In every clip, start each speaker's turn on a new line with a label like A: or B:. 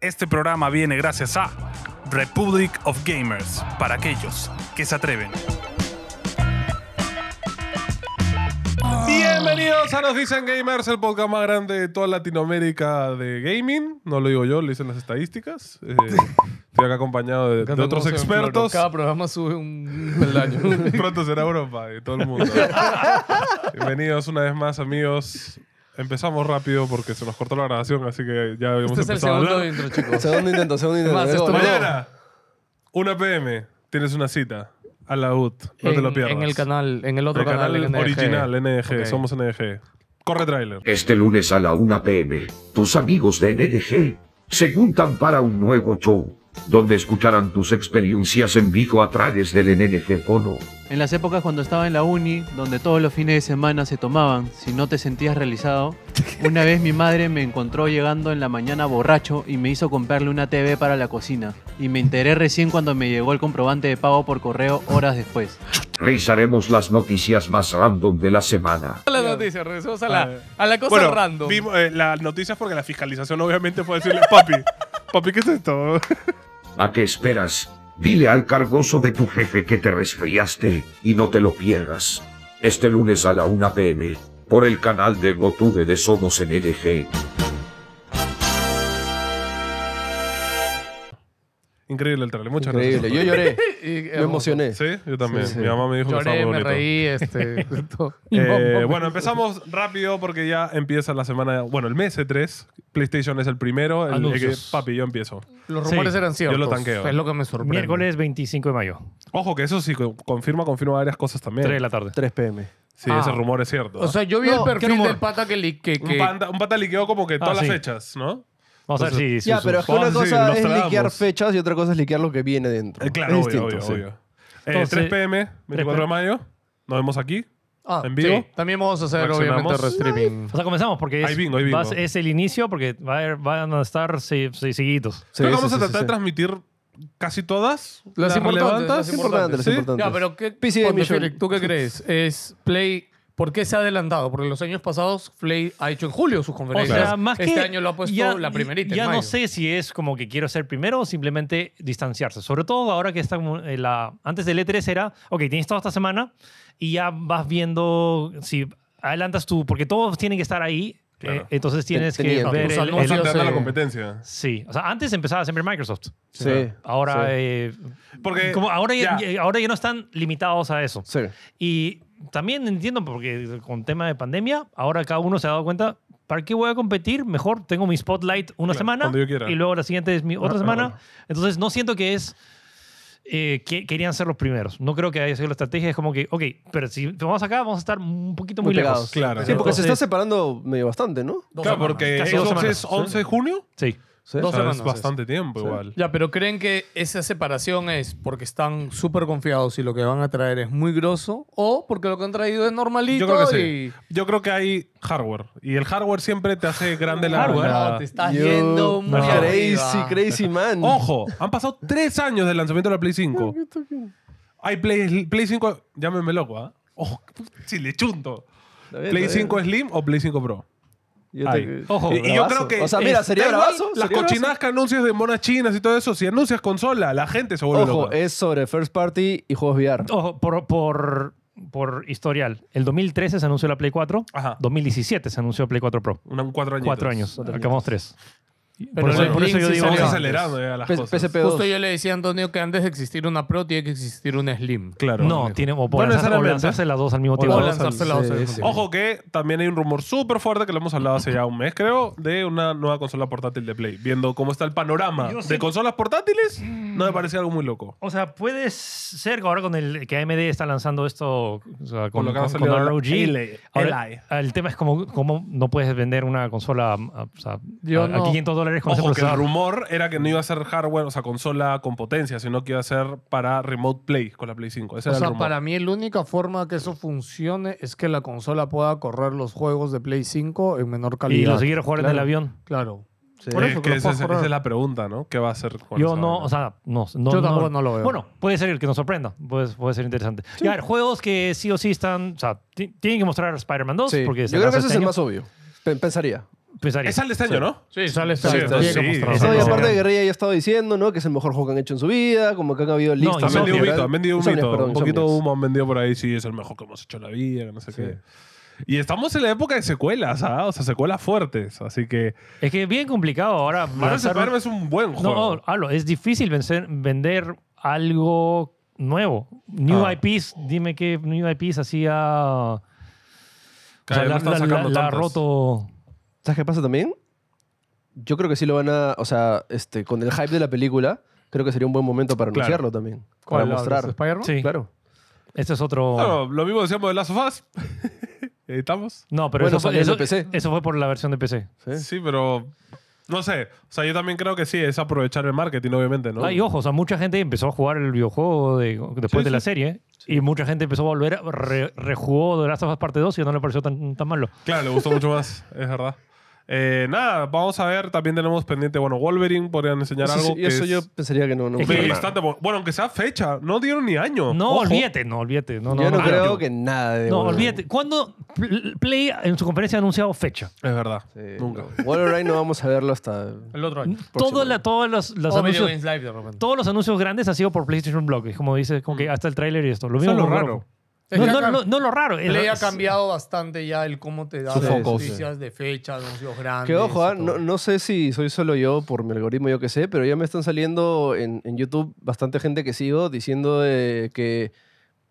A: Este programa viene gracias a Republic of Gamers, para aquellos que se atreven.
B: Bienvenidos a Nos Dicen Gamers, el podcast más grande de toda Latinoamérica de gaming. No lo digo yo, lo dicen las estadísticas. Eh, estoy acá acompañado de, de
C: encanta
B: otros
C: cómo se ven
B: expertos. Este
C: flor. Cada programa sube un peldaño.
B: Pronto será Europa y todo el mundo. Bienvenidos una vez más, amigos. Empezamos rápido porque se nos cortó la grabación, así que ya habíamos
C: este es el
B: empezado a
C: segundo
B: hablar.
C: intro, chicos.
D: Segundo intento, segundo intento.
C: Más,
D: Esto-
C: segundo.
B: Mañana, 1 pm, tienes una cita a la UT. No te lo
C: En-
B: pierdas.
C: En el canal, en el otro
B: El canal
C: NG.
B: original, NG.
C: Ok.
B: Somos NG. Corre trailer.
E: Este lunes a la 1 pm, tus amigos de NDG se juntan para un nuevo show, donde escucharán tus experiencias en vivo a través del NNG Fono.
F: En las épocas cuando estaba en la uni, donde todos los fines de semana se tomaban, si no te sentías realizado, una vez mi madre me encontró llegando en la mañana borracho y me hizo comprarle una TV para la cocina. Y me enteré recién cuando me llegó el comprobante de pago por correo horas después.
E: Revisaremos las noticias más random de la semana.
C: A la noticia, regresamos a la, a la cosa random.
B: Vimos, eh, las noticias porque la fiscalización obviamente fue decirle, papi, papi, ¿qué es esto?
E: ¿A qué esperas? Dile al cargoso de tu jefe que te resfriaste y no te lo pierdas. Este lunes a la 1 pm, por el canal de GoTube de Somos NDG.
B: Increíble el trailer, muchas
D: Increíble. Yo
B: gracias.
D: lloré.
C: Y-
D: Me emocioné.
B: Sí, yo también.
D: Sí, sí.
B: Mi mamá me dijo que
C: Lloré,
B: estaba
C: me
B: bonito.
C: reí, este. todo.
B: Eh, bueno, empezamos rápido porque ya empieza la semana, bueno, el mes E3. PlayStation es el primero. el- el que-
G: Anuncios.
B: papi, yo empiezo.
C: Los rumores
G: Sí,
C: eran ciertos.
B: yo lo tanqueo.
C: Es lo que me sorprende.
G: Miércoles 25 de mayo,
B: Ojo, que eso sí co- confirma, confirma varias cosas
G: 3 de
B: también.
G: la tarde.
D: 3 pm.
B: Sí,
C: Ah.
B: ese rumor es cierto.
C: O sea, yo vi
G: No,
C: el
G: ¿qué
C: perfil
G: rumor?
C: del pata que. li- que,
B: un,
C: que
B: pata, un pata liqueó como que todas
G: Ah, sí.
B: las fechas, ¿no?
G: Vamos a ver si.
D: Ya,
G: si-
D: pero es que una
B: Ah, sí,
D: cosa es
B: Nostradamus.
D: liquear fechas y otra cosa es liquear lo que viene dentro.
B: Eh, claro,
D: es
B: obvio, obvio,
D: sí.
B: obvio. Eh,
G: Entonces,
B: 3 pm, 24 de mayo. Nos vemos aquí.
C: Ah,
B: en vivo.
C: sí. También vamos a hacer,
B: Reaccionamos.
C: obviamente, restreaming.
G: O sea, comenzamos porque
B: Hay
G: es,
B: bingo, hay bingo.
G: vas- es el inicio porque va a haber- van a estar se- se- seguiditos.
D: Sí,
B: Creo que
D: sí,
B: vamos a
D: sí,
B: tratar
D: sí,
B: de
D: sí.
B: transmitir casi todas.
C: Las importantes,
B: relevantes.
C: las
D: Es importante, es
B: ¿Sí?
D: importante.
C: Ya, pero ¿qué,
D: PC Game
C: ponte,
D: Mission.
C: Félix, ¿tú qué crees? Es Play... ¿Por qué se ha adelantado? Porque los años pasados Play ha hecho en julio sus
G: O
C: conferencias.
G: sea, más que.
C: este año lo ha puesto
G: ya-
C: la primerita. en
G: Ya
C: mayo.
G: no sé si es como que quiero ser primero o simplemente distanciarse. Sobre todo ahora que está como en la. Antes del E3 era, ok, tienes toda esta semana y ya vas viendo si adelantas tú, porque todos tienen que estar ahí.
B: Claro.
G: eh, entonces tienes que
D: tenían que-
G: ver.
C: o sea,
G: el-
C: no
B: Vamos
G: el-
B: a
C: Elio
B: alternar
C: se-
B: la competencia.
G: sí, o sea, antes empezaba siempre Microsoft.
D: Sí.
G: Ahora,
D: sí.
G: eh,
B: Porque
G: como ahora, ya,
B: ya.
G: ya- ahora ya no están limitados a eso.
D: Sí.
G: Y también entiendo, porque con tema de pandemia, ahora cada uno se ha dado cuenta, ¿para qué voy a competir? Mejor tengo mi spotlight una
B: Claro,
G: semana
B: cuando yo quiera.
G: y luego la siguiente es mi otra
B: Ah,
G: semana.
B: ah,
G: Entonces no siento que es... eh, que querían ser los primeros. No creo que haya sido la estrategia. Es como que, ok, pero si vamos acá, vamos a estar un poquito muy,
D: Muy
G: lejos.
D: pegados.
B: Claro.
D: Sí, porque se
G: Entonces-
D: está separando medio bastante, ¿no?
C: Dos
B: Claro,
C: semanas.
B: porque
G: Casi dos
B: Xbox
G: semanas.
B: es 11 de junio.
G: Sí.
D: Sí.
B: O
C: Dos
B: sea,
C: semanas.
B: es bastante tiempo igual.
C: Ya, pero ¿creen que esa separación es porque están súper confiados y lo que van a traer es muy grosso? ¿O porque lo que han traído es normalito
B: Yo creo que
C: y...
B: sí. Yo creo que hay hardware. Y el hardware siempre te hace grande la...
G: Hardware.
B: la-
C: Ah, No, te estás
D: Yo-
C: yendo muy
G: No.
D: Crazy,
C: arriba.
D: crazy man.
B: Ojo, han pasado tres años del lanzamiento de la Play 5. Hay Play, Play 5... Llámeme loco, ¿ah? Ojo, si le chunto.
D: Está bien,
B: ¿Play
D: está bien.
B: 5 Slim o Play 5 Pro?
D: Yo
B: Ahí.
D: te-
G: Ojo,
B: Y, y yo
D: bravazo.
B: creo que.
D: O sea, mira, sería
B: da igual
D: bravazo,
B: Las
D: sería
B: cochinadas que anuncias de monas chinas y todo eso. Si anuncias consola, la gente se vuelve
D: Ojo, eh,
B: loca.
D: es sobre first party y juegos VR.
G: Ojo, por, por, por historial. El 2013 se anunció la Play 4.
B: Ajá.
G: 2017 se anunció la Play 4 Pro.
B: Una- un cuatro años.
G: Cuatro años. Acabamos tres.
C: Pero el
G: por eso, por eso
C: Blink
G: yo
C: sí
G: digo...
B: Vamos
C: salió.
G: que-
B: acelerando ya las
D: P-
B: cosas.
D: PSP2.
C: Justo yo le decía a Antonio que antes de existir una Pro tiene que existir una Slim.
B: Claro.
G: No, tiene, o, puede
B: No
G: lanzar- o
B: necesariamente.
G: lanzarse las dos al mismo
C: O
G: tiempo.
C: lanzarse la
D: sí,
C: dos al mismo
D: sí.
C: tiempo.
B: Ojo que también hay un rumor súper fuerte que lo hemos hablado hace ya un mes, creo, de una nueva consola portátil de Play. Viendo cómo está el panorama
G: Yo
B: de
G: sé-
B: consolas portátiles, no me parece algo muy loco.
G: O sea, puede ser que ahora con el que AMD está lanzando esto o
B: Con
G: sea, con,
B: lo que ha
G: con- con
B: salido
G: ROG.
B: el-
G: ahora,
B: el-
G: el tema es cómo, cómo no puedes vender una consola a, o sea,
C: Yo
G: a- a
C: no.
G: 500 dólares con ese
B: Ojo que el
G: procesador.
B: rumor era que no iba a ser hardware, o sea, consola con potencia, sino que iba a ser para remote play con la Play 5. Ese
C: O
B: era el
C: sea,
B: rumor.
C: para mí la única forma que eso funcione es que la consola pueda correr los juegos de Play 5 en menor calidad.
G: Y lo siguieron jugar en el
C: Claro,
G: avión.
C: Claro.
D: Sí.
C: Por
B: Eh,
C: eso
B: que
C: que lo
B: esa,
C: puedas
B: es, esa
C: correr.
B: es la pregunta, ¿no? ¿Qué va a hacer con
G: Yo
B: esa
G: no,
B: vaina?
G: o sea, no. no
C: Yo tampoco no lo veo.
G: Bueno, puede ser el que nos sorprenda. Puede, puede ser interesante. Y a ver, juegos que sí o sí están. O sea, ti- tienen que mostrar Spider-Man 2.
D: Sí.
G: Porque
D: Yo
G: se
D: creo que
G: lanza
D: ese es
G: este
D: el
G: año.
D: más obvio. Pe- Pensaría.
G: pensaría.
B: Es al de este año, ¿no?
C: Sí, sale
B: Sí,
C: esta.
B: entonces
C: Tiene que
B: sí.
C: mostrarlo.
D: No, y
G: no.
D: aparte de Guerrilla ya estaba diciendo, ¿no? Que es el mejor juego que han hecho en su vida, como que han habido listas.
B: Han vendido
G: Insomniac.
B: humito, han vendido humito.
D: Insomniac, perdón,
B: un poquito de
D: Insomniac.
B: humo han vendido por ahí. Sí, es el mejor que hemos hecho en la vida, que no sé qué. Y estamos en la época de secuelas, ¿ah? O sea, secuelas fuertes. Así que...
G: Es que es bien complicado ahora.
B: Marvel
G: lanzar-
B: Spider-Man es un buen
G: No,
B: juego.
G: no, hablo, es difícil vencer- vender algo nuevo. New
B: Ah.
G: IPs, dime qué New IPs hacía. o
B: Cada vez
G: la,
B: no están
G: la-
B: sacando
G: la- la ha
B: tantos.
G: roto.
D: ¿Sabes qué pasa también? Yo creo que sí lo van a. O sea, este, con el hype de la película, creo que sería un buen momento para
B: Claro.
D: anunciarlo también.
C: ¿Cuál?
D: para
C: ¿La-
D: mostrar.
C: de Spider-Man?
G: Sí.
D: Claro.
G: Este es otro.
B: Claro, lo mismo decíamos de Last of Us. Ahí estamos.
G: No, pero
D: Bueno,
G: eso, fue,
D: salió en
G: eso-
D: el PC.
G: eso fue por la versión de PC.
D: Sí.
B: Sí, pero... No sé. O sea, yo también creo que sí, es aprovechar el marketing, obviamente, ¿no?
G: Ah, y ojo, o sea, mucha gente empezó a jugar el videojuego de- después de la serie. Y mucha gente empezó a volver, a- re- rejugó The Last of Us Parte 2 y no le pareció tan, tan malo.
B: Claro, le gustó mucho más, es verdad. Eh, nada, vamos a ver, también tenemos pendiente, bueno, Wolverine, podrían enseñar
D: Eso,
B: algo.
D: sí,
B: que
D: eso
B: es
D: yo pensaría que no. no
G: Es
B: de
G: que-
B: bastante bu- bueno, aunque sea fecha, no dieron ni año.
G: No,
B: Ojo.
G: olvídate, no, olvídate. No, no,
D: yo no,
G: no,
D: creo
G: no.
D: que nada de.
G: No,
D: Wolverine.
G: olvídate. ¿Cuándo Pl- Play en su conferencia ha anunciado fecha?
B: Es verdad,
D: Sí,
B: nunca.
D: no. Eh, Wolverine no vamos a verlo hasta.
C: El otro año.
G: Todo la- todos los, los
C: O Video
G: anuncios,
C: Games Live de repente.
G: todos los anuncios grandes ha sido por PlayStation Blog. Es como dices, como que hasta el tráiler y esto. Lo
B: Eso
G: mismo
B: es lo
G: con-
B: raro.
C: Mm. Es
G: No,
C: que
G: no,
C: acá-
G: no, no lo raro. es-
C: Play ha
G: es-
C: cambiado bastante ya el cómo te da
D: Su
C: las
D: foco,
C: noticias de fecha, anuncios grandes.
D: Que ojo, ah,
C: y todo.
D: no, no sé si soy solo yo por mi algoritmo, yo que sé, pero ya me están saliendo en, en YouTube bastante gente que sigo diciendo de que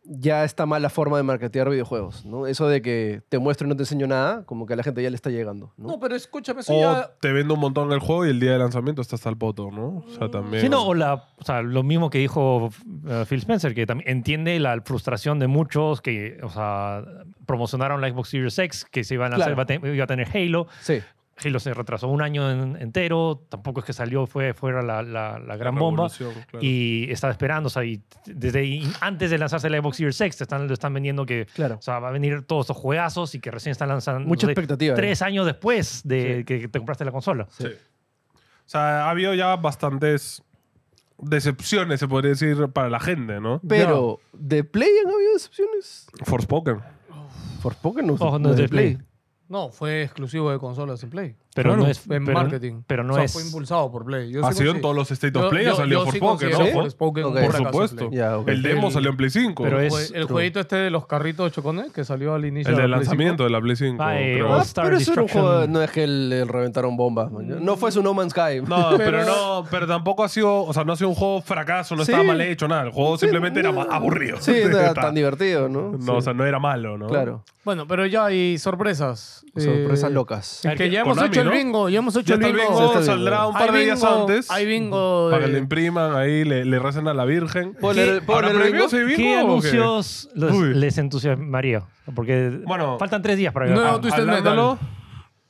D: ya está mala forma de marketear videojuegos, ¿no? Eso de que te muestro y no te enseño nada, como que a la gente ya le está llegando, ¿no?
C: No, pero escúchame, eso
B: O
C: ya...
B: te vendo un montón el juego y el día de lanzamiento está hasta el poto, ¿no? O sea, también.
G: Sí, no, o, la- o sea, lo mismo que dijo eh, Phil Spencer, que también entiende la frustración de muchos que o sea, promocionaron la Xbox Series X, que se iban a
D: Claro.
G: hacer, va a te- iba a tener Halo.
D: Sí,
G: Halo se retrasó un año en- entero, tampoco es que salió, fue fuera la, la- la gran bomba.
B: revolución, claro.
G: Y estaba esperando, o sea, y desde ahí- antes de lanzarse la Xbox Series X, te están, lo están vendiendo que
D: claro.
G: o sea, va a venir todos estos juegazos y que recién están lanzando.
D: Mucha
G: no sé,
D: expectativa. ¿no?
G: Tres años después de que te compraste la consola.
B: Sí. O sea, ha habido ya bastantes decepciones, se podría decir, para la gente, ¿no?
D: Pero, ¿de Play han habido excepciones?
B: Forspoken.
D: Forspoken no,
G: Ojo, no es de Play.
C: No, fue exclusivo de consolas en Play.
G: Pero
B: Claro,
G: no es.
C: En
G: pero-
C: marketing.
G: Pero no
C: O sea,
G: es.
C: fue impulsado por Play. Yo
B: Ha
C: sí
B: sido en
C: considero-
B: todos los State
C: Yo-
B: of Play, ha
C: yo-
B: salido
C: yo sí
B: Forspoken,
C: considero
B: ¿no?
C: que Forspoken
D: Ok.
C: un
B: Por
C: fracaso en
B: supuesto.
C: Play.
D: Ya, ok.
B: El demo
C: El-
B: salió en Play 5.
G: Pero
C: El
G: es-
C: jue- el
G: true.
C: jueguito este de los carritos de chocones que salió al inicio.
B: El
C: de
B: del
C: la Play
B: lanzamiento de la Play 5.
G: Ah, eh,
B: creo.
G: All
D: Ah,
G: Star
D: pero eso era un
G: Destruction.
D: juego, no es que le reventaron bombas.
C: Mm.
D: man. No fue su No Man's Sky.
B: No, pero, no, pero tampoco ha sido, o sea, no ha sido un juego fracaso, no
D: Sí.
B: estaba mal hecho, nada. El juego
D: Sí,
B: simplemente era
D: no.
B: ma- aburrido.
D: Sí, no era
B: Está.
D: tan divertido, ¿no?
B: No,
D: Sí.
B: o sea, no era malo, ¿no?
D: Claro.
C: Bueno, pero ya hay sorpresas.
D: Sorpresas
C: Eh,
D: locas.
C: Que ya hemos
B: Konami,
C: hecho el
B: ¿no?
C: bingo, ya hemos hecho
B: Ya
C: el
B: está
C: bingo.
B: el bingo,
D: Ya está el
B: saldrá
D: bingo.
B: un par de
C: Hay
B: días
C: bingo-
B: antes.
C: Hay bingo de...
B: Para que le impriman ahí, le, le recen a la Virgen.
D: Eh. ¿Puedo leer el- puedo
B: ¿Habrá
D: leer el
B: premios
D: bingo?
B: y bingo
G: ¿Qué
B: o
G: anuncios los-
B: Uy.
G: les entusiasmaría? Porque
B: Bueno.
G: faltan tres días para
C: No,
G: grabar.
C: no, tú estás
B: hablándolo?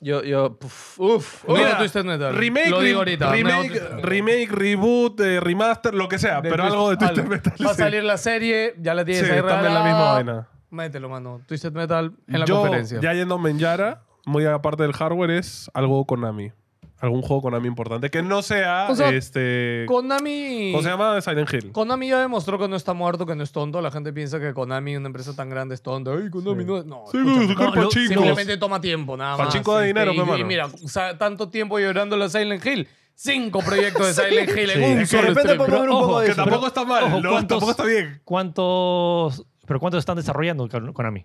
D: Yo, yo, puf, uf.
C: Nuevo
B: Mira,
C: Twisted Metal.
B: Remake,
C: Lo digo
B: re-
C: ahorita,
B: remake,
C: nuevo Twisted
B: remake, reboot, eh, remaster, lo que sea,
C: de
B: pero
C: Twist-
B: algo de Twisted
C: algo.
B: Metal.
C: Va a
B: sí.
C: salir la serie, ya la tienes
B: Sí,
C: ahí
B: está en la
C: regalada.
B: misma vaina.
C: Mételo, mano. Twisted Metal en la
B: Yo,
C: conferencia.
B: Ya yéndome en Yara, muy aparte del hardware, es algo Konami. Algún juego Konami importante. Que no sea,
C: O sea,
B: este.
C: Konami...
B: ¿Cómo se llama? Silent Hill.
C: Konami ya demostró que no está muerto, que no es tonto. La gente piensa que Konami, una empresa tan grande, es tonta. Ay, Konami no... No,
B: Sí,
C: escúchame.
B: sacar
G: no, lo-
B: pachincos.
C: Simplemente toma tiempo, nada más.
B: Pachinko de
C: este,
B: dinero,
C: y-
B: pe,
C: y
B: mano.
C: mira, o sea, tanto tiempo llorando la Silent Hill. Cinco proyectos de Silent Hill en un
B: Es que de
C: solo
B: repente
C: stream.
D: podemos ver un
G: ojo,
D: poco de
B: Que
D: eso.
B: tampoco
G: Pero,
B: está mal,
G: ojo,
B: ¿no?
G: ¿cuántos-
B: Tampoco está bien.
G: ¿Cuántos, ¿Pero cuántos están desarrollando con- Konami?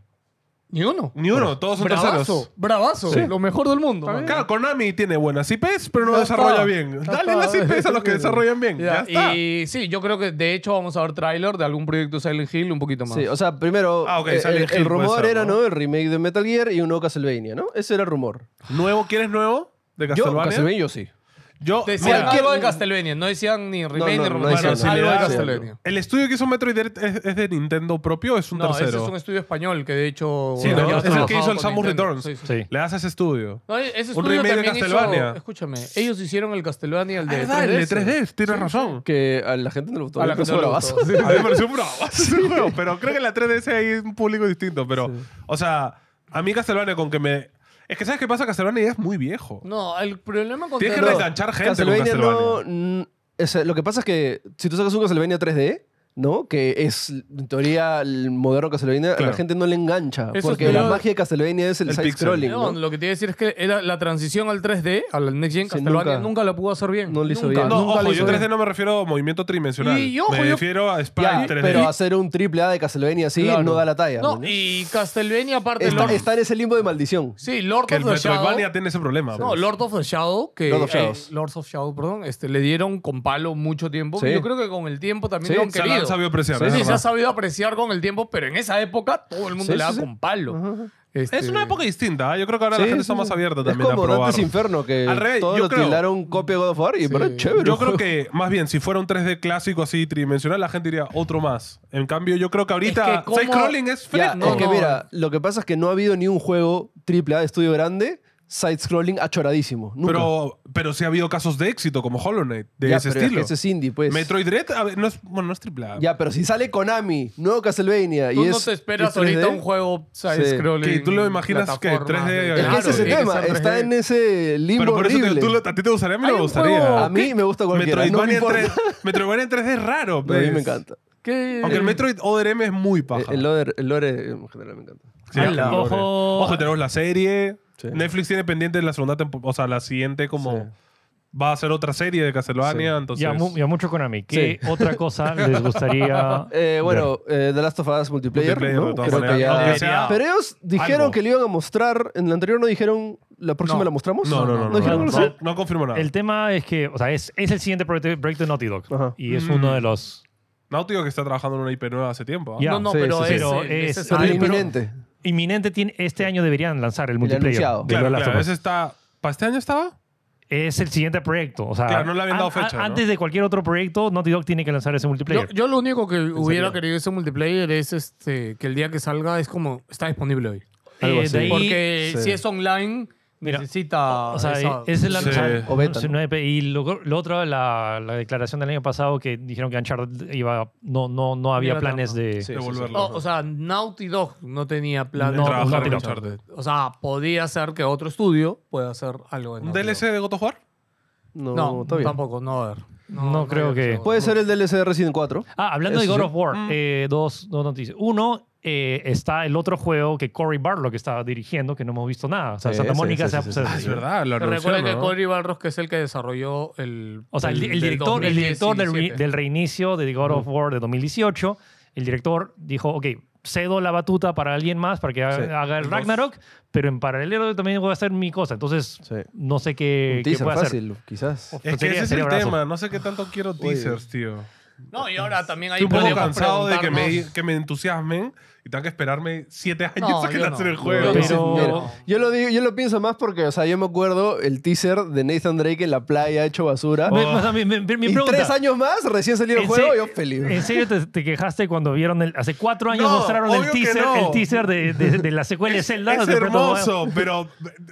C: Ni uno.
B: Ni uno, todos son terceros.
C: Bravazo, bravazo. Lo mejor del mundo. mano.
B: Claro, Konami tiene buenas IPs, pero no,
C: Ya
B: desarrolla
C: está.
B: bien.
C: Ya
B: Dale
C: está.
B: las IPs a los que desarrollan bien. Ya,
C: Ya,
B: está.
C: Y sí, yo creo que de hecho vamos a ver tráiler de algún proyecto Silent Hill un poquito más.
D: Sí, o sea, primero,
B: Ah, ok,
D: eh, el,
B: Silent
D: el
B: Hill puede
D: rumor
B: ser,
D: era,
B: ¿no?
D: ¿no? El remake de Metal Gear y un nuevo Castlevania, ¿no? Ese era el rumor.
B: ¿Nuevo? ¿Quieres nuevo? ¿De
D: Yo,
B: Castlevania?
D: Castlevania, yo sí.
B: Yo,
C: decían
B: mira,
C: algo de Castlevania, no decían ni remake
D: no,
C: ni
D: no
C: remake,
D: decían
B: nada.
C: algo de
B: Sí,
C: Castlevania.
B: el estudio que hizo Metroid Dread es, es de Nintendo propio o es un
C: No, ese
B: tercero.
C: es un estudio español que de hecho
B: Sí,
C: bueno,
B: ¿no?
C: ya
B: Es el que
C: trabajaba
B: hizo el
C: con
B: Samus
C: Nintendo.
B: Returns.
C: Sí, sí.
G: Sí.
B: Le das a ese estudio.
C: No, ese estudio
B: remake de
C: también hizo-
B: Castlevania.
C: escúchame, ellos hicieron el Castlevania, el de
B: Ah, verdad, el de
C: 3DS.
B: 3D, tienes razón.
D: Que a la gente no le gustó.
C: A
D: Yo
C: la gente
D: pensé,
C: no le
D: bravazo.
C: gustó.
B: A mí me pareció un bravo ese juego, pero creo que en la 3DS hay un público distinto. Pero, o sea, a mí Castlevania con que me... Es que ¿sabes qué pasa? Castlevania ya es muy viejo.
C: No, el problema con
B: Tienes que
C: Terror-
B: reenganchar gente con
D: Castlevania
B: Castlevania.
D: no... mm, o sea, lo que pasa es que si tú sacas un Castlevania 3D, ¿no? Que es, en teoría, el moderno Castlevania. A
B: Claro.
D: la gente no le engancha.
C: Eso
D: porque
C: es
D: la
C: peor.
D: magia de Castlevania es el,
B: El
D: side-scrolling,
C: No,
D: ¿no?
C: Lo que te iba a decir es que era la transición al 3D, al Next Gen,
D: Sí,
C: Castlevania nunca,
D: nunca-
C: la pudo hacer bien.
D: no lo hizo
C: Nunca,
D: bien.
B: No,
C: nunca lo
B: ojo,
C: hizo
B: yo
C: bien.
B: 3D no me refiero a movimiento tridimensional.
C: Y, ojo,
B: me
C: yo-
B: refiero a Spy
D: Ya,
B: 3D.
D: pero hacer un triple A de Castlevania así
C: Claro.
D: no da la talla.
C: No,
D: ¿no?
C: y Castlevania, aparte
D: Está,
C: Lord-
D: está en ese limbo de maldición.
C: Sí, Lord
B: Que el
C: of the Shadow.
B: Metroidvania tiene ese problema.
C: No,
B: pues.
C: Lord of the Shadow, que
D: Lord of
C: eh,
D: Shadows.
C: Lords of Shadow, perdón, este, le dieron con palo mucho tiempo.
D: Sí.
C: Yo creo que con el tiempo también
D: Sí,
C: lo han
B: se
C: querido.
B: han sabido apreciar.
C: Sí,
B: es
C: sí, se
B: verdad.
C: ha sabido apreciar con el tiempo, pero en esa época todo el mundo
D: Sí,
C: le
D: sí,
C: da
D: sí.
C: con palo. Este,
B: Es una época distinta. ¿eh? Yo creo que ahora
D: Sí,
B: la gente
D: sí,
B: está
D: sí.
B: más abierta
D: Es
B: también a
D: como
B: probar.
D: Dante's Inferno, que
B: Al revés,
D: todos
B: yo
D: lo
B: creo-
D: tildaron copia de God of War y pero es chévere.
B: Yo creo
D: el juego.
B: que, más bien, si fuera un 3D clásico así tridimensional, la gente diría otro más. En cambio, yo creo que
C: Es
B: ahorita
C: que cómo-
B: side-scrolling es
D: Ya,
B: fresco.
C: no,
D: es que
C: no.
D: mira, lo que pasa es que no ha habido ni un juego AAA de estudio grande side-scrolling achoradísimo. Nunca.
B: pero, pero sí ha habido casos de éxito, como Hollow Knight, de
D: Ya,
B: ese
D: pero es
B: estilo.
D: que ese es indie, pues.
B: Metroid Dread, a ver, no es, bueno, no es triple A.
D: Ya, pero si sale Konami, nuevo Castlevania
C: Tú
D: y
C: no
D: es-
C: te esperas
D: es 3D,
C: ahorita un juego side-scrolling.
B: Que tú lo imaginas que 3D
D: Es que
B: Claro,
D: ese es el
B: tiene que
D: tema, está en ese limbo
B: pero por eso te-
D: horrible.
B: tú lo- a ti te gustaría, a mí no me
C: Hay un
B: gustaría.
C: juego-
D: A mí me gusta cualquiera, no me
B: Metroidvania, en
D: importa.
B: 3, Metroidvania en 3D es raro.
D: No, a mí
B: pues.
D: me encanta.
B: Aunque el Metroid ODRM es muy paja.
D: El lore, el lore en general me encanta.
B: Sí, el
G: Ala,
B: lore.
G: ojo.
B: Ojo, tenemos la serie.
D: Sí.
B: Netflix tiene pendiente la segunda temporada. O sea, la siguiente como...
D: Sí.
B: Va a ser otra serie de Castlevania, entonces...
G: Ya, mu- ya mucho Konami. ¿Qué otra cosa les gustaría?
D: Eh, bueno, eh, The Last of Us Multiplayer.
B: multiplayer,
D: ¿no?
B: de todas
D: Creo que
B: maneras.
D: ya-
B: Aunque sea-
D: Pero ellos dijeron
B: algo.
D: que le iban a mostrar. En la anterior no dijeron. ¿La próxima
C: No.
D: la mostramos?
B: No, no, no. No,
D: dijeron
B: no,
D: algo
B: no,
D: así?
B: no confirmo nada.
G: El tema es que, o sea, es, es el siguiente proyecto proyecto de Naughty Dog.
D: Ajá.
G: Y es
B: Mm.
G: uno de los.
B: Náutico que está trabajando en una IP nueva hace tiempo. ¿ah?
G: Ya.
C: No, no,
D: Sí,
C: pero
D: sí, sí.
C: ese-
G: Pero
C: ese
G: es-
C: es
D: Pero
G: Ay,
C: el-
D: inminente.
G: Inminente tiene, este año deberían lanzar el
D: ha
G: multiplayer.
D: anunciado.
G: de
B: Claro,
G: The Last
B: claro.
G: of Us.
B: Ese está... ¿Para este año estaba?
G: Es el siguiente proyecto. O sea,
B: Claro, no le habían dado
G: an- a-
B: fecha, ¿no?
G: Antes de cualquier otro proyecto, Naughty Dog tiene que lanzar ese
C: Yo,
G: multiplayer.
C: yo lo único que hubiera querido ese multiplayer es este que el día que salga es como está disponible hoy.
D: algo
G: Eh,
D: así.
G: de ahí-
C: Porque
D: sí.
C: si es online,
G: Mira,
C: necesita.
G: O sea,
C: esa-
G: es el
B: Sí.
D: O beta,
G: no sé, Y lo, lo otro, la, la declaración del año pasado que dijeron que Uncharted iba, no, no, no había
C: Era
G: planes
C: trampa.
G: de.
B: Devolverlo.
C: Oh, O, o sea, Naughty Dog no tenía plan
G: No,
C: de
B: trabajar
C: trabajar
B: en
C: en
B: Uncharted.
C: Uncharted. O sea, podía ser que otro estudio pueda hacer algo en
B: ¿Un
C: Naughty
B: DLC
C: Dog.
B: de God of War?
D: No,
C: No,
D: todavía.
C: tampoco, no, a ver.
G: No creo
C: había
G: que-
C: pensado.
D: Puede ser el DLC de Resident 4.
G: Ah, hablando de
D: Eso
G: God
D: sí.
G: of War,
B: Mm.
G: eh, dos, dos noticias. Uno, eh, está el otro juego que Cory Barlow que estaba dirigiendo, que no hemos visto nada. O sea,
D: Sí,
G: Santa
D: ese,
G: Mónica
D: ese,
G: se ha-
D: ese,
G: se-
D: ese,
B: Ah, Es verdad, lo
C: Pero
B: anunciaron,
C: recuerden que
B: ¿no?
C: Cory Balros, que es el que desarrolló el.
G: O sea, el, el
C: del
G: director, el director del, re-
C: 2017.
G: del reinicio de The God
D: Mm.
G: of War de 2018, el director dijo, ok, cedo la batuta para alguien más para que ha-
D: Sí.
G: haga el
B: Dos.
G: Ragnarok, pero en paralelo también voy a hacer mi cosa. Entonces,
D: Sí.
G: no sé qué,
D: Un
G: qué
D: teaser
G: puede hacer.
D: fácil, quizás.
G: Uf,
B: Es que
G: sería-
B: ese es
G: sería
B: el
G: brazo.
B: tema. No sé qué tanto quiero teasers, tío.
C: No, y ahora también ahí
B: Estoy un poco
C: podemos
B: cansado de que me,
C: preguntarnos-
B: que me entusiasmen y tenga que esperarme siete años
C: No,
B: a que
C: yo no.
B: lancen el
C: Yo
B: juego.
G: no.
D: Sí,
G: Pero-
D: mira, yo lo digo, yo lo pienso más porque, o sea, yo me acuerdo el teaser de Nathan Drake en la playa hecho basura.
G: Me- o sea, Oh. mi, mi- mi
D: y
G: pregunta,
D: tres años más, recién salió el
G: ¿en
D: juego,
G: se-
D: yo feliz.
G: ¿En serio te, te quejaste cuando vieron el... Hace cuatro años
B: No,
G: mostraron el
B: obvio que
G: teaser,
B: no.
G: el teaser de, de- de la secuela de Zelda.
B: Es
G: de pronto, bueno,
B: hermoso, pero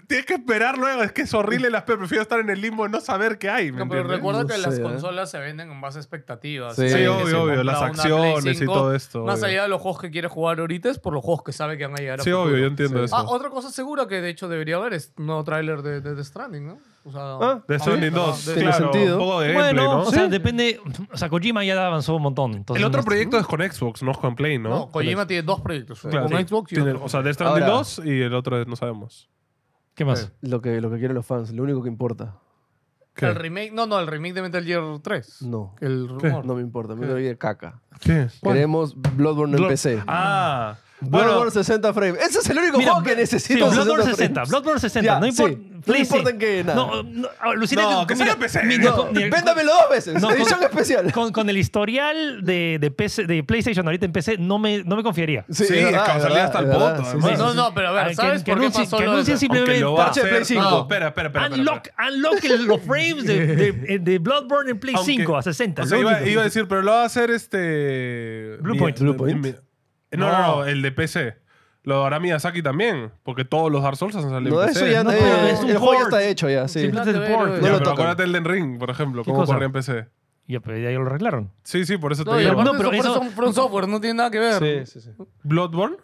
B: tienes que esperar luego. Es que es horrible las pe- Prefiero estar en el limbo de no saber qué hay. ¿me
C: No, pero
B: entiendes?
C: recuerda
D: No
C: que
D: sé,
C: las
D: ¿eh?
C: consolas se venden en base a expectativas.
D: Sí,
C: O sea,
D: Sí,
C: que
B: obvio,
C: se
B: obvio,
C: compra
B: las
C: una Play
B: acciones y
C: 5,
B: todo esto,
C: Más
B: obvio.
C: allá de los juegos que quieres jugar ahorita es por los juegos que sabe que van a llegar a
B: sí,
C: futuro.
B: obvio, yo entiendo eso.
C: Ah, otra cosa segura que de hecho debería haber es un nuevo tráiler de, de, Death Stranding, ¿no? O sea,
D: Ah,
B: de
C: ah,
B: Sony
C: sí,
B: 2,
C: de-
D: Tiene
B: claro,
D: sentido.
B: un poco de
G: Bueno,
B: gameplay, ¿no?
G: o sea, depende... O sea, Kojima ya avanzó un montón.
B: el
G: entonces
B: otro
G: no-
B: proyecto es con Xbox, Pues, no es con Play, ¿no?
C: No, Kojima tiene dos proyectos, uno
B: Claro,
C: con
B: sí.
C: Xbox y
B: Tiene-
C: otro. con-
B: O sea, Death Stranding
D: Ahora-
B: 2 y el otro es- no sabemos.
G: ¿Qué más?
D: Lo que, lo que quieren los fans, lo único que importa.
B: ¿Qué?
C: el remake, no, no, el remake de Metal Gear 3.
D: No.
C: El rumor.
D: No me importa, me doy de caca.
B: ¿Qué es?
D: Queremos Bloodborne en
B: Blood-
D: PC.
B: Ah, bueno,
D: Bloodborne 60 frames. Ese es el único
G: Mira,
D: juego que
G: Bla-
D: necesito.
G: sí, Bloodborne 60,
D: 60 frames.
G: Bloodborne 60,
D: Ya,
G: no importa.
D: sí. No importa en qué, nada.
G: No, no, ah, alucínate
B: No,
G: con-
B: que sea en PC.
D: No,
G: con- mira,
D: véndamelo dos veces.
G: No, con-
D: edición especial.
G: Con, con el historial de, de, PC de PlayStation ahorita en PC, no me, no me confiaría.
B: sí,
D: es
B: es
D: verdad,
B: que va a
D: es
B: salir
D: verdad,
B: hasta el
D: es verdad,
B: poto,
D: sí,
B: además.
D: sí, sí.
C: No, no, pero a ver,
G: que-
C: ¿sabes
G: que
C: por qué
G: anuncien-
C: pasó
G: que
C: lo de-
G: anuncien
B: Aunque
G: simplemente
B: lo va a
D: Parche de
B: hacer-
D: Play cinco.
B: No, espera, espera, espera. espera,
G: unlock, unlock el- los frames de, de- de Bloodborne en Play
B: Aunque-
G: 5 a 60.
B: O sea,
G: lo
B: iba,
G: único.
B: iba a decir, pero lo va a hacer este.
G: Blue
B: Mi-
G: Point.
D: Blue Point.
B: mi- no, no, no, el de PC. Lo hará Miyazaki también, porque todos los Dark Souls han salido
D: No,
B: en
D: eso
B: PC.
D: ya
G: No,
D: eh,
G: pero es un
D: El juego ya
G: port.
D: está hecho ya, sí.
G: Simplemente el
C: Nada que ver,
G: port.
C: eh.
B: Ya,
D: No lo
B: pero
D: tocan.
B: acuérdate del Den Ring, por ejemplo,
G: ¿Qué
B: cómo
G: cosa?
B: corría en PC.
G: Ya, pero ya lo arreglaron.
B: Sí, sí, por eso te
C: No, y
B: digo.
C: aparte
G: No, pero
C: son-
G: eso-
C: son From Software, no tiene nada que ver.
D: sí, sí.
B: ¿Bloodborne?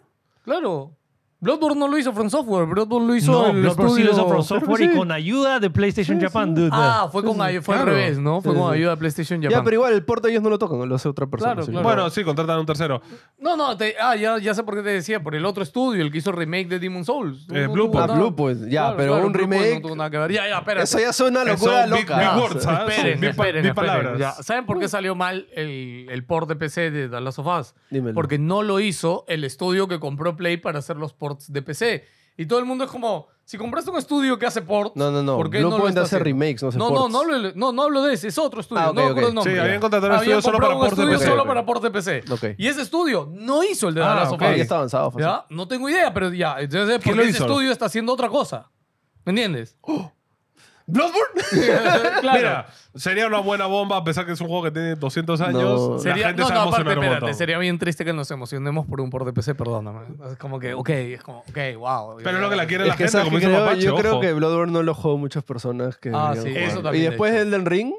C: Claro. Bloodborne no lo hizo From Software, Bloodborne lo hizo
G: no,
C: el
G: Bloodborne sí
C: estudio-
G: lo hizo From
C: Claro que
G: Software y
C: sí.
G: con ayuda de PlayStation Japan, dude.
C: Ah, fue, con, ay- fue
B: claro.
C: al revés, ¿no? Fue
D: Sí,
C: con
D: sí.
C: ayuda de PlayStation Japan.
D: Ya, pero igual el porte ellos no lo tocan, lo hace otra persona.
C: Claro,
D: sí.
C: claro.
B: Bueno, sí, contratan a un tercero.
C: No, no, te- ah, ya, ya sé por qué te decía, por el otro estudio, el que hizo el remake de Demon Souls.
B: Eh,
C: No
B: Blue
C: tuvo
B: Point.
D: Ah,
C: nada-
D: Blue Point, ya, pero un
C: Blue Point no
D: remake-
C: tuvo nada que ver. Ya, ya, espérate.
D: Eso ya es una locura
B: Eso, big-
D: loca.
B: big
D: Ah,
B: words, ¿ah?
C: Esperen,
B: Son big pa-
C: esperen,
B: big
C: esperen,
B: palabras.
C: ya. ¿Saben por qué salió mal el, el port de PC de The Last of Us?
D: Dímelo.
C: Porque no lo hizo el estudio que compró Play para hacer los ports de PC. Y todo el mundo es como, si compraste un estudio que hace ports,
D: No, no, no.
C: ¿por qué
D: Blue
C: no
D: Point
C: lo está
D: hace
C: haciendo?
D: remakes, no hace
C: no,
D: ports.
C: No, no, lo- no, no hablo de ese, es otro estudio.
D: Ah, ok,
C: no me acuerdo
D: ok.
C: el nombre.
B: Sí, habían contratado un estudio solo
C: comprado
B: para
C: un
B: ports de
C: estudio
B: PC.
C: solo para ports de PC.
D: Ok.
C: Y ese estudio no hizo el de The
B: Ah,
C: Last of
B: ok.
D: Ah,
C: Us.
D: ya está avanzado. fácil.
C: ¿Ya? No tengo idea, pero ya. Entonces,
B: ¿Quién
C: porque
B: lo
C: ese
B: hizo?
C: estudio está haciendo otra cosa. ¿Me entiendes?
D: ¿Bloodborne?
C: claro.
B: Mira, sería una buena bomba, a pesar que es un juego que tiene 200 años.
D: No.
B: Pues La
C: Sería,
B: gente
C: no,
B: se
C: no,
B: va a
C: aparte,
B: emocionar un
C: espérate,
B: montón.
C: sería bien triste que nos emocionemos por un por de PC, perdóname. Es como que, ok, es como, ok, wow.
B: Pero es lo que la quiere
D: Es
B: la
D: que
B: gente,
D: sabes
B: como
D: que
B: dice
D: creo-
B: Mapache,
D: yo creo
B: ojo.
D: que Bloodborne no lo jugó muchas personas que
C: Ah,
D: deberían
C: sí,
D: jugar.
C: eso
D: Y
C: también,
D: después
C: de
D: el del Ring,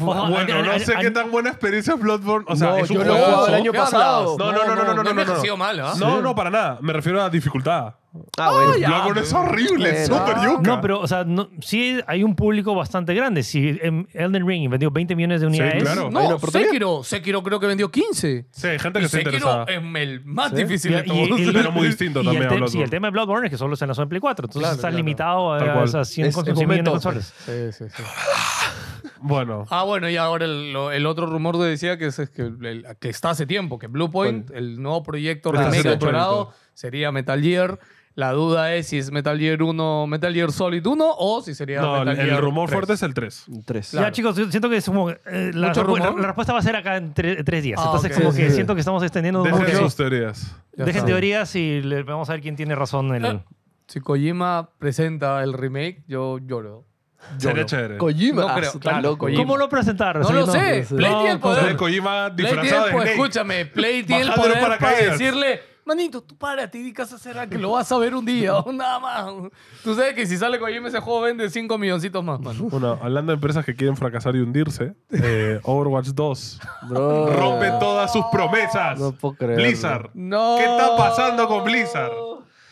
G: Ojo,
B: Bueno,
G: an-
B: no
G: an-
B: sé
G: an-
B: qué tan buena experiencia es Bloodborne. O sea,
D: No,
B: es un
D: yo lo he jugado
B: juego.
D: el año pasado.
B: No, no, no, no, no, no, no, no,
C: sido mal, ¿ah?
B: No, no, para nada. Me refiero a la dificultad.
D: Ah, bueno.
C: ya.
B: Bloodborne es horrible, es
D: Bueno.
B: súper yuca.
G: No, pero, o sea, no- sí hay un público bastante grande. Si em, Elden Ring vendió 20 millones de unidades.
B: claro.
D: Hay una
C: No,
D: oportunidad.
C: Sekiro, Sekiro creo que vendió 15.
B: Sí, hay gente
C: Y
B: que está interesada.
C: Sekiro es el más
G: Y-
C: difícil de
G: y-
C: todos.
G: y- y-
B: Pero muy distinto
G: y
B: también a
G: El, te- sí,
B: Bloodborne.
G: el tema de Bloodborne es que solo se lanzó en Play 4. Entonces
C: Claro,
G: estás
C: claro.
G: limitado
B: Tal
G: a
B: cual.
G: esas 100
D: Es- pues,
G: con-
D: es
G: 100 millones de
D: momento.
G: consolas.
C: Sí, sí, sí.
B: Bueno,
C: Ah, bueno, y ahora el, lo- el otro rumor te decía que, es, es que, el- que está hace tiempo, que Blue Point, el nuevo proyecto
B: Está
C: remake
B: haciendo un
C: achorado, sería Metal Gear. La duda es si es Metal Gear 1, Metal Gear Solid 1 o si sería
B: no, el,
C: Metal
B: el
C: Gear
B: rumor
C: 3.
B: fuerte es el 3.
D: Tres.
G: Ya, chicos, yo siento que es como. eh, la,
C: ¿Mucho
G: repu- la-
C: rumor?
G: la respuesta va a ser acá en tre- tres días.
C: Ah,
G: Entonces,
C: ok.
G: como
D: Sí,
G: que
D: sí, sí.
G: siento que estamos extendiendo
B: Dejen
G: mucho.
B: sus teorías.
C: Ya
G: Dejen
C: está.
G: teorías y le- vamos a ver quién tiene razón. en
C: Ah,
G: el-
C: Si Kojima presenta el remake, yo lloro.
B: Sería chévere.
D: Kojima.
C: No creo,
D: Ah, está
C: claro,
D: loco.
C: Kojima.
G: ¿Cómo pues, lo presentaron?
C: No
G: Sí,
C: lo sé.
G: eh,
D: sí.
C: Play tiene el
G: con-
B: Sale
C: poder.
B: Kojima
C: Play
B: pues,
C: tiene
B: disfrazado
C: el
B: de
C: poder,
B: Snake.
C: escúchame, Play tiene el
B: Bajando el
C: poder para
B: paracaídas.
C: decirle, manito, tú párate y di que vas a hacer algo que lo vas a ver un día, o nada más. Tú sabes que si sale Kojima ese juego vende 5 milloncitos más, mano.
B: Bueno, hablando de empresas que quieren fracasar y hundirse, eh, Overwatch 2
D: Bro.
B: rompe todas sus promesas.
D: Oh. No puedo creerlo.
B: Blizzard.
C: No.
B: ¿Qué está pasando con Blizzard?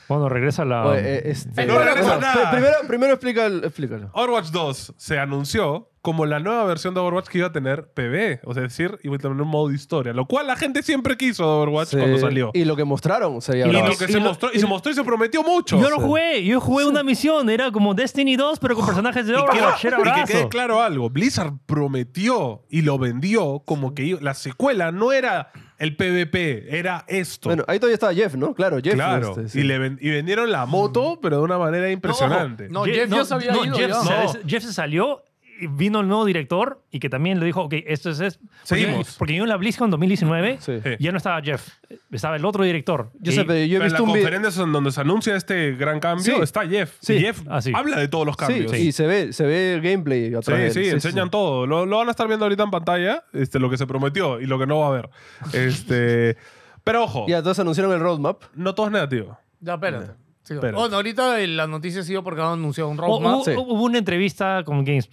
G: Bueno, regresa la.
D: Oye, eh, este-
B: No regresa
D: Bueno,
B: nada.
D: pri- Primero, primero explica el- explícalo.
B: Overwatch 2 se anunció como la nueva versión de Overwatch que iba a tener PvE, o sea, es decir, iba a tener un modo de historia, lo cual la gente siempre quiso de Overwatch
D: Sí.
B: cuando salió. Y,
D: Y lo que mostraron sería
B: lo
D: bravo.
B: que se mostró, y se mostró y se prometió mucho.
G: Yo lo jugué, yo jugué una misión, era como Destiny 2, pero con personajes de
B: Y quiero-
G: Overwatch, era
B: y que
G: brazo.
B: quede claro algo, Blizzard prometió y lo vendió como que iba- la secuela no era el PvP, era esto.
D: Bueno, ahí todavía estaba Jeff, ¿no? Claro, Jeff.
B: claro,
D: este, sí. Mm.
B: y, le ven- y vendieron la moto, pero de una manera impresionante.
C: No, Jeff ya se había
G: no,
C: ido
G: Jeff,
C: ya.
G: se-
C: No.
G: Jeff se salió, y vino el nuevo director y que también le dijo, ok, esto es... es- porque-
B: Seguimos.
G: Porque yo en la BlizzCon 2019
D: Sí.
B: Sí.
G: ya no estaba Jeff, estaba el otro director.
D: Yo
G: Y-
D: sé, pero yo he
B: Pero en la
D: visto un video.
B: conferencia en donde se anuncia este gran cambio
D: Sí.
B: está Jeff.
D: Sí.
B: Y Jeff
G: Ah, sí.
B: habla de todos los
D: Sí,
B: cambios.
D: y se ve, se ve el gameplay
B: Sí,
D: atrás de él.
B: sí, enseñan todo. Lo, lo van a estar viendo ahorita en pantalla, este, lo que se prometió y lo que no va a haber. Este, pero ojo,
D: Y entonces anunciaron el roadmap.
B: no todo es negativo.
C: Ya, espérate. Sigo.
B: Espérate.
C: Bueno, ahorita eh, la noticia ha sido porque han anunciado un
G: Oh,
C: roadmap.
G: hubo,
D: sí.
G: hubo una entrevista con, Games-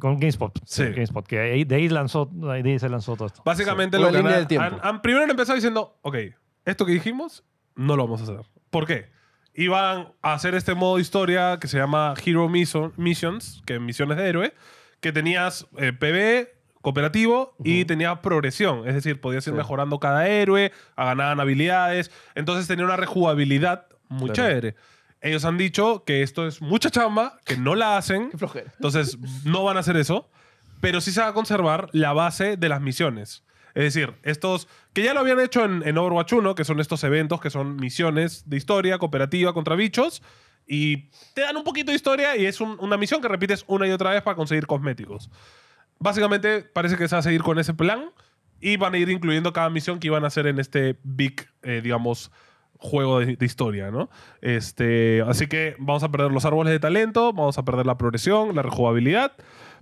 G: con GameSpot,
B: Sí.
G: GameSpot, que ahí- de ahí, lanzó, de ahí se lanzó todo esto.
B: Básicamente
D: Sí.
B: lo
D: Una
B: que
D: línea
B: han-
D: del tiempo.
B: han- han- primero han empezado diciendo, ok, esto que dijimos no lo vamos a hacer. ¿Por qué? Iban a hacer este modo historia que se llama Hero Mission- Missions, que es misiones de héroe, que tenías eh, PvE cooperativo y tenías progresión, es decir, podías ir mejorando cada héroe, a- ganaban habilidades, entonces tenía una rejugabilidad muy chévere. Ellos han dicho que esto es mucha chamba, que no la hacen,
D: flojera.
B: entonces, no van a hacer eso, pero sí se va a conservar la base de las misiones. Es decir, estos que ya lo habían hecho en, en Overwatch 1, que son estos eventos que son misiones de historia, cooperativa contra bichos, y te dan un poquito de historia y es un- una misión que repites una y otra vez para conseguir cosméticos. Básicamente, parece que se va a seguir con ese plan y van a ir incluyendo cada misión que iban a hacer en este big, eh, digamos, juego de, de historia, ¿no? Este, así que vamos a perder los árboles de talento, vamos a perder la progresión, la rejugabilidad,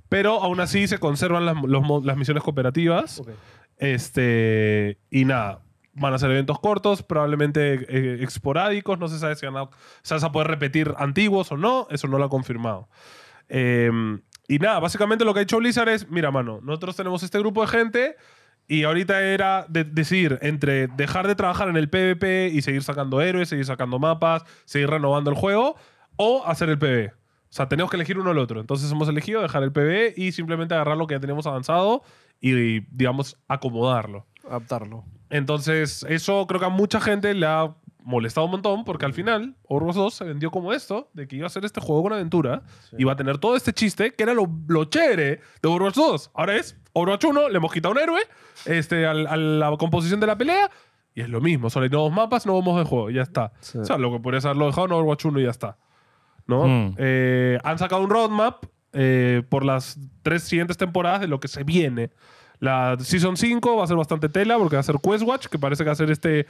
B: pero aún así se conservan las, los mo- las misiones cooperativas. Este, y nada, van a ser eventos cortos, probablemente eh, esporádicos, no se sabe si van a, se vas a poder repetir antiguos o no, eso no lo ha confirmado. Em, Eh, y nada, básicamente lo que ha hecho Blizzard es, mira, mano, nosotros tenemos este grupo de gente Y ahorita era de- decidir entre dejar de trabajar en el PvP y seguir sacando héroes, seguir sacando mapas, seguir renovando el juego, o hacer el PvE. O sea, tenemos que elegir uno al otro. Entonces hemos elegido dejar el PvE y simplemente agarrar lo que ya tenemos avanzado y, digamos, acomodarlo.
D: Adaptarlo.
B: Entonces, eso creo que a mucha gente le ha molestado un montón porque al final Overwatch 2 se vendió como esto, de que iba a ser este juego con aventura y va a tener todo este chiste que era lo, lo chévere de Overwatch 2. Ahora es Overwatch 1, le hemos quitado un héroe este, al- a la composición de la pelea y es lo mismo, solo hay nuevos mapas, nuevos modos de juego, ya está.
D: Sí.
B: O sea, lo que podrías haberlo dejado en Overwatch 1 y ya está. ¿no?
G: Mm.
B: Eh, han sacado un roadmap eh, por las tres siguientes temporadas de lo que se viene. La Season 5 va a ser bastante tela porque va a ser Quest Watch, que parece que va a ser este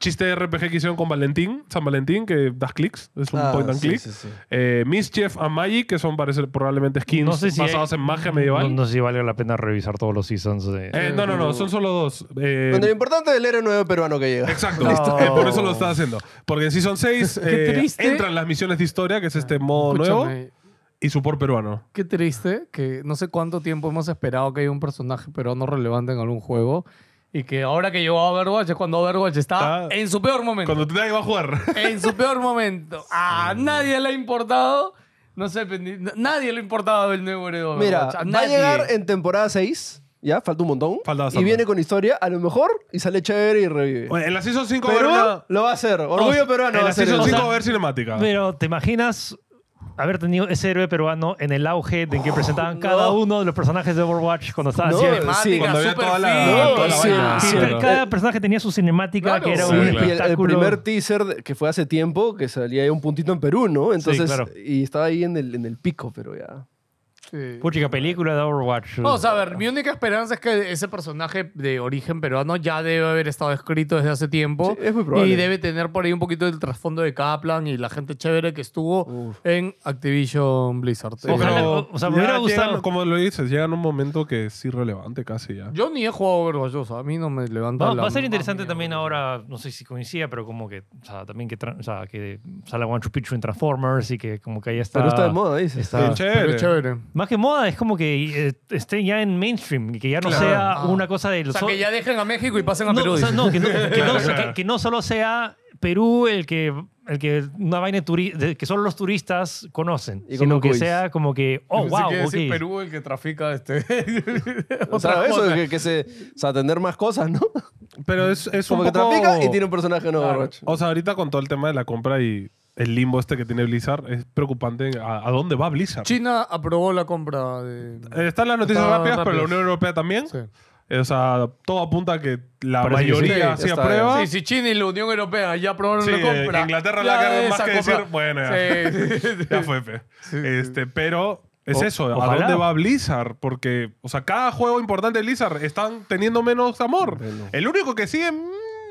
B: chiste de RPG que hicieron con Valentín, San Valentín, que das clics, es un
D: Ah,
B: point and
D: sí,
B: click.
D: sí, sí.
B: Eh, Mischief and Magic, que son parece, probablemente skins
G: No sé si hay-
B: basados en magia medieval.
G: No, no sé si vale la pena revisar todos los seasons de...
B: Eh, no, no, no, son solo dos. Eh,
D: Bueno, lo importante es el héroe nuevo peruano que llega.
B: Exacto.
G: No.
B: Eh, por eso lo está haciendo. Porque en Season 6
C: Qué
B: eh,
C: triste.
B: entran las misiones de historia, que es este modo nuevo,
C: Escúchame,
B: y support peruano.
C: Qué triste que no sé cuánto tiempo hemos esperado que haya un personaje peruano relevante en algún juego y que ahora que llegó a Overwatch es cuando Overwatch está
B: Está-
C: en su peor momento.
B: Cuando te nadie va a jugar.
C: En su peor momento. A nadie le ha importado. No sé, pe- ni- nadie le ha importado el nuevo héroe de Overwatch.
D: Mira,
C: a
D: va a
C: nadie.
D: llegar en temporada 6. Ya, falta un montón.
B: Falta bastante.
D: y viene con historia, a lo mejor, y sale chévere y revive.
B: Bueno, en la Season 5 va a haber
D: Perú
B: una-
D: lo va a hacer. Orgullo peruano
B: En
D: va
B: la
D: a ser
B: Season 5 va
D: eso.
B: a
D: O sea,
B: haber cinemática.
G: Pero, ¿te imaginas haber tenido ese héroe peruano en el auge de que presentaban cada uno de los personajes de Overwatch cuando estaba
D: No,
G: así?
D: sí,
C: Cinemática,
B: cuando había
C: super
B: toda la-
C: fin.
D: No, toda la sí, vaina.
G: Que
D: sí,
G: cada-
D: no.
G: Cada personaje tenía su cinemática
C: Claro.
G: que era
B: Sí,
G: un
B: claro.
D: y el, el
G: espectáculo.
D: primer teaser de- que fue hace tiempo, que salía ahí un puntito en Perú, ¿no? Entonces,
G: claro.
D: y estaba ahí en el, en el pico, pero ya.
C: Sí.
G: Puchica, película de Overwatch.
C: Vamos a ver, mi única esperanza es que ese personaje de origen peruano ya debe haber estado escrito desde hace tiempo.
D: Sí, es muy probable.
C: Y debe tener por ahí un poquito del trasfondo de Kaplan y la gente chévere que estuvo
D: Uf.
C: en Activision Blizzard.
B: Pero
G: Ojalá,
C: Eh,
G: o- o sea, me
B: ya
G: hubiera gustado-
B: llegan, como lo dices, llegan a un momento que es irrelevante casi
D: Ah,
B: ya.
C: Yo ni he jugado Overwatch, o sea, a mí no me levanta
G: Va,
C: la
G: va a ser
C: más
G: interesante
C: mínima.
G: también ahora, no sé si coincida, pero como que, o sea, también que, tra- o sea, que salga One Picture en Transformers y que como que ahí está...
D: Perú está de moda, dices.
G: está-
B: Bien
C: Pero
B: chévere.
C: es chévere.
G: Más que moda, es como que eh, esté ya en mainstream y que ya no
B: Claro.
G: sea
C: Ah.
G: una cosa de
C: O
G: los...
C: sea, que ya dejen a México y pasen a
G: no,
C: Perú.
G: o sea,
C: dices.
G: no, que, no, que no-
B: claro.
G: que- que no solo sea Perú el que, el que una vaina de turi- de- que solo los turistas conocen,
D: Y con
G: sino
D: un
G: que
D: quiz.
G: sea como que, oh,
C: Pensé
G: wow,
C: que iba a decir
G: ok.
C: Perú el que trafica este.
D: O sea,
C: otras
D: eso,
C: cosas.
D: que, que se, o sea, tener más cosas, ¿no?
B: Pero es, es un
D: Como que
B: poco...
D: trafica y tiene un personaje nuevo, Roche.
B: O sea, ahorita con todo el tema de la compra y el limbo este que tiene Blizzard, es preocupante a, a dónde va Blizzard.
C: China aprobó la compra de.
B: Eh, Están las noticias
D: Ah,
C: Está
B: rápidas, pero la
C: rápidas.
B: Unión Europea también.
C: Sí.
B: Eh, O sea, todo apunta a que la
G: Parece que sí.
B: mayoría
D: Sí,
B: sí
D: ya está,
B: aprueba.
C: Sí, si China y la Unión Europea ya aprobaron
B: Sí,
C: la compra.
B: eh, Inglaterra
C: ya
B: la que
C: de
B: más
C: esa
B: que
C: compra.
B: decir, bueno, ya.
C: Sí.
B: ya fue fe. Este, pero es
G: O-
B: eso, ¿a
G: ojalá.
B: dónde va Blizzard? Porque, o sea, cada juego importante de Blizzard están teniendo menos amor. El único que sigue mm,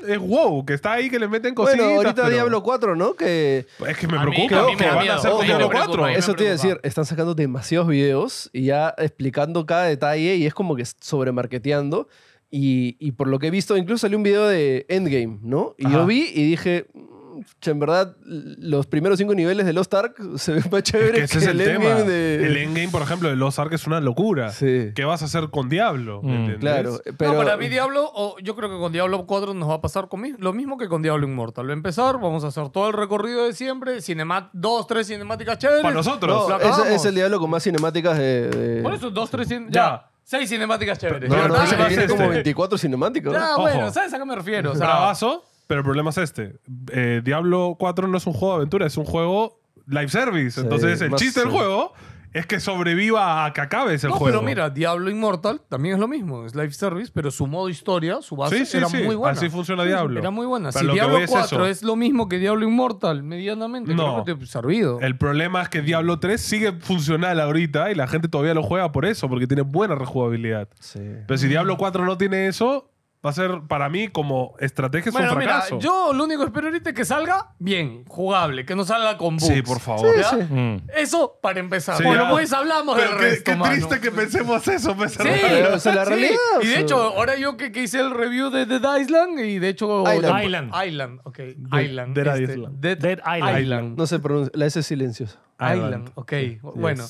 B: es WoW, que está ahí que le meten cositas.
D: Bueno, ahorita
B: pero-
D: Diablo 4, ¿no? Que
B: Es que me
C: A mí-
B: preocupa
C: a mí me
B: que
C: da
B: van a
C: miedo,
B: hacer
D: a
B: con
D: mí me
B: Diablo
C: preocupa,
B: 4.
C: me
D: Eso te iba a
C: preocupa.
D: decir, están sacando demasiados videos y ya explicando cada detalle y es como que sobremarketeando. Y, y por lo que he visto, incluso salió un video de Endgame, ¿no? Y
G: Ajá.
D: yo vi y dije, "Mm, pucha, en verdad, l- los primeros cinco niveles de Lost Ark se ven más
B: Es
D: chéveres
B: que ese es el, tema.
D: Endgame de...
B: El endgame, por ejemplo, de Los Ark es una locura.
D: Sí,
B: ¿Qué vas a hacer con Diablo?
G: Mm.
B: ¿Entendés?
D: claro. Pero
C: No, para mí Diablo, o yo creo que con Diablo 4 nos va a pasar con mi- lo mismo que con Diablo Inmortal. Va a empezar, vamos a hacer todo el recorrido de siempre, cinemat dos, tres cinemáticas chéveres.
B: Para nosotros.
D: no,
C: Lo
D: ese
C: acabamos.
D: es el Diablo con más cinemáticas de... de-
C: Por eso, dos, tres, cin-
B: Ya.
C: ya. seis cinemáticas chéveres.
D: No,
B: Pero
D: no,
B: tal
D: ese
B: vez
D: tiene como
B: este.
D: 24 cinemáticas.
C: Ya,
B: Ojo.
C: bueno, ¿sabes a qué me refiero? O sea,
B: Bravazo, pero el problema es este. Eh, Diablo 4 no es un juego de aventura, es un juego live service.
D: Sí,
B: Entonces, el
D: más-
B: chiste del
D: sí.
B: juego es que sobreviva a que acabes el
C: no,
B: juego.
C: pero mira, Diablo Inmortal también es lo mismo, es live service, pero su modo historia, su base
B: Sí, sí,
C: era
B: sí.
C: muy buena.
B: Así funciona Diablo.
C: Era muy buena.
B: Pero
C: si
B: lo que
C: Diablo
B: voy es
C: 4
B: eso.
C: es, lo mismo que Diablo Inmortal, medianamente,
B: No.
C: creo que te he servido.
B: El problema es que Diablo 3 sigue funcional ahorita y la gente todavía lo juega por eso, porque tiene buena rejugabilidad.
D: Sí.
B: Pero
C: Mm.
B: si Diablo 4 no tiene eso, va a ser para mí como estrategia es
C: Bueno,
B: un
C: mira,
B: fracaso.
C: yo lo único que espero ahorita es que salga bien, jugable, que no salga con bugs.
B: sí, por favor.
C: ¿Ya?
G: Mm.
C: Eso para empezar.
B: Sí,
C: bueno,
B: ya.
C: pues hablamos
B: Pero
C: del
B: qué,
C: resto,
B: qué
C: mano.
B: triste que pensemos eso, pues,
C: Sí,
D: Pero esa es la
C: sí.
D: realidad,
C: Y
D: o sea.
C: de hecho, ahora yo que, que hice el review de Dead Island y de hecho...
D: Island.
G: Island.
C: Island, ok. Island. este,
B: Dead Island.
C: Dead,
G: Dead Island.
C: Island.
D: No se pronuncia, la S es silenciosa.
C: Island, ok. Bueno.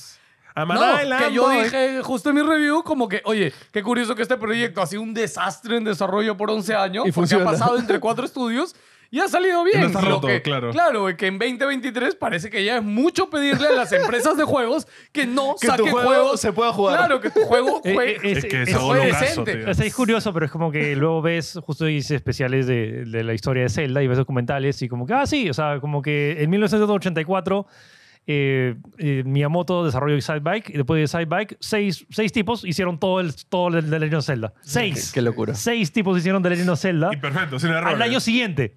B: A
C: No,
B: Maná el eh.
C: que yo
B: Amboy.
C: dije justo en mi review como que, oye, qué curioso que este proyecto ha sido un desastre en desarrollo por 11 años,
D: Y
C: porque
D: funciona.
C: ha pasado entre cuatro estudios y ha salido bien.
B: Y no está
C: Lo
B: roto,
C: que-
B: claro.
C: Claro, que en 2023 parece que ya es mucho pedirle a las empresas de juegos que no
D: Que tu
C: saquen
D: juego
C: juegos.
D: se pueda jugar.
C: Claro, que tu juego
G: Eh,
C: juegue.
G: eh,
B: Es que
G: es-
B: es
C: fue
B: un caso,
C: decente.
B: tío.
G: O sea, es curioso, pero es como que luego ves, justo hice especiales de, de la historia de Zelda y ves documentales y como que, ah, sí, o sea, como que en 1984 eh, eh, Miyamoto desarrolló Sidebike y después de Sidebike, seis, seis tipos hicieron todo el, todo el de Legend of Zelda. Seis.
D: Qué- qué locura.
G: Seis tipos hicieron de Legend of Zelda
B: Y perfecto, sin errores.
G: al año siguiente.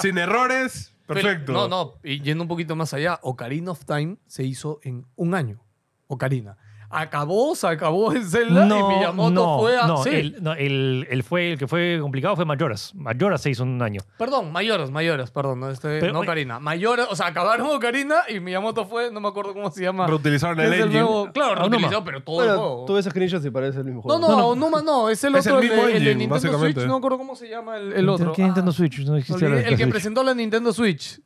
B: Sin errores, perfecto.
C: No, no, y yendo un poquito más allá, Ocarina of Time se hizo en un año. Ocarina. Acabó, se acabó en Zelda y Miyamoto
G: no,
C: fue a...
G: no,
C: sí.
G: el, no, el- el fue, el que fue complicado fue Mayoras. Mayoras se hizo en un año.
C: Perdón, mayoras, mayoras, perdón, no, este,
G: Pero,
C: no
G: oye-
C: Karina. Mayoras, o sea, acabaron Ocarina y Miyamoto fue, no me acuerdo cómo se llama.
B: Reutilizaron
C: Es
B: el
C: el
B: engine.
C: nuevo- claro,
G: Aonuma.
C: reutilizado, pero todo el
D: Bueno,
C: juego.
D: tú ves screenshots y parece el mismo
C: Oh, No,
D: juego.
C: no, no, Onuma no, es el
B: Es el
C: otro, el,
B: mismo
C: de- el de
B: engine,
C: Nintendo Switch,
B: básicamente.
C: no me acuerdo cómo se llama el, el otro.
G: ¿Qué Nintendo
C: Ah,
G: Switch? No existe
C: olvidé,
G: la- la
C: el que
G: Switch.
C: presentó la Nintendo Switch.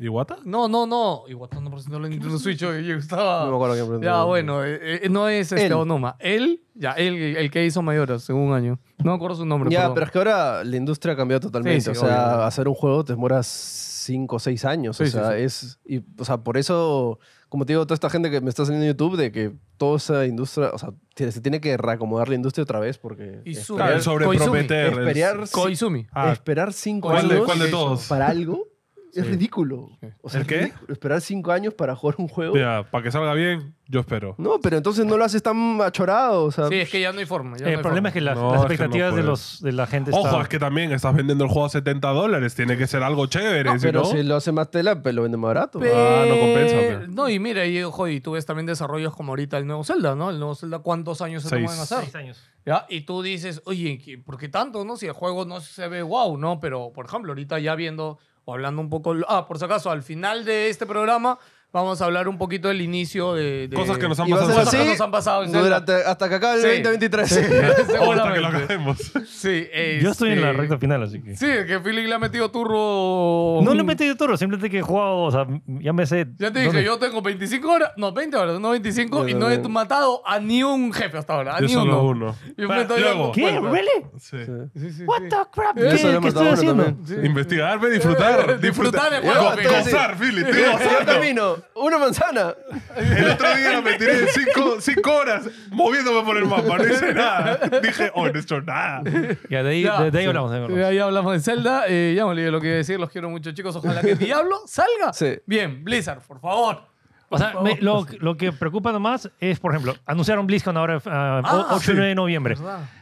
B: ¿Y Wata?
C: No, no, no. Igual no presentó la Nintendo Switch, oye, yo estaba...
D: No me acuerdo quién presentó.
C: Ya, bueno, eh, eh, no es este
D: Él.
C: Onuma. Él, ya, él, el que hizo Mayoras, según año. No me acuerdo su nombre,
D: Ya,
C: perdón.
D: pero es que ahora la industria ha cambiado totalmente.
C: Sí, sí,
D: o sea,
C: obvio, obvio.
D: hacer un juego te demoras 5 o 6 años. o
C: Sí, sí,
D: sea,
C: sí.
D: es. Y, o sea, por eso, como te digo, toda esta gente que me está saliendo en YouTube, de que toda esa industria. O sea, tiene- se tiene que reacomodar la industria otra vez porque.
C: Y su-
B: Claro,
D: esperar,
B: el sobre
C: Koizumi.
B: prometer.
D: esperar,
C: Koizumi.
B: Ah,
D: esperar cinco
B: ¿cuál de-
D: años
B: cuál de todos?
D: para algo es
C: Sí.
D: ridículo. O sea,
B: ¿El
D: es
B: qué?
D: ridículo. Esperar 5 años para jugar un juego.
B: mira, para que salga bien, yo espero.
D: No, pero entonces no lo haces tan achorado. O sea,
C: Sí, es que ya no hay forma. ya
G: Eh,
C: no
G: el
C: hay
G: problema
C: forma.
G: es que las,
B: No,
G: las
B: es que no
G: expectativas de,
B: puede.
G: los, de la gente
B: Ojo,
G: está-
B: es que también estás vendiendo el juego a 70 dólares. Tiene que ser algo chévere, si
D: pero
B: no.
D: si lo hace más tela, pues lo vende más barato.
B: Ah, no compensa, pero.
C: No, y mira, y, ojo, y tú ves también desarrollos como ahorita el nuevo Zelda, ¿no? El nuevo Zelda, ¿cuántos años se
B: Seis.
C: toman en hacer?
G: Seis años.
C: ¿Ya? Y tú dices, oye, ¿qué- ¿por qué tanto, no? Si el juego no se ve wow, ¿no? Pero, por ejemplo, ahorita ya viendo o hablando un poco... Ah, por si acaso, al final de este programa vamos a hablar un poquito del inicio de... de-
B: Cosas que nos han
D: Y va a
B: pasado.
D: ser
C: cosas
D: así
C: que nos han pasado en Zelda.
D: durante- hasta que acabe el
C: Sí.
D: 2023.
B: O hasta que lo
C: Seguramente.
B: acabemos.
C: Sí,
G: Yo estoy en la
C: este,
G: recta final, así que...
C: Sí, que Philip le ha metido turro...
G: No le he metido toro, simplemente que he jugado, o sea, ya me sé...
C: Ya te dije,
G: dónde-
C: yo tengo 25 horas, no, 20 horas, no 25,
D: Yo
C: y no he
D: también.
C: matado a ni un jefe hasta ahora, a
B: Yo
C: ni uno.
B: solo uno.
C: Y un
B: Ah,
C: momento yo-
B: luego,
G: ¿Qué?
C: Bueno,
G: ¿Really?
B: sí.
C: Sí, sí,
G: What
C: sí.
G: the crap?
D: Yo
G: ¿Qué,
D: solo
G: qué
D: he matado
G: estoy
D: uno
G: haciendo?
D: también.
C: Sí.
B: Investigar, ve, disfrutar.
C: Disfrutar el
D: juego,
B: Go-
D: pero-
B: Gozar, Philip. tío,
D: Yo
B: gozando.
D: camino, una manzana.
B: El otro día me tiré cinco, cinco horas moviéndome por el mapa. No hice nada. Dije, oh, no he hecho nada.
G: Ya, de ahí,
C: Ya.
G: de- de ahí hablamos. de ahí hablamos.
C: Eh, Ahí hablamos de Zelda, eh, ya me olvidé lo que iba a decir, los quiero mucho chicos, ojalá que Diablo salga.
D: Sí.
C: Bien, Blizzard, por favor.
G: O sea, me- lo, lo que preocupa nomás es, por ejemplo, anunciaron BlizzCon ahora ah,
C: Ah,
G: 8 y 9 de noviembre.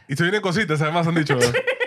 B: Y se vienen cositas, además han dicho.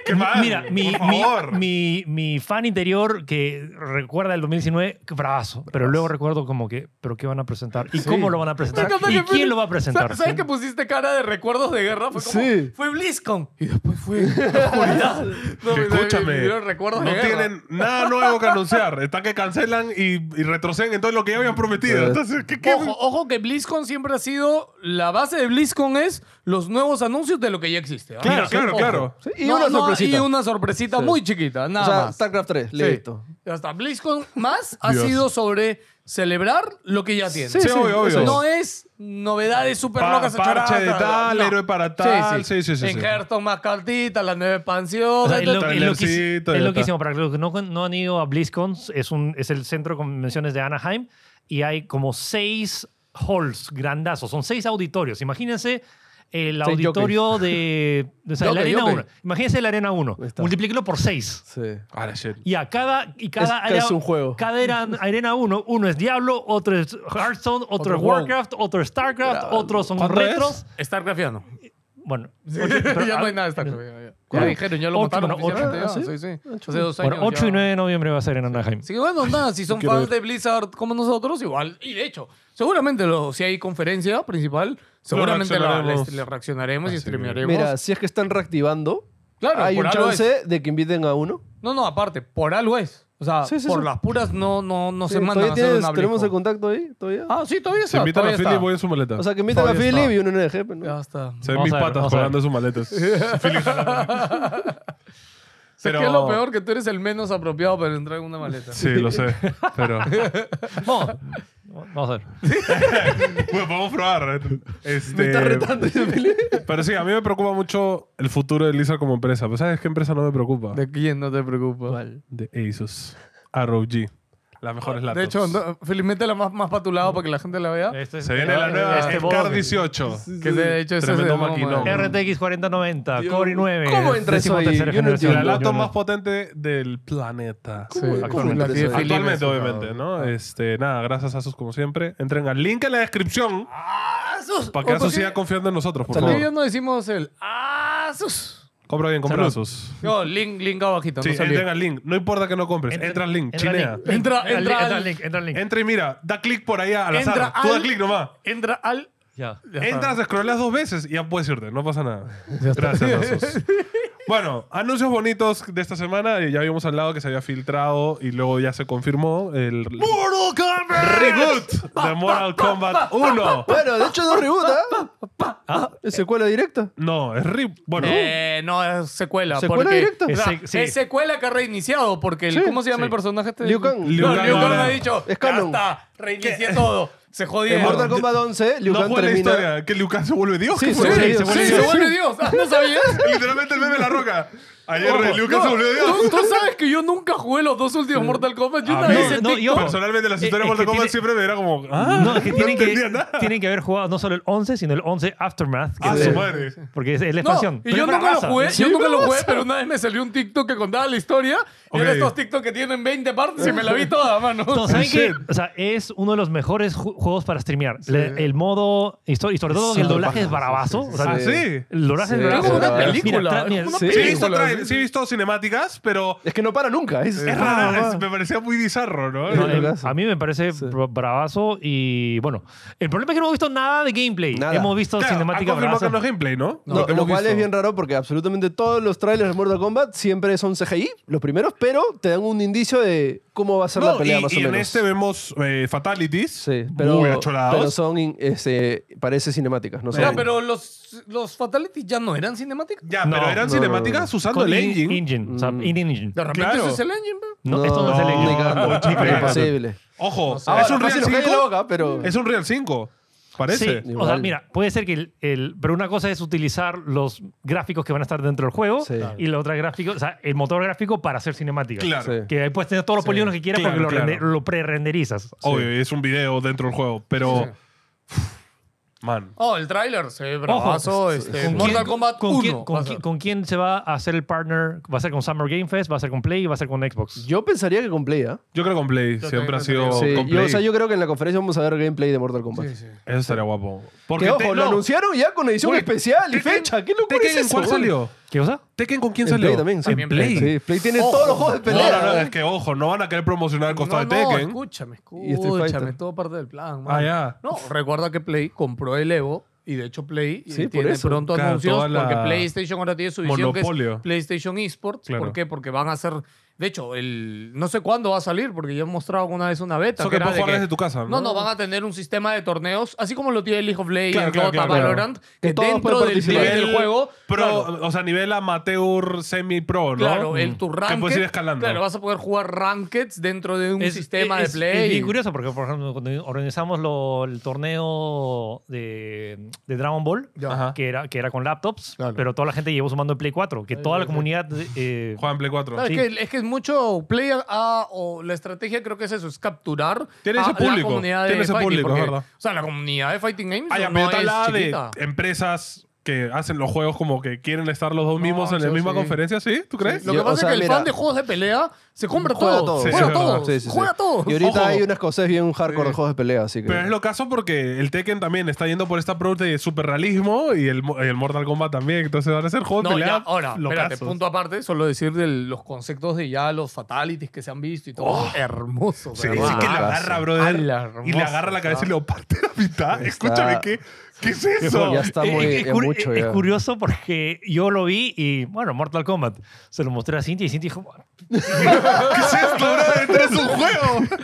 B: Qué mal.
G: Mira, mi,
B: por
G: mi,
B: favor.
G: mi, mi fan interior que recuerda el 2019, que bravazo. Pero luego recuerdo como que, ¿pero qué van a presentar? ¿Y cómo lo van a
C: Me
G: presentar?
C: encanta
G: ¿Y
C: que Philip-
G: quién lo va a presentar?
C: ¿Sabes, sabes que pusiste cara de recuerdos de guerra? Fue como,
D: Sí.
C: fue BlizzCon. Y después fue oscuridad. No, me- me
B: Escúchame,
C: dieron recuerdos
B: no
C: de guerra.
B: tienen nada nuevo que anunciar. Están que cancelan y, y retroceden en todo lo que ya habían prometido. Entonces, ¿qué, qué?
C: Ojo, ojo que BlizzCon siempre ha sido. La base de BlizzCon es los nuevos anuncios de lo que ya existe. ¿ah?
B: Claro,
C: Sí,
B: claro,
C: ojo.
B: claro.
D: Sí, y
C: No,
D: una
C: no,
D: sorpresita.
C: y una sorpresita
D: Sí.
C: muy chiquita, nada
D: o sea,
C: más.
D: StarCraft 3,
C: Sí.
D: listo.
C: Hasta BlizzCon más ha
B: Dios.
C: sido sobre celebrar lo que ya tiene.
B: Sí, obvio, obvio.
D: eh.
C: No es novedades súper
B: Pa-
C: locas.
B: parche
C: achoradas,
B: de
C: bla, bla, bla.
B: tal,
C: No.
B: héroe para tal. Sí, sí, sí,
C: En
B: sí.
C: Hearthstone más cartitas, la nueva expansión.
G: O sea, es lo, es lo que-
B: Trailercito,
G: es
B: ya
G: lo
B: está.
G: que hicimos. Para los que no, no han ido a BlizzCon, es, un, es el centro de convenciones de Anaheim y hay como seis halls grandazos. Son seis auditorios. Imagínense el
D: Seis
G: auditorio de, de- o sea, la
C: Jockey,
G: Arena
C: jockey.
G: 1. Imagínense la Arena 1.
D: Ahí está.
G: Multiplíquelo por seis.
D: Sí.
B: Ah, la shit.
G: Y a cada, y cada
D: Es- es un juego.
G: Cada era- arena uno, uno es Diablo, otro es Hearthstone,
C: Otro
G: otro, es Warcraft, otro es StarCraft, otros son
B: ¿Cuánto es?
G: retros.
C: StarCraft ya no.
G: Bueno,
C: ya no hay nada de StarCraft. ya, ya. Ya dijeron, ya lo
G: Ah, Ocho,
C: mataron.
G: bueno, ocho,
C: oficialmente
D: ¿ah,
C: ya, sí, sí. Hace dos
G: bueno,
C: años
G: 8
C: ya.
G: y 9 de noviembre va a ser en Anaheim.
C: Así que bueno, nada, si son fans de Blizzard como nosotros, igual. Y de hecho, seguramente lo- si hay conferencia principal, seguramente la- la-
B: reaccionaremos.
C: le reaccionaremos y
B: Así que-
C: streamearemos.
D: Mira, si es que están reactivando,
C: Claro,
D: hay
C: por
D: un
C: algo
D: chance de que inviten a uno.
C: no, no, aparte, por algo es. O sea,
D: Sí, sí,
C: por
D: sí.
C: las puras no, no, no
D: Sí,
C: se mandan a
D: todavía
C: hacer
D: tienes-
C: una
D: tenemos el
C: BlizzCon.
D: contacto ahí todavía.
C: Ah, sí, todavía
B: Se
C: está.
B: invitan a
C: todavía
B: Philip,
C: está.
B: voy en su maleta.
D: O sea, que invitan a
C: todavía
D: Philip
C: está.
D: y uno en NG, pues, ¿no?
C: Ya está.
B: se ven
G: Vamos
B: mis
G: a ver,
B: patas
G: vamos a ver.
B: colgando sus maletas. Philip jalando.
C: Pero...
B: Pero-
C: Es que lo peor que tú eres el menos apropiado para entrar en una maleta.
B: Sí, lo sé. Pero.
G: Vamos, Vamos a ver.
B: Bueno, podemos pues, probar. Este,
D: Me está retando. dice Felipe.
B: Pero sí, a mí me preocupa mucho el futuro de Blizzard como empresa. Pero ¿sabes qué empresa no me preocupa?
C: ¿De quién no te preocupas?
B: De Asus. ROG. Las mejores latas.
C: De hecho, no, felizmente la más, más para tu lado para que la gente la vea.
G: Este es-
B: Se viene la
G: eh,
B: nueva
G: este
B: SCAR
G: bot.
B: 18.
C: Que de hecho ese es
B: Tremendo
C: el MoMA.
B: maquinón.
G: RTX 4090,
D: Dios,
G: Core i9.
D: ¿cómo entra eso ahí?
G: decimotercera
D: Yo no
G: generación.
B: La
D: entiendo.
B: laptop más potente del planeta.
C: Sí,
D: ¿Cómo- cómo
C: la
D: entra
C: que
D: eso ahí?
C: Felipe
B: Actualmente,
C: se llama.
B: obviamente, ¿no? Este, nada, gracias a Asus como siempre. Entren al link en la descripción
C: ¡Asus!
B: para que
C: ¡Ah, ¿O por
B: Asus
C: qué
B: siga confiando en nosotros, por
C: Tal vez ya
B: favor.
C: no decimos el ¡Ah, ¡Asus!
B: Compra bien, compra
G: Salud.
B: Asus.
C: No, link, link abajito.
B: Sí,
C: no salió.
B: entren al link. No importa que no compres. Entra al link,
G: entra al
B: chinea.
G: link,
C: Entra-
G: al
C: entra
G: link,
C: al-
G: al link, entra al link.
B: Entra y mira, da clic por ahí al azar.
C: Entra
B: Tú da
C: al-
B: clic nomás.
C: Entra al...
G: Ya.
C: Ya está.
B: Entras, scrollas dos veces y ya puedes irte, no pasa nada.
C: Ya está.
B: Gracias, Asus. Bueno, anuncios bonitos de esta semana. Eh, Ya habíamos hablado que se había filtrado y luego ya se confirmó el
G: Mortal Kombat.
B: reboot de Mortal Kombat 1.
D: Bueno, de hecho no reboot, ¿ah? Es secuela directa.
B: No, es rip. Bueno,
C: Eh, no, es secuela.
D: ¿Secuela
C: porque-
D: directa?
C: O sea,
G: Es sec- sí.
C: Es secuela que ha reiniciado porque... el-
D: Sí,
C: ¿Cómo se llama
G: sí.
C: el personaje este?
D: Liu Kang.
B: Liu
C: No,
B: Kang
C: Liu Kang
B: ahora.
C: ha dicho,
D: Es
C: ya
D: canon.
C: está, reinicié todo. Se
D: En
C: jodieron.
D: Mortal Kombat 11, Liu
B: no
D: Kang
B: fue la
D: termina...
B: historia que Liu Kang se vuelve Dios.
D: Sí,
B: ¿Qué
D: se
B: fue?
D: vuelve
C: Sí,
D: Dios.
C: se vuelve,
D: Sí,
C: se
D: sí,
C: vuelve
D: sí.
C: Dios. Ah, ¿No sabías?
B: Literalmente el meme de la roca. Ayer
C: Ojo,
B: eh, Liu Kang se volvió Dios.
C: Tú, tú sabes que yo nunca jugué los dos últimos Mortal Kombat. Yo
B: A
C: una
B: mí,
C: vez en
G: no, yo-
C: TikTok.
B: Personalmente las
G: Eh,
B: historias de
G: es que
B: Mortal Kombat
G: tiene-
B: siempre me era como... Ah,
G: No, es que tienen, que,
B: entendía nada.
G: tienen que haber jugado no solo el 11, sino el 11 Aftermath. que
B: Ah,
G: es-
B: su madre.
G: Porque es, es la
C: No,
G: expansión.
C: y
G: Pero
C: yo
G: es para
C: nunca lo
G: raza.
C: jugué,
D: Sí,
C: yo nunca lo
D: bravaza.
C: jugué, pero una vez me salió un TikTok que contaba la historia. Y
B: Ok.
C: eran estos TikTok que tienen 20 partes y me la vi toda, mano.
G: No, ¿saben
B: Sí.
G: qué? O sea, es uno de los mejores ju- juegos para streamear. Le- el modo. Y so- y sobre todo que el
D: Súper
G: doblaje es
D: paja,
G: bravazo.
D: sí,
G: O
D: sí,
G: sea,
B: Ah, sí.
G: El doblaje es
D: Sí,
G: bravazo.
D: es como una
G: Mira,
C: película,
G: tra-
C: es
G: mira,
C: como una
G: sí.
B: Sí, he visto
C: película,
B: trailers,
C: sí.
B: sí he visto cinemáticas, pero...
D: Es que no para nunca. Es,
B: Es
D: raro,
B: raro, es-
D: va.
B: me parecía muy bizarro, ¿no?
G: No,
D: Sí,
G: eh,
D: lograzo.
G: a mí me parece bra- bravazo y bueno. El problema es que no hemos visto nada de gameplay.
D: Nada.
G: Hemos visto
B: Claro,
G: cinemática
B: han confirmado que
G: bravazo.
B: no es gameplay, ¿no?
D: No,
B: que
D: lo
B: hemos
D: cual
B: visto.
D: es bien raro porque absolutamente todos los trailers de Mortal Kombat siempre son CGI, los primeros, pero te dan un indicio de cómo va a ser
B: No,
D: la pelea
B: y,
D: más
B: y
D: o
B: en
D: menos.
B: este vemos eh, fatalities
D: sí, pero,
B: muy acholados.
D: pero son, in- este, parece cinemáticas, no
C: O sea,
D: son-
C: pero los, los Fatalities ya no eran cinemáticas.
B: Ya,
G: No,
B: pero eran
D: no,
B: cinemáticas
D: no, no.
B: usando
G: Con
B: el
G: in-
B: engine.
G: engine, o sea, in- engine.
C: De repente
B: Claro.
C: ese es el engine, bro.
G: No, esto no es el
D: ni
G: engine.
D: cagando.
B: Oh, chica,
D: imposible.
B: Ojo,
D: Ahora,
B: es un Real
D: fácil nos cae
B: 5.
D: la boca, pero-
B: Es un Real 5, parece.
G: Sí, o
D: Igual.
G: sea, mira, puede ser que el, el- Pero una cosa es utilizar los gráficos que van a estar dentro del juego
D: Sí.
G: y la otra gráfico, o sea, el motor gráfico para hacer cinemática.
B: Claro.
D: Sí.
G: Que ahí puedes tener todos los polígonos que quieras
B: Claro,
G: porque lo,
B: claro.
G: rende- lo pre-renderizas.
B: Obvio, es un video dentro del juego, pero. Man.
C: Oh, el tráiler se ve bravazo.
G: Ojo,
C: este,
G: ¿con
C: Mortal
G: quién-
C: Kombat
G: con
C: 1.
G: Quién,
C: va
G: con,
C: a ser.
G: quién- con quién se va a hacer el partner? ¿Va a ser con Summer Game Fest? ¿Va a ser con Play? ¿Va a ser con Xbox?
D: Yo pensaría que con Play, ¿ah?
B: Yo creo que con Play
C: Yo
B: siempre
C: también
B: ha sido.
D: Sí,
B: Oh, con
D: yo,
B: Play.
D: o sea, yo creo que en la conferencia vamos a ver gameplay de Mortal Kombat.
C: Sí, sí.
B: Eso estaría guapo. Porque
D: Que ojo,
B: te-
D: lo
B: no,
D: anunciaron ya con edición
B: Uy,
D: especial y
B: Tekken-
D: fecha. ¿Qué locura
B: Tekken
D: es
B: en
D: eso,
B: cuál
D: güey?
B: salió?
G: ¿Qué cosa?
B: ¿Tekken con quién
D: En
B: salió? Ah,
D: Play también, sí.
B: En Play.
D: Sí, Play tiene
C: Ojo.
D: todos los juegos de
B: No,
D: pelea.
B: no, no, es que ojo, no van a querer promocionar al costado de
C: no,
B: Tekken.
C: escúchame,
D: Y Street Fighter.
C: escúchame, es todo parte del plan. man.
B: Ah, ya.
C: No, recuerda que Play compró el Evo y de hecho Play
D: Sí,
C: eh,
D: por
C: tiene
D: eso.
C: pronto
B: Claro, toda
C: anuncios
B: la-
C: porque PlayStation ahora tiene su visión que
B: Monopolio.
C: es PlayStation Esports.
B: Claro.
C: ¿Por qué? Porque van a hacer, de hecho, el no sé cuándo va a salir porque ya han mostrado una vez una beta.
B: Eso que
C: era
B: puedes
C: de
B: jugar desde tu casa,
C: No,
B: ¿no?
C: no, van a tener un sistema de torneos, así como lo tiene League of Legends,
B: Claro, claro,
C: Dota,
B: claro, claro.
C: Valorant,
D: Que
C: que
D: todos pueden
C: dentro del,
D: participar.
C: play del juego,
B: Pro,
C: claro,
B: o sea, nivel amateur, semi-pro, ¿no? Mm.
C: Claro, el tu
B: Que puedes ir escalando.
C: Claro, vas a poder jugar rankeds dentro de un sistema
G: es-
C: de play.
G: Es bien curioso porque, por ejemplo, cuando organizamos lo- el torneo de, de Dragon Ball,
C: Ya.
B: Ajá.
G: que era, que era con laptops,
C: Claro.
G: pero toda la gente llevó su mando de Play 4, que toda la comunidad... eh,
B: Juega en Play 4.
C: No, es, que, es que es mucho play a- a- o la estrategia creo que es eso, es capturar
B: Tiene
C: a
B: ese
C: la
B: público,
C: comunidad de
B: tiene ese
C: fighting,
B: público,
C: porque,
B: es verdad.
C: O sea, la comunidad de fighting games
B: Ah, ya,
C: no
B: pero
C: es
B: yo te hablaba
C: chiquita.
B: de empresas que hacen los juegos como que quieren estar los dos
C: No,
B: mismos en la
C: sí,
B: misma
C: sí.
B: conferencia, ¿sí? ¿tú crees?
C: Lo
D: Yo-
C: que
D: o
C: pasa
D: sea,
C: es que
D: mira-
C: el fan de juegos de pelea se compra
D: Juega
C: todo,
D: todo.
B: Sí,
C: juega
B: sí,
C: todo,
B: es
D: Sí, sí, sí.
C: juega todo.
D: Y ahorita
B: Ojo.
D: hay unas cosas bien hardcore de juegos de pelea, así que.
B: Pero es lo caso porque el Tekken también está yendo por esta pro de superrealismo y el, mo- y el Mortal Kombat también. Entonces van a ser juegos de
C: No,
B: pelea.
C: ya, ahora, espérate,
B: locazos.
C: punto aparte, solo decir de los conceptos de ya los fatalities que se han visto y todo. hermoso,
B: Oh. Sí,
C: ¿verdad? Ah,
B: sí que la agarra, brother.
C: Ala,
B: y le agarra la cabeza y le parte la mitad.
D: Está-
B: Escúchame, ¿qué, ¿qué es eso?
D: Ya está
G: eh,
D: muy.
G: es,
D: es
G: cur-
D: mucho
G: es
D: ya.
G: curioso porque yo lo vi y, bueno, Mortal Kombat. Se lo mostré a Cintia y Cintia dijo,
B: ¿Qué es esto, brother? Esto no es un juego.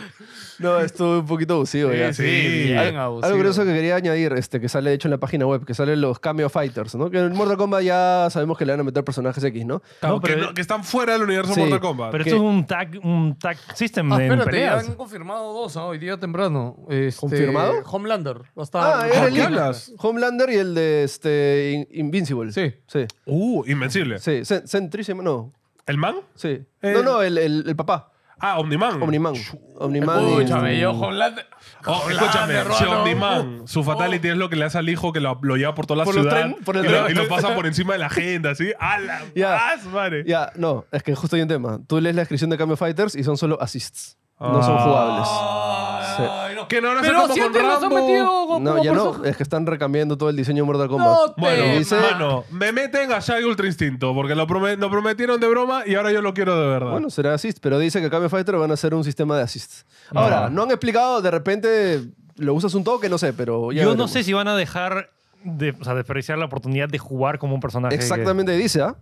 D: No, estuve un poquito abusivo ya.
B: sí.
C: bien
D: Al-
C: abusivo.
D: Algo curioso que quería añadir, este, que sale de hecho en la página web, que salen los cameo fighters, ¿no? Que en Mortal Kombat ya sabemos que le van a meter personajes X, ¿no?
G: No,
B: que,
G: pero,
B: no- que están fuera del universo
D: Sí,
B: Mortal Kombat.
G: pero
D: que-
G: esto es un tag, un tag system
C: Ah,
G: en
C: espérate, ya
G: peleas.
C: han confirmado dos ah, hoy día temprano. Este,
D: ¿Confirmado?
C: Homelander. Va a estar-
D: Ah, era el
B: ¿qué
D: Link.
B: hablas?
D: Homelander y el de este, In- Invincible.
C: Sí.
D: Sí.
B: Uh, invencible.
D: Sí. Cen- Centrísimo, no.
B: ¿El man?
D: Sí.
B: Eh,
D: no, no, el, el, el papá.
B: Ah, Omniman.
D: Omniman. Omniman. y-
C: Escúchame, yo Homelander.
B: Oh, escúchame,
C: Homelander,
B: si
C: Ronald.
B: Omniman, su fatality es lo que le hace al hijo que lo, lo lleva por toda la
D: Por el
B: ciudad
D: tren, por el
B: y, lo,
D: tren.
B: y lo pasa por encima de la agenda, ¿sí? ¡Ala!
D: Ya.
B: ¡Más, madre!
D: Ya, no, es que justo hay un tema. Tú lees la descripción de Cameo Fighters y son solo assists. No son
B: Ah.
D: jugables.
C: Ay, no.
B: Que no van a ser
C: Pero
B: como
C: siempre
B: con
C: los han
B: Rambo.
C: metido como
D: No, ya no. eh,
C: personaje.
D: Es que están recambiando todo el diseño de Mortal
C: No
D: Kombat.
C: te
B: Bueno,
D: Dice-
B: mano, me meten a Shaggy Ultra Instinto porque lo, prome- lo prometieron de broma y ahora yo lo quiero de verdad.
D: Bueno, será assist, pero dice que Cameo Fighter van a ser un sistema de assists.
G: Ah.
D: Ahora, no han explicado, de repente lo usas un toque, no sé, pero ya
G: Yo no
D: veremos.
G: sé si van a dejar de, o sea, desperdiciar la oportunidad de jugar como un personaje. que-
D: Exactamente dice, ¿ah?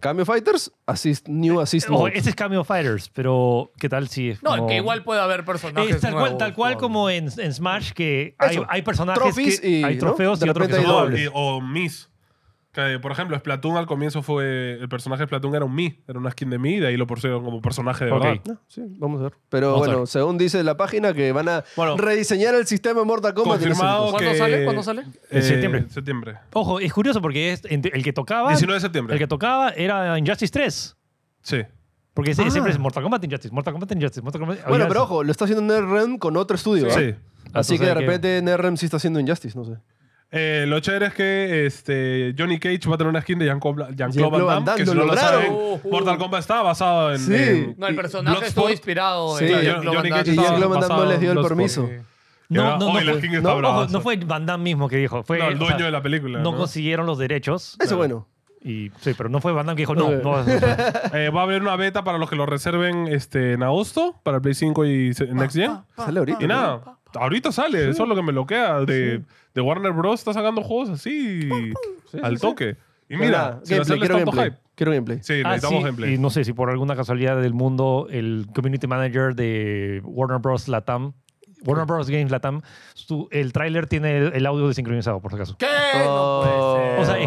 D: Cameo Fighters, assist, new assist
G: Ojo,
D: mode.
G: este es Cameo Fighters, pero ¿qué tal si es
C: No,
G: como-
C: que igual puede haber personajes
G: Es tal cual,
C: nuevos,
G: tal cual como en, en Smash que hay,
D: Eso.
G: hay personajes
D: Trophies
G: que
D: y,
G: hay
D: ¿no?
G: trofeos
D: De
G: y otros que
D: repente hay
G: son-
B: o,
D: dobles.
B: y- o Miss. Que, por ejemplo, Splatoon al comienzo fue. El personaje de Splatoon era un Mi, era una skin de Mi y de ahí lo pusieron como personaje de
G: Ok.
B: verdad.
D: No, Ah, sí, vamos a ver. Pero
G: Vamos a
D: bueno,
G: ver.
D: según dice la página, que van a
B: Bueno.
D: rediseñar el sistema de Mortal Kombat. en ese
B: Confirmado
D: entonces.
C: ¿Cuándo
B: que-
C: sale? ¿Cuándo sale?
B: Eh,
G: septiembre.
B: septiembre.
G: Ojo, es curioso porque es entre- el que tocaba
B: 19 de septiembre.
G: el que tocaba era Injustice 3.
B: Sí.
G: Porque ese- siempre es Mortal Kombat Injustice, Mortal Kombat Injustice, Mortal Kombat
D: Bueno,
G: Oigan,
D: pero ojo, lo está haciendo NetherRealm con otro estudio. ¿ah?
B: Sí.
D: Así
G: Entonces
D: que de
G: hay que-
D: repente NetherRealm sí está haciendo Injustice, no sé.
B: Eh, lo chévere es que este, Johnny Cage va a tener una skin de Jean-Claude Jean Van
D: Jean-Claude
B: Damme,
D: Van Damme,
B: que si
D: lo
B: no lo
D: lograron.
B: saben,
C: Ujú.
B: Mortal Kombat está basado en...
D: Sí.
B: en-
C: No, el
D: Y-
C: personaje estuvo
B: Bloodsport.
C: inspirado
D: Sí,
C: en
D: Johnny-
C: Jean-Claude
B: Johnny
C: Van
B: Cage
D: Y
C: Damme.
B: estaba
D: Jean Claude Van Damme no
B: basado
D: les dio
B: en
D: el
B: Bloodsport.
D: permiso.
G: No,
B: Ya,
G: no,
B: oye,
G: no
B: la
G: fue-
B: skin está
G: no,
B: brava.
G: ojo, no fue Van Damme mismo que dijo, fue
B: No, el
G: o sea,
B: dueño de la película.
G: no
B: ¿no?
G: consiguieron los derechos
D: Eso bueno.
G: y sí, pero no fue Van Damme que dijo, "No, no, no".
B: Eh, va a haber una beta para los que lo reserven este, en agosto, para el Play 5 y
C: Ah,
B: se- Next Gen.
D: Sale ahorita.
B: Y nada, ahorita sale, eso es lo que me bloquea. De, de Warner Bros. está sacando juegos así al toque. Y
D: Pero
B: mira,
D: nada,
B: sin
D: gameplay,
B: hacerles
D: quiero
B: tanto
D: gameplay.
B: hype.
D: Quiero gameplay.
B: Sí,
G: Ah,
B: necesitamos
G: sí,
B: gameplay.
G: Y no sé si por alguna casualidad del mundo el community manager de Warner Bros. Latam, Warner Bros. Games Latam, su- el tráiler tiene el, el audio desincronizado, por si acaso.
C: ¿Qué?
D: Oh,
C: No puede ser.
G: O sea, es que-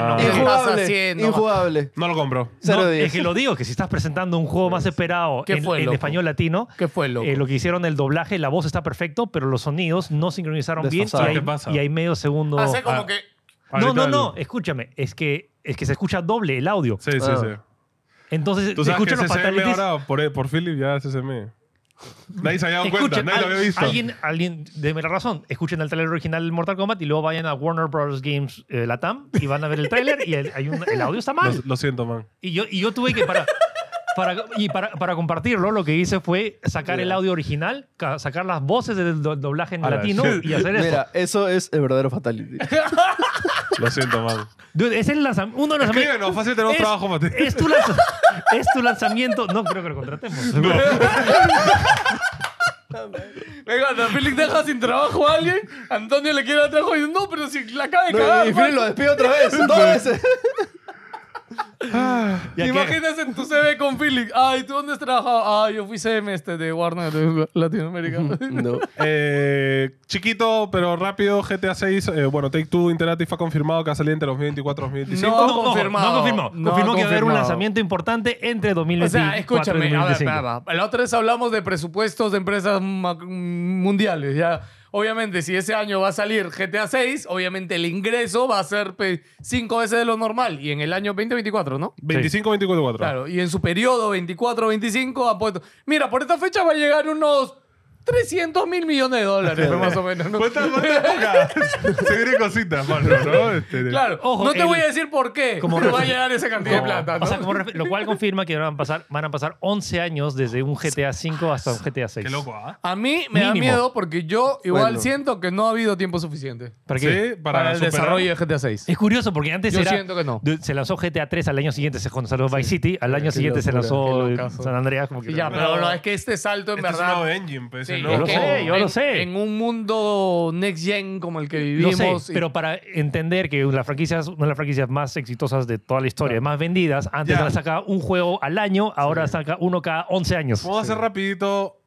C: mano, ¿qué estás
D: Injugable.
C: haciendo?
D: Injugable.
B: No lo compro.
D: Cero
G: No,
D: de diez.
G: es que lo digo, que si estás presentando un juego más esperado
C: ¿Qué
G: en,
C: fue,
G: en
C: loco?
G: español latino,
C: ¿Qué fue, loco?
G: eh, lo que hicieron el doblaje, la voz está perfecto, pero los sonidos no sincronizaron bien y
D: Desfasado.
G: hay,
B: ¿Qué pasa?
G: y hay medio segundo.
C: Hace como
B: Ah.
C: que...
G: No, no,
B: Ahorita
G: no,
B: el-
G: escúchame, es que, es que se escucha doble el audio.
B: Sí, sí,
D: Ah.
B: sí.
G: Entonces,
B: Tú
G: se
B: sabes que
G: escuchan los
B: SSM
G: fatalities.
B: ahora, por, por Philip, ya SSM. Nadie se había dado cuenta,
G: Escuchen,
B: nadie lo había
G: al-
B: visto.
G: Alguien, alguien, deme la razón, escuchen el tráiler original del Mortal Kombat y luego vayan a Warner Bros. Games eh, Latam y van a ver el tráiler y el, hay un- el audio está mal.
B: Lo, lo siento, man.
G: Y yo, y yo tuve que para, para, y para, para compartirlo, lo que hice fue sacar el audio original, ca- sacar las voces del do- doblaje en
B: A la
G: latino
B: shit.
G: y hacer eso.
D: Mira, eso es el verdadero fatality.
B: Lo siento, man.
G: Dude, es el lanzam- uno de los lanzamientos.
B: Escríbenos, fácil tenemos
G: es,
B: trabajo, Mateo.
G: es tu lanza- es tu lanzamiento. No creo que lo contratemos.
C: Venga, la Félix deja sin trabajo a alguien. Antonio le quiere dar trabajo y dice, no, pero si la acaba de
D: No,
C: cagar.
D: y Phil
C: man".
D: lo despide otra vez. Dos veces.
G: Ya
C: ¿Te
G: que-
C: imaginas en tu CV con Felix? Ay, ¿tú dónde has trabajado? Ay, yo fui CM este de Warner de Latinoamérica.
D: No.
B: Eh, chiquito, pero rápido, GTA 6. eh, bueno, Take Two Interactive ha confirmado que va a salir entre 2024 y 2025.
C: No,
G: No, ojo,
C: confirmado.
G: No confirmó.
C: No
G: confirmó que va a haber un
C: confirmado.
G: lanzamiento importante entre
C: O
G: 2024
C: sea, escúchame,
G: y
C: a ver,
G: 2025.
C: espera, va. la otra vez hablamos de presupuestos de empresas ma- mundiales, ya. Obviamente, si ese año va a salir GTA 6, obviamente el ingreso va a ser pe, cinco veces de lo normal y en el año 2024, ¿no?
B: 25, 24.
C: Claro, y en su periodo 24-25 han puesto, mira, por esta fecha va a llegar unos 300 mil millones de dólares, más o menos. ¿no?
B: Cuenta cuenta época. Se vienen cositas, mano, ¿no? Este,
C: Claro,
G: Ojo,
C: no te
G: el-
C: voy a decir por qué,
G: como
C: pero va a
G: refer-
C: llegar esa cantidad de
G: Como-
C: plata, ¿no?
G: o sea, como refer- lo cual confirma que van a, pasar, van a pasar 11 años desde un GTA V hasta un GTA VI.
B: Qué loco, ¿ah?
C: a mí me da
G: mínimo.
C: miedo porque yo igual
D: Bueno.
C: siento que no ha habido tiempo suficiente.
G: ¿Para qué?
B: Sí, para,
C: para, el
B: superar- Este
C: desarrollo de GTA 6.
G: Es curioso porque antes
C: Yo
G: era-
C: siento que no.
G: de- se lanzó GTA 3 al año siguiente se lanzó Vice City, al año siguiente se
D: locura,
G: lanzó
C: qué
G: eh,
C: locazo.
G: San Andreas. Como que
C: Sí, ya, pero no, es que este salto en
B: Este es un nuevo
C: verdad.
B: engine, pues,
C: Sí,
B: ¿no?
C: es
G: Yo lo
C: que
G: sé, yo lo
C: en-
G: sé.
C: En un mundo next gen como el que
G: Lo
C: vivimos.
G: sé,
C: y-
G: pero para entender que la franquicia es una de las franquicias más exitosas de toda la historia, más vendidas, antes
B: Ya.
G: la sacaba un juego al año, ahora saca uno cada 11 años.
B: Vamos a hacer rapidito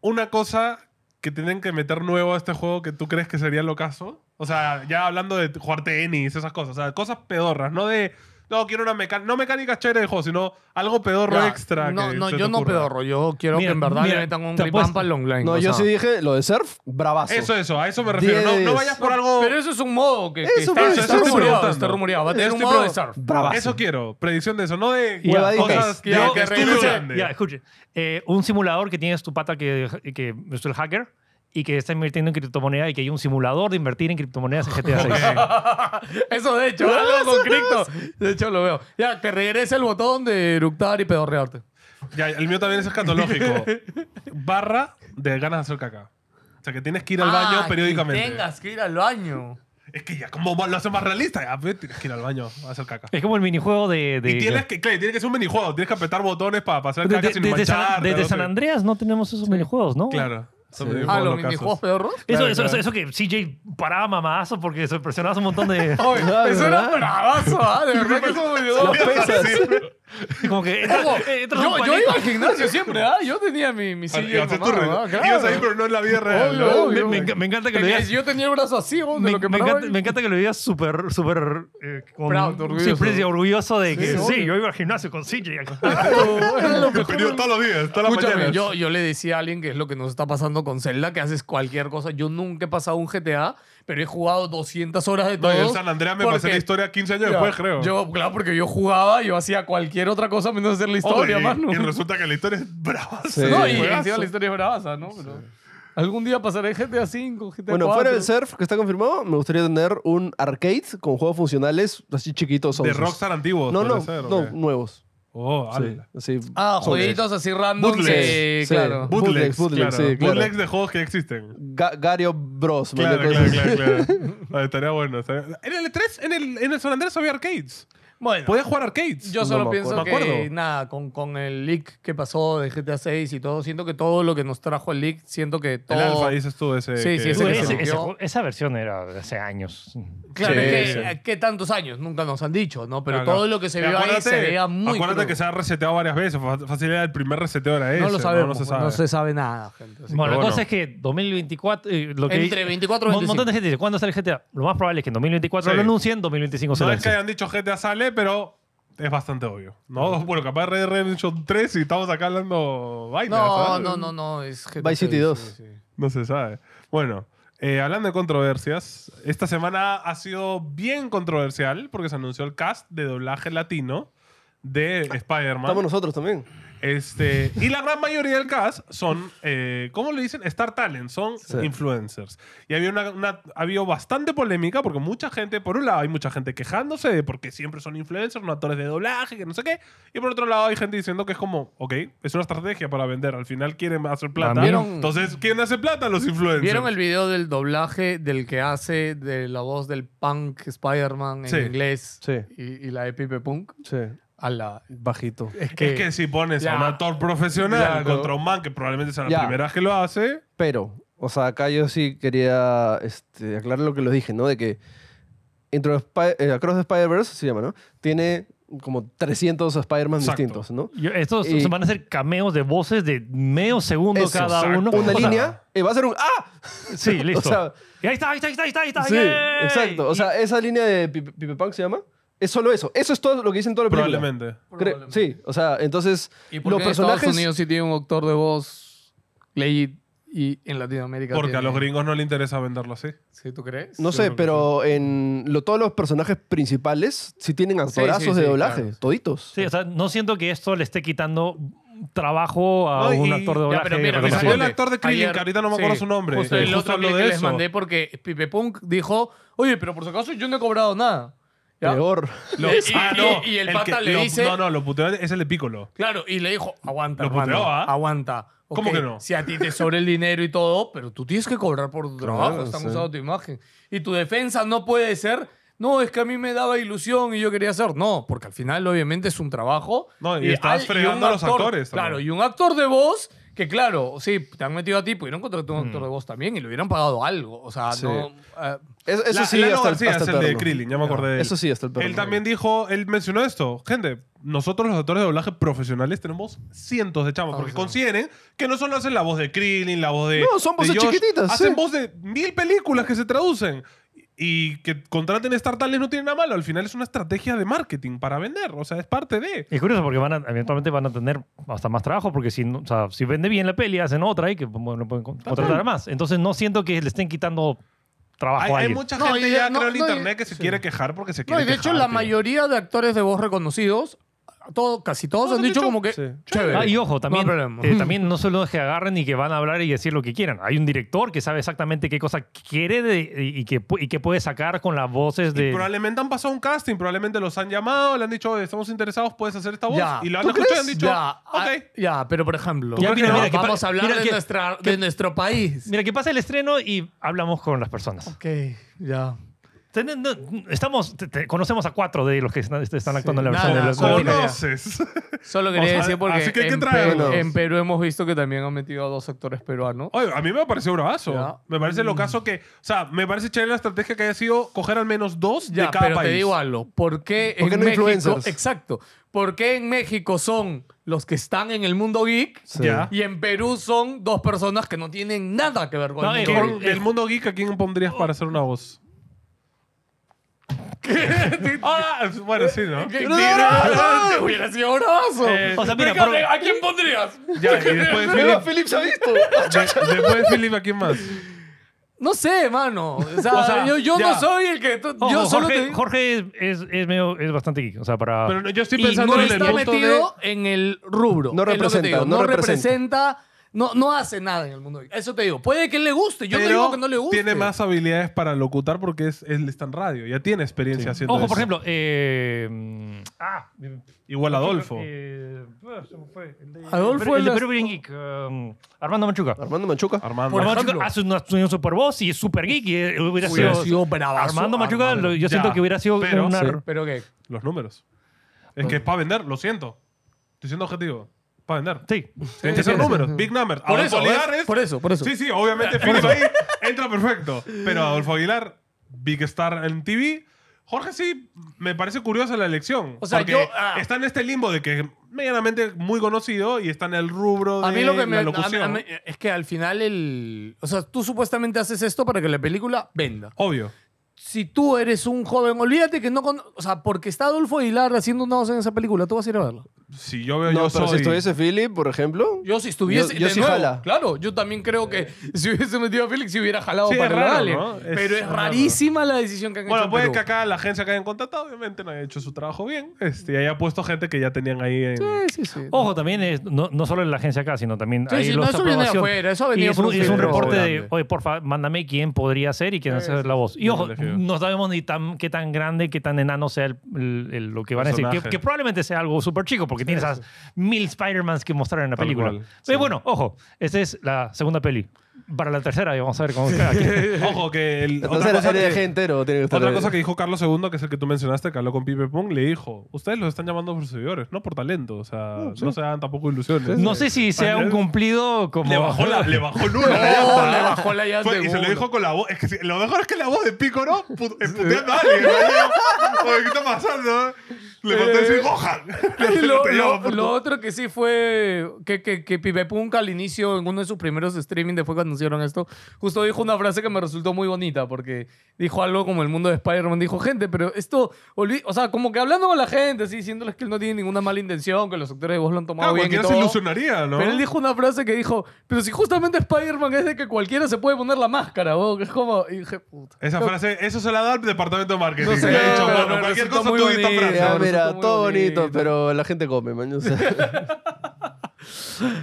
B: una cosa que tienen que meter nuevo a este juego que tú crees que sería lo caso? O sea, ya hablando de jugar tenis, esas cosas. O sea, cosas pedorras, no de. No, quiero una mecánica. No mecánicas chéveres del juego, sino algo pedorro
C: Ya,
B: extra.
C: No,
B: que
C: no
B: se te
C: yo no
B: ocurra.
C: pedorro. Yo quiero
G: Mira,
C: que en verdad
G: mira,
C: le metan un
G: te
C: clip
G: apuesto.
C: para el online.
D: No,
C: o sea.
D: yo sí dije lo de surf, bravazo.
B: Eso, eso, a eso me refiero.
D: Diez.
B: No, no vayas por algo.
C: Pero eso es un modo que, que
D: Eso,
C: está,
D: pues,
C: está
D: eso estoy
C: rumoreado.
B: preguntando.
C: Está rumoreado. Va a tener
B: Eso
C: un
B: estoy
C: modo de surf.
B: preguntando.
D: Bravazo.
B: Eso quiero, predicción de eso, no de
G: Ya,
D: Huevaditas.
B: cosas que,
C: Ya,
B: que
C: que
B: estudio
C: regrese.
B: grande.
G: Ya, escuche. Eh, un simulador que tienes tu pata que, que es el hacker y que está invirtiendo en criptomonedas y que hay un simulador de invertir en criptomonedas en GTA 6.
C: Eso de hecho, algo con cripto. De hecho lo veo. Ya, que regrese el botón de eructar y pedorrearte.
B: Ya, el mío también es escatológico. Barra de ganas de hacer caca. O sea, que tienes que ir al
C: Ah,
B: baño
C: que
B: periódicamente.
C: Tengas que ir al baño.
B: Es que ya, como lo hace más realista? Ya, pues, tienes que ir al baño a hacer caca.
G: es como el minijuego de... de
B: Y tienes que, claro, tiene que ser un minijuego. Tienes que apretar botones para pasar
G: de-
B: caca
G: de-
B: sin
G: desde San-
B: manchar.
G: desde San Andreas no tenemos esos minijuegos, ¿no?
B: Claro. Son
D: Sí.
B: minijuegos
C: Ah, los
B: locazos.
C: minijuegos pedorros.
G: Eso,
B: Claro,
G: eso,
B: claro.
G: eso, eso que CJ paraba mamadazo porque se presionaba un montón de...
C: Oye,
D: Ah,
C: eso era
D: ¿verdad?
C: bravazo, ¿ah? De verdad que eso me olvidó.
D: Los pesas.
G: como que...
C: Como,
G: eh, entras a un
C: yo, yo
G: pánico.
C: iba al gimnasio siempre, ¿ah? Yo tenía mi, mi
B: Ah,
C: silla.
B: y haces tu
C: mamada,
B: re-
C: ¿ah? Claro.
B: Ibas ahí, pero no en la vida real.
C: Obvio,
B: ¿no?
C: obvio.
G: me, me enca- me encanta que lo
C: Tenía-
G: digas...
C: Yo tenía el brazo así, ¿no? de
G: Me,
C: lo que
G: me
C: paraba
G: encanta,
C: y-
G: me encanta que lo digas súper, súper... eh, con-
C: Proud, orgulloso.
G: Sí, pues, y orgulloso de que
C: Sí,
G: sí,
C: obvio.
G: yo iba al gimnasio con CJ.
C: Claro, era lo mejor
B: Pero
C: del-
B: todos los días, todas las
C: Escúchame,
B: mañanas.
C: yo, yo le decía a alguien que es lo que nos está pasando con Zelda, que haces cualquier cosa. Yo nunca he pasado un GTA, pero he jugado 200 horas de todo.
B: No, y el San Andreas me pasé
C: porque-
B: la historia 15 años
C: Ya,
B: después, creo.
C: Yo, claro, porque yo jugaba, yo hacía cualquier otra cosa menos hacer la historia,
B: Oye,
C: mano.
B: y, resulta que la historia es brava.
D: Sí.
C: No, y
B: Juegazo.
C: encima la historia es bravaza, ¿no? Pero algún día pasaré GTA 5, GTA
D: Bueno, fuera
C: 4.
D: del surf, que está confirmado, me gustaría tener un arcade con juegos funcionales así chiquitos.
B: De
D: onzos.
B: Rockstar antiguos.
D: No,
B: puede
D: no,
B: ser, ¿o
D: no,
B: qué?
D: nuevos.
B: Oh,
D: Sí,
B: ala.
D: así.
C: Ah,
D: Sí.
C: jueguitos así random.
B: Bootlegs.
C: que-
D: Sí.
C: Claro.
D: Bu-
B: Bootlegs,
D: Bootlegs, bootlegs,
B: claro.
D: sí, claro.
B: Bootlegs de juegos que existen.
D: Ga- Gario Bros. man,
B: Claro,
D: de
B: claro,
D: cosas.
B: claro, claro. Ah, estaría bueno. estaría- En el 3 en el, en el San Andrés había arcades.
C: Bueno,
B: Podías jugar arcades.
C: yo solo
D: pues, me
C: pienso
B: acuerdo. Me
C: que,
B: acuerdo.
C: nada, con, con el leak que pasó de GTA 6 y todo, siento que todo lo que nos trajo el leak, siento que todo.
B: El alfa, dices tú, ese.
C: Sí, sí,
G: Ese-
C: que
G: ese-
C: se
G: ese-
C: murió.
G: esa versión era de hace años.
C: Claro,
D: Sí,
C: es que,
D: sí.
C: eh, ¿qué tantos años? Nunca nos han dicho, ¿no? Pero
B: Claro.
C: todo lo que se
B: Y
C: vio ahí
B: acuérdate-
C: se veía muy
B: Acuérdate
C: crudo.
B: que se ha reseteado varias veces. Fa- Fácil era el primer reseteo era ese.
C: no lo sabemos.
B: No, se sabe.
C: nada, gente. así
G: Bueno,
B: Pero
G: la
B: bueno.
G: cosa es que 2024. eh, lo que
C: Entre 24 y
G: Un montón
C: 25.
G: de gente dice: ¿Cuándo sale el GTA? Lo más probable es que en 2024
B: Sí.
G: lo anuncien, 2025 se
B: No es
G: lance.
B: que hayan dicho GTA sale, pero es bastante obvio. No, bueno, capaz Red Dead Redemption 3 y estamos acá hablando vainas.
C: No,
B: ¿eh?
C: no, no, no. Es GTA
D: Vice City
C: sí,
D: 2.
C: sí, sí.
B: No se sabe. Bueno, eh, hablando de controversias, esta semana ha sido bien controversial porque se anunció el cast de doblaje latino de
D: Estamos
B: Spider-Man.
D: nosotros también.
B: Este, y la gran mayoría del cast son, eh, ¿cómo le dicen? Star Talent, son influencers. Y había una, una- ha habido bastante polémica porque mucha gente, por un lado, hay mucha gente quejándose de porque siempre son influencers, no actores de doblaje, que no sé qué. Y por otro lado, hay gente diciendo que es como, ok, es una estrategia para vender. Al final quieren hacer plata.
C: ¿Vieron?
B: Entonces, ¿quién hace plata? Los influencers.
C: ¿Vieron el video del doblaje del que hace de la voz del punk Spider-Man en
B: Sí.
C: inglés
D: Sí.
C: y, y la de Pipe Punk?
D: Sí.
C: A la...
D: Bajito.
C: Es
B: Es que si pones a
C: Ya.
B: un actor profesional
C: Claro.
B: contra un man que probablemente sea la
D: Ya.
B: primera que lo hace,
D: Pero, o sea, acá yo sí quería este, aclarar lo que los dije, ¿no? De que Intro Spy- eh, Across the Spider-Verse se llama, ¿no? Tiene como 300 Spider-Man
B: Exacto.
D: distintos, ¿no?
G: Yo- estos
D: Y-
G: van a ser cameos de voces de medio segundo
D: Eso,
G: cada
B: exacto.
G: uno.
D: Una
G: O sea,
D: línea y va a ser un ¡Ah!
G: Sí, listo.
D: sea-
G: y ahí está, ahí está, ahí está, ahí está. ahí está,
D: Sí,
G: ¡yay!
D: exacto. O sea, esa línea de Pipe Pipe Punk se llama. Es solo eso. Eso es todo lo que dicen toda la película.
B: probablemente.
D: Cre- Sí, o sea, entonces
C: ¿Y por
D: los
C: qué en Estados
D: personajes
C: Unidos sí tiene un actor de voz legit y en Latinoamérica
B: Porque a
C: tiene-
B: los gringos no les interesa venderlo así.
C: ¿Sí, tú crees?
D: no sé, pero en lo, todos los personajes principales sí tienen actorazos
C: sí,
D: de
C: sí,
D: doblaje,
C: claro.
D: toditos.
G: Sí, o sea, no siento que esto le esté quitando trabajo a
B: No, y-
G: un actor de
B: ya,
G: doblaje.
C: pero mira,
B: Me
G: reconocido.
B: salió el
C: ponte,
B: actor de Krillin,
C: ayer-
B: que ahorita no me acuerdo su nombre.
C: Justo el
B: Justo
C: otro
B: habló
C: clip
B: de
C: que les
B: eso.
C: mandé porque Pipe Punk dijo, oye, pero por si acaso yo no he cobrado nada. ¿Ya?
D: Peor.
B: Lo- ah,
C: Y- y- y el pata
B: que-
C: le
B: lo-
C: dice-
B: No, no, lo puteó es el de Piccolo.
C: Claro, y le dijo, aguanta,
B: Lo
C: hermano,
B: puteó, ¿ah?
C: aguanta. Ok,
B: ¿Cómo que no?
C: Si a ti te sobra el dinero y todo, pero tú tienes que cobrar por tu trabajo,
D: Claro,
C: están
D: sí.
C: usando tu imagen. Y tu defensa no puede ser, no, es que a mí me daba ilusión y yo quería hacer. No, porque al final obviamente es un trabajo.
B: No, y estás
C: un
B: fregando a los actores también.
C: Claro, y un actor de voz que claro, sí, te han metido a ti, pues, pudieron contratar a un
B: Mm.
C: actor de voz también y le hubieran pagado algo. O sea,
D: Sí.
C: no... eh,
D: Es- Eso
B: La-
D: sí,
B: Lalo
D: hasta, el-
B: García
D: hasta
B: es
D: el
B: el de
D: perno.
B: Krillin, ya me acordé de él.
D: Eso sí, hasta el perno.
B: Él también dijo, él mencionó esto. Gente, nosotros los actores de doblaje profesionales tenemos cientos de chamos,
C: Ah,
B: porque
C: sí.
B: consideren que no solo hacen la voz de Krillin, la voz de...
D: No,
B: de
D: son voces
B: Josh,
D: chiquititas,
B: Hacen
D: sí.
B: voz de mil películas que se traducen. Y que contraten Star Talent no tiene nada malo. Al final es una estrategia de marketing para vender. O sea, es parte de...
G: Es curioso porque van a, eventualmente van a tener hasta más trabajo porque si, no- o sea, si vende bien la peli hacen otra y que bueno, pueden con- contratar más. Entonces no siento que le estén quitando trabajo
B: Hay,
G: a
B: hay
G: alguien.
B: mucha
C: No,
B: gente
C: y de-
B: ya,
C: no,
B: creo, en
C: no, y-
B: internet que se
C: sí.
B: quiere quejar porque se
C: No,
B: quiere
C: y de hecho,
B: quejar,
C: la
B: tío.
C: mayoría de actores de voz reconocidos, todo, casi todos
B: Todos
C: han dicho como que.
B: sí.
C: Chévere.
G: Ah, y ojo, también,
C: No hay problema.
G: eh, también no solo es que agarren y que van a hablar y decir lo que quieran. Hay un director que sabe exactamente qué cosa quiere de- y, que, pu- y que puede sacar con las voces
B: Y
G: de...
B: probablemente han pasado un casting, probablemente los han llamado, le han dicho, "Oye, estamos interesados, puedes hacer esta voz.
C: Ya.
B: Y lo han
D: ¿Tú
B: escuchado y han
D: crees?
B: dicho,
C: Ya, ah,
B: ok.
C: ya, pero por ejemplo,
G: Ya, mira,
C: no,
G: mira, que
C: vamos
G: pa-
C: a hablar
G: mira
C: de,
G: que-
C: nuestra, de nuestro país.
G: Mira, que pasa el estreno y hablamos con las personas.
C: Ok, ya.
G: Ten- no, Estamos, te- te- conocemos a cuatro de los que están, están actuando en la
C: nada,
G: versión de los-
C: solo
G: de los-
C: quería-
B: Conoces.
C: Solo quería
B: O sea,
C: decir porque
B: así que hay que
C: en,
B: traerlos.
C: Perú, en Perú hemos visto que también han metido a dos actores peruanos.
B: Oye, a mí me pareció bravazo.
C: Ya.
B: Me parece lo caso que. O sea, me parece chévere la estrategia que haya sido coger al menos dos
C: Ya,
B: de cada
C: pero
B: país.
C: te digo algo. ¿Por qué
D: ¿Por
C: en
D: qué no
C: México?
D: influencers?
C: Exacto. ¿Por qué en México son los que están en el mundo geek
D: Sí.
B: Ya.
C: y en Perú son dos personas que no tienen nada que ver con
G: No,
C: el
G: es
C: mundo
G: que-
C: geek?
B: Por- del mundo geek, ¿a quién pondrías para hacer una voz? ah, bueno, sí, ¿no?
C: ¿Qué- qué- Hubiera sido bravazo.
B: Eh,
G: o sea, mira,
C: Pero,
G: por-
C: ¿A quién pondrías?
B: Ya, y después de
D: Mira,
B: Philip.
D: Philip se ha visto.
B: de- después de Philip, ¿a quién más?
C: No sé, mano. O sea,
B: O sea,
C: yo, yo
B: ya.
C: no soy el que... tú-
G: Ojo,
C: yo solo
G: Jorge,
C: te digo-
G: Jorge es, es, es medio- es bastante geek. O sea, para.
B: Pero no, yo estoy
C: Y
B: pensando
C: no
B: en el
C: está
B: punto
C: metido en el rubro.
D: No
C: Es lo que te
D: representa,
C: digo,
D: no
C: no
D: representa.
C: representa, no, no hace nada en el mundo. Eso te digo. Puede que le guste. Yo no
B: Pero
C: digo que no le guste.
B: Tiene más habilidades para locutar porque es, él está en radio. Ya tiene experiencia haciendo
G: Ojo, por
B: eso.
G: ejemplo. eh, mm, ah,
B: Igual Adolfo.
G: eh, ah, se me fue. El de-
C: Adolfo
G: el de
C: es-
G: Perú Bien Geek. um, Armando Manchuca.
D: Armando Manchuca.
B: Armando.
G: Armando
C: ejemplo.
G: Manchuca hace una, un super voz y es super geek. Y eh, hubiera
C: Hubiera
G: sido.
C: sido bravazo,
G: Armando Manchuca,
C: Armando.
G: lo- yo siento
B: Ya,
G: que hubiera sido
B: pero-
G: una.
B: Sí.
C: Pero qué.
B: Los números. Es que es para vender, lo siento. Estoy siendo objetivo. Para vender.
G: Sí.
B: Tienen que ser números, big numbers.
C: Por
B: Adolfo
C: eso, ¿ves?
B: Aguilar es-
C: por eso, por eso.
B: Sí, sí, obviamente Philip ahí entra perfecto. Pero Adolfo Aguilar, big star en TV. Jorge sí, me parece curiosa la elección.
C: O sea,
B: porque
C: yo, ah.
B: está en este limbo de que es medianamente muy conocido y está en el rubro de
C: A mí lo que
B: la
C: me, a mí-
B: locución.
C: a mí- es que al final el... O sea, tú supuestamente haces esto para que la película venda.
B: Obvio.
C: Si tú eres un joven, olvídate que no... con- o sea, porque está Adolfo Aguilar haciendo una voz en esa película, tú vas a ir a verla.
B: Si yo veo yo
D: No, pero si
B: soy...
D: estuviese Philip, por ejemplo.
C: Yo si estuviese...
D: Yo- yo
C: de
D: sí
C: nuevo,
D: jala.
C: Claro, yo también creo que si hubiese metido a Félix, si hubiera jalado
B: Eh. Sí, es
C: para
B: raro,
C: darle.
B: ¿no? Es
C: Pero es
B: raro.
C: rarísima la decisión que han hecho
B: Bueno,
C: en
B: puede
C: Perú.
B: que acá la agencia que hayan contratado, obviamente no haya hecho su trabajo bien. Este, y haya puesto gente que ya tenían ahí en.
C: Eh, Sí, sí, sí.
G: Ojo, también es, no, no solo en la agencia acá, sino también
C: Sí,
G: hay
C: sí, no,
G: los
C: eso viene de
G: aprobación.
C: afuera, eso ha
G: y
C: venido
G: es un,
C: por
G: es un
C: un
G: reporte
C: filtro
G: de,
C: grande.
G: oye, porfa, mándame quién podría ser y quién
C: Sí,
G: hace
C: sí,
G: la voz. Y
B: No
G: ojo,
B: me refiero.
G: no sabemos ni tan, qué tan grande, qué tan enano sea el- el- el- lo que van a decir. Que,
B: Personaje.
G: que probablemente sea algo súper chico, porque tienes esas mil Spider-Mans que mostraron en la
B: Tal
G: película.
B: cual,
G: Pero bueno, ojo, esta es la segunda peli. Para la tercera, vamos a ver cómo queda.
B: Ojo, que el-
D: Entonces
B: otra,
D: era,
B: cosa
D: era de
B: que,
D: gente, pero tiene que estar.
B: otra cosa que dijo Carlos II, que es el que tú mencionaste, que habló con Pipe Pong, le dijo: Ustedes los están llamando por seguidores, no por talento. O sea, no se hagan tampoco ilusiones.
G: No sé si sea un cumplido como...
B: Le bajó, la, le bajó el uno. la
C: No,
B: llanta.
C: le bajó la llanta.
B: Fue- y se lo
C: uno.
B: dijo con la voz. Es que sí, lo mejor es que la voz de Pico, ¿no? Put- eh, Puteando a alguien. ¿no? Oye, ¿qué está pasando? eh? Le faltó decir Gohan.
C: Y lo,
B: Te
C: lo-
B: llamo por tu-
C: lo otro que sí fue que, que, que Pipe Punca al inicio, en uno de sus primeros streaming de fue cuando hicieron esto, justo dijo una frase que me resultó muy bonita porque dijo algo como el mundo de Spider-Man. Dijo, gente, pero esto, olvi- o sea, como que hablando con la gente, así, diciéndoles que él no tiene ninguna mala intención, que los actores de voz lo han tomado
B: Claro,
C: bien
B: cualquiera
C: y
B: se
C: todo".
B: ilusionaría, ¿no?
C: Pero él dijo una frase que dijo, pero si justamente Spider-Man es de que cualquiera se puede poner la máscara, weón", que es como... Y dije, puta.
B: Esa frase, eso se la da al departamento de marketing.
C: No sé,
B: Le ha dicho,
C: pero
B: bueno,
C: me
B: cualquier cosa
C: resultó muy
B: tú di esta
C: bonita.
B: frase.
D: Ya,
C: Ahora
D: ah, mira,
C: resulta muy
D: todo bonito,
C: bonito.
D: pero la gente come, man. o sea.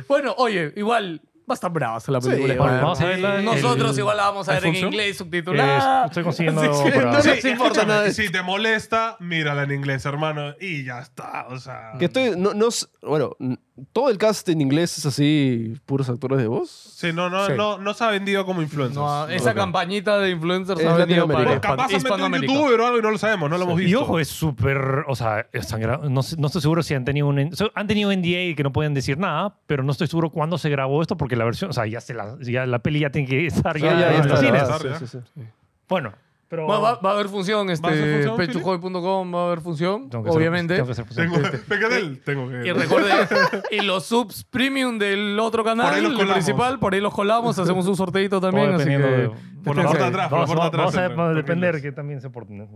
C: Bueno, oye, igual va a estar brava la
D: Sí,
C: película.
D: bueno,
G: vamos a verla en
C: Nosotros
G: el-
C: igual la vamos a ver en
B: ¿Alfonso?
C: inglés subtitulada.
G: Eh, estoy consiguiendo...
D: sí,
G: para-
D: no,
B: Sí,
D: no, se importa
B: escúchame,
D: nada de
B: Si te molesta, mírala en inglés, hermano. Y ya está. O sea.
D: que estoy. No, no s- bueno, n- todo el cast en inglés es así, puros actores de voz.
B: Sí, no, no,
C: Sí.
B: no, no se ha vendido como influencers.
C: No, esa campañita de influencers
D: Es
C: ha venido para
B: Pero
D: Latinoamérica.
B: capaz han metido un
C: Hispanoamérica.
B: youtuber o algo y no lo sabemos, no lo hemos visto.
G: Y ojo, es súper. O sea, están gra- no, sé- no estoy seguro si han tenido un. so- Han tenido NDA que no pueden decir nada, pero no estoy seguro cuándo se grabó esto porque la versión. O sea, ya, se la, ya la peli ya tiene que estar ya,
D: Ah,
G: en los
B: está,
G: cines.
B: está.
D: Sí, sí, sí.
G: Bueno, Pero,
C: Va, va- va a haber función,
B: a hacer
C: este,
B: función, Philip?
C: pechujoy.com va a haber función,
G: Tengo que hacer-
C: obviamente.
G: tengo que hacer función.
B: Tengo, Pecadel, tengo que.
C: este, eh, Y recuerden, y los subs premium del otro
B: Por
C: canal,
B: ahí los
C: el
B: colamos.
C: principal, por ahí los colamos, hacemos un sorteito
G: Todo
C: también. Así que,
G: dependiendo de-
B: Por la puerta
C: Esténse
B: de
C: ahí.
B: atrás, por la
G: Vamos,
B: puerta de atrás. eh,
G: vamos a
B: entren,
G: depender
B: tranquilos.
G: que también se porten. ¿no?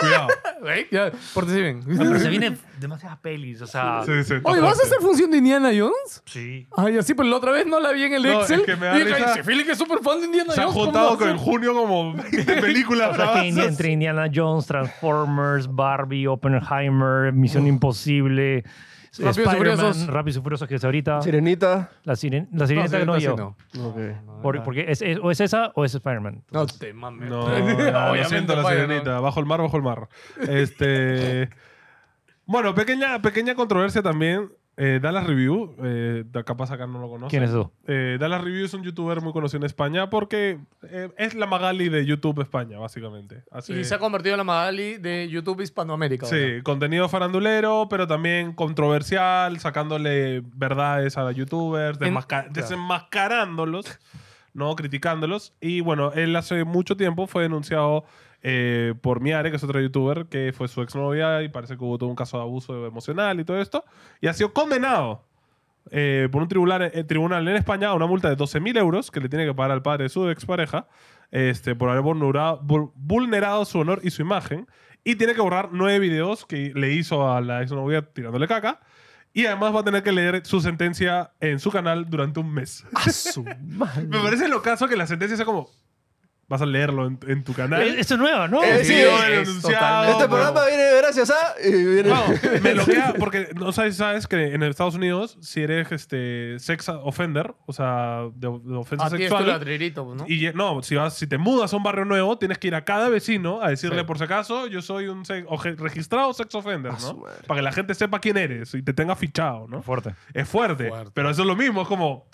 B: Cuidado.
C: Ey, ya, pórtese bien.
G: No, pero se vienen demasiadas pelis, o sea.
B: Sí, sí,
C: Oye, ¿vas a hacer función de Indiana Jones?
G: Sí.
C: Ay, así, pero la otra vez no la vi en el
B: No,
C: Excel.
B: es que me da
C: y dije,
B: risa.
C: "Ay, Fili, que es súper fan de Indiana
B: Se han
C: Jones. ¿cómo
B: juntado
C: va a
B: con
C: ser?"
B: en junio como 20 películas.
G: O sea, que
B: ¿sabes?
G: Indi- entre Indiana Jones, Transformers, Barbie, Oppenheimer, Misión Imposible,
C: Rápidos y Furiosos.
G: Spider-Man, Rápidos y Furiosos que es ahorita.
D: Sirenita.
G: La, siren- la sirenita
C: sí,
G: que no
C: así
G: yo.
C: no. No,
G: Por-
C: no,
G: porque es, es- o es esa o es Spider-Man.
C: No te mames.
B: No,
C: Obviamente,
B: ya, lo siento, la
C: vaya, ¿no?
B: sirenita. Bajo el mar, bajo el mar. Este. bueno, pequeña, pequeña controversia también. Eh, Dallas Review, eh, de- capaz acá no lo conocen.
G: ¿Quién es eso?
B: Eh, Dallas Review es un youtuber muy conocido en España porque eh, es la Magali de YouTube España, básicamente. Así,
C: Y se ha convertido en la Magali de YouTube Hispanoamérica.
B: Sí,
C: ahora.
B: contenido farandulero, pero también controversial, sacándole verdades a youtubers,
C: En-
B: desmasca-
C: claro.
B: desenmascarándolos, ¿no? Criticándolos. Y bueno, él hace mucho tiempo fue denunciado eh, por Miare, que es otra youtuber, que fue su exnovia y parece que hubo todo un caso de abuso emocional y todo esto. Y ha sido condenado eh, por un tribunal, eh, tribunal en España a una multa de 12.000 euros que le tiene que pagar al padre de su expareja este, por haber vulnerado, vul- vulnerado su honor y su imagen. Y tiene que borrar nueve videos que le hizo a la exnovia tirándole caca. Y además va a tener que leer su sentencia en su canal durante un mes. Me parece lo caso que la sentencia sea como... Vas a leerlo en, en tu canal.
G: Eh, Esto es nueva, ¿no?
D: Eh,
B: Sí,
D: sí,
B: el
C: es
B: enunciado,
C: totalmente-
D: este
B: pero-
D: programa viene gracias a... y viene-
B: no, me bloquea porque no sabes, sabes que en Estados Unidos, si eres este sex offender, o sea, de, de ofensa
C: A ti es tu
B: sexual.
C: ladrerito, pues, ¿no?
B: Y ye- no, si, vas, si te mudas a un barrio nuevo, tienes que ir a cada vecino a decirle,
C: Sí.
B: por si acaso, yo soy un sex- oje- registrado sex offender,
D: su
B: ¿no?
D: madre.
B: Para que la gente sepa quién eres y te tenga fichado, ¿no?
G: Fuerte.
B: Es fuerte,
C: Fuerte.
B: pero eso es lo mismo, es como,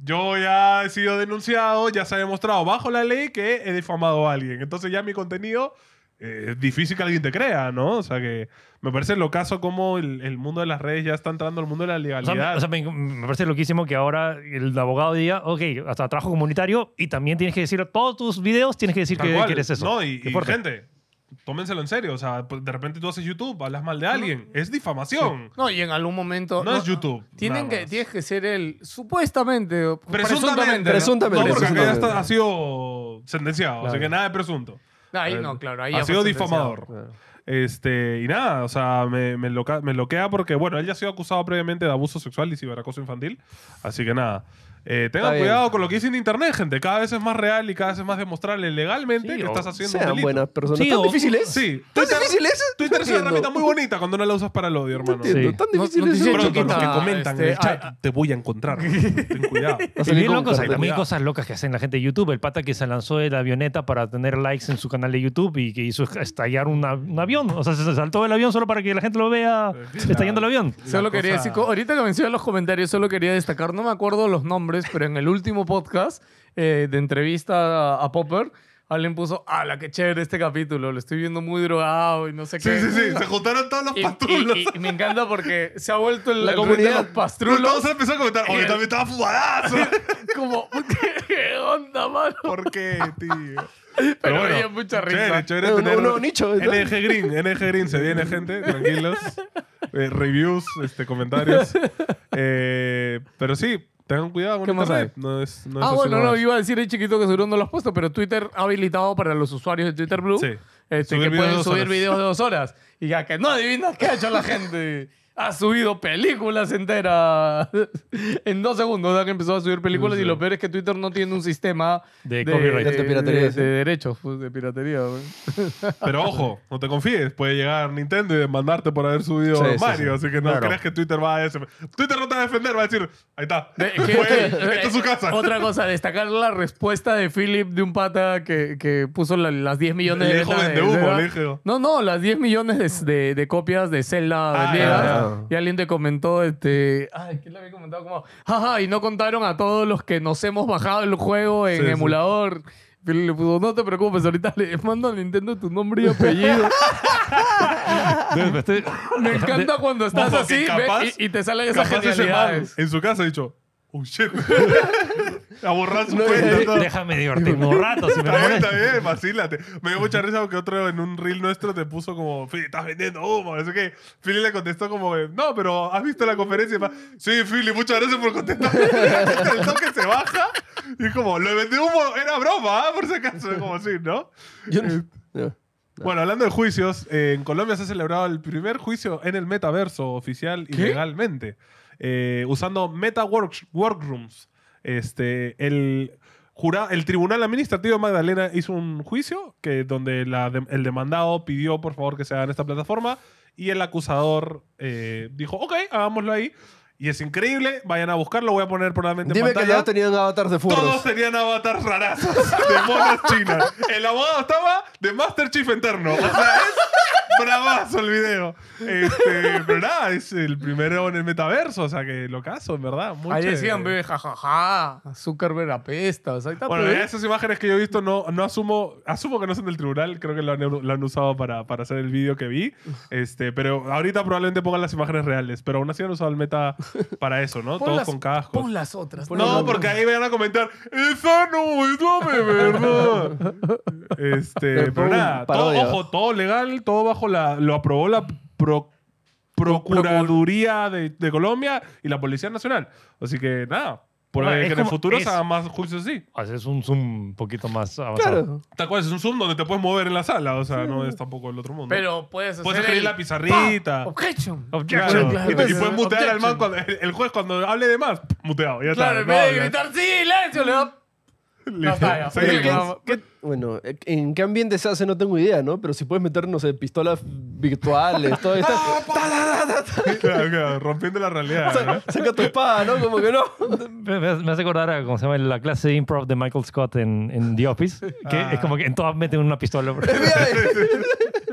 B: yo ya he sido denunciado, ya se ha demostrado bajo la ley que he difamado a alguien, entonces ya mi contenido eh, es difícil que alguien te crea, ¿no? O sea que me parece lo caso como el, el mundo de las redes ya está entrando al mundo de la
G: O sea, me-
B: legalidad.
G: o sea, me, me parece loquísimo que ahora el abogado diga, ok, hasta trabajo comunitario y también tienes que decir, todos tus videos tienes que decir
B: Tal
G: que,
B: cual.
G: que eres eso.
B: No, y,
G: Qué
B: y
G: fuerte.
B: gente, tómenselo en serio. O sea, pues, de repente tú haces YouTube, hablas mal de alguien. Es difamación.
C: No, y en algún momento.
B: No es YouTube,
C: Tienen
B: nada
C: que,
B: más.
C: tienes que ser el. Supuestamente. o
B: Presuntamente. ¿no?
C: Presuntamente.
D: Presuntamente,
B: No, porque acá ya
D: presuntamente.
B: está- ha sido sentenciado. Así que nada de presunto.
C: ¿no? Ahí no, claro. Ahí
B: ha
C: ya
B: sido
C: fue sentenciado.
B: difamador. Este, y nada, o sea, me, me, loca- me loquea porque, bueno, él ya ha sido acusado previamente de abuso sexual y ciberacoso infantil. Así que nada. Eh, tengan
D: Está bien.
B: cuidado con lo que dicen en internet, gente. Cada vez es más real y cada vez es más demostrable legalmente
G: Sí,
B: que
G: o
B: estás haciendo un
D: Sean
B: delito.
D: buenas personas.
G: Sí,
D: ¿Tan
G: o-
D: difícil es?
B: Sí.
D: ¿Tan
B: Twitter-
D: difícil es?
B: Twitter es una
D: Entiendo.
B: herramienta muy bonita cuando no la usas para el odio, hermano.
D: Entiendo,
G: Sí.
D: ¿Tan
C: No-
D: difícil es?
C: noticia
D: eso?
B: Pronto, los que
C: chiquita,
B: comentan en el
C: este,
B: chat,
C: ah,
B: te voy a encontrar. Ten cuidado.
D: Va a
G: Y
D: salir
G: bien
D: con
G: locos, hay
D: cartel.
G: también
B: cuidado.
G: cosas locas que hacen la gente de YouTube. El pata que se lanzó de la avioneta para tener likes en su canal de YouTube y que hizo estallar una- un avión. O sea, se saltó del avión solo para que la gente lo vea
B: Sí,
G: estallando el avión.
C: Solo quería
B: cosa-
C: decir, co- ahorita que mencionan los comentarios, solo quería destacar, no me acuerdo los nombres, pero en el último podcast eh, de entrevista a, a Popper, alguien puso, ah, la que chévere este capítulo, lo estoy viendo muy drogado y no sé
B: Sí,
C: qué.
B: sí, sí. Se juntaron todos los
C: Y,
B: pastrulos.
C: y- y me encanta porque se ha vuelto el,
D: La
C: el rey de
D: comunidad.
C: los
B: Todos
C: pastrulos.
B: empezaron a comentar.
D: Eh,
B: Oye, también estaba fugadazo.
C: como, ¿qué onda, mano?
B: ¿Por qué, tío?
C: Pero me dio mucha risa.
B: Chévere, chévere
D: Un- un
B: tener
D: nuevo nicho, ¿no?
B: NG Green, NG Green. Se viene, gente. Tranquilos. Eh, reviews, este, comentarios. Eh, pero sí, tengan cuidado con
C: ¿Qué más
B: internet. No es, no es
C: Ah,
B: así
C: bueno, no,
B: nomás.
C: iba a decir ahí chiquito que seguro no lo has puesto, pero Twitter ha habilitado para los usuarios de Twitter Blue
B: Sí.
C: este,
B: Subir
C: que
B: videos de
C: pueden
B: dos
C: subir
B: horas.
C: videos de dos horas. Y ya que no adivinas qué ha hecho la gente. Ha subido películas enteras en dos segundos. Han empezado a subir películas y lo peor es que Twitter no tiene un sistema
G: De copyright.
C: de,
D: De piratería,
C: de-
D: sí.
C: de derechos, pues, de piratería. güey.
B: Pero ojo, no te confíes. Puede llegar Nintendo y demandarte por haber subido
D: Sí, sí,
B: Mario.
D: sí.
B: Así que no
G: Claro.
B: creas que Twitter va a... Ese... Twitter no te va a defender. Va a decir, ahí está.
C: De- que-
B: Fue él,
C: que-
B: Esta es su casa.
C: Otra cosa, destacar la respuesta de Philip de un pata que, que puso la- las 10 millones
B: Le
C: de
B: dijo
C: ventas
B: vendehumo,
C: de-
B: le dijo.
C: No, no, las 10 millones de, de- de copias de Zelda
B: Ah,
C: vendidas.
D: ya, ya.
C: Y alguien te comentó, este... Ay, ¿quién le había comentado? Como, jaja, y no contaron a todos los que nos hemos bajado el juego en
B: Sí, sí.
C: emulador. Philip le puso, no te preocupes, ahorita le mando a Nintendo tu nombre y apellido. Me encanta cuando estás
B: Ojo, que
C: así ve,
B: capaz-
C: y, y te salen esas
B: Capaz ese man
C: genialidades.
B: en su casa ha dicho, oh shit. A borrar su
D: No,
B: cuenta.
D: eh,
B: todo.
G: Déjame divertirme un rato si me
B: Está bien, está
G: molesta.
B: bien, vacílate. Me dio mucha risa porque otro en un reel nuestro te puso como, Fili, estás vendiendo humo. Así que Fili le contestó como, que, no, pero ¿has visto la conferencia? Y pa, sí, Fili, muchas gracias por contestar. El toque se baja y como, lo de vender humo era broma, ¿ah? por si acaso. Como así, ¿no?
D: Yo no- no.
B: Bueno, hablando de juicios, eh, en Colombia se ha celebrado el primer juicio en el metaverso oficial y legalmente, eh, usando Meta Works- Workrooms. Este, el, jura- el Tribunal Administrativo de Magdalena hizo un juicio que, donde la de- el demandado pidió por favor que se haga en esta plataforma y el acusador eh, dijo, ok, hagámoslo ahí. Y es increíble, vayan a buscarlo, voy a poner probablemente en
D: Dime que
B: pantalla.
D: ya tenían avatars de
B: Todos
D: furros.
B: tenían avatars rarazos de monas chinas. El abogado estaba de Master Chief interno. O sea, es bravazo el video. Este, pero nada, es el primero en el metaverso. O sea, que lo caso, en verdad. Muy
C: Ahí
B: chévere.
C: decían, bebé, jajaja, Zuckerberg apesta. O sea, ahí está,
B: Bueno,
C: pe.
B: esas imágenes que yo he visto no, no asumo, asumo que no son del tribunal, creo que lo han, lo han usado para, para hacer el vídeo que vi, este, pero ahorita probablemente pongan las imágenes reales, pero aún así han usado el meta para eso, ¿no?
C: Pon
B: Todos
C: las-
B: con cascos.
C: Pon las otras.
B: No, porque ahí me van a comentar, esa no, esa me verdad. Este,
D: Pero
B: pero
D: un
B: nada, todo,
D: parodia.
B: ojo, todo legal, todo bajo la. Lo aprobó la pro- Procuraduría de, de Colombia y la Policía Nacional. Así que nada, por
G: Bueno,
B: ahí
G: es
B: que en el
G: como-
B: futuro
G: es-
B: se hagan más juicios así.
G: Haces un zoom un poquito más avanzado.
D: Claro.
B: Tal cual es un Zoom donde te puedes mover en la sala, o sea, no es tampoco el otro mundo.
C: Pero puedes hacer.
B: Puedes escribir
C: el-
B: la pizarrita.
C: ¡Pah! Objection.
G: Objection.
B: Claro, y, te- y puedes mutear al man cuando- el, el juez cuando hable de más, muteado. Ya
C: Claro, en
B: está.
C: vez de
B: no habla.
C: gritar silencio, le da.
B: Listo,
C: está, ya.
B: seguimos.
C: Porque-
D: ¿Qué- Bueno, en qué ambiente se hace no tengo idea, ¿no? Pero si puedes meternos en pistolas virtuales, todo esto.
B: Ah, Claro, claro, rompiendo la realidad. ¿no?
D: Saca tu espada, ¿no? Como que no.
G: Me, me- me hace acordar a ¿cómo se llama? la clase de improv de Michael Scott en, en The Office, que
B: Ah.
G: es como que en todas meten una pistola.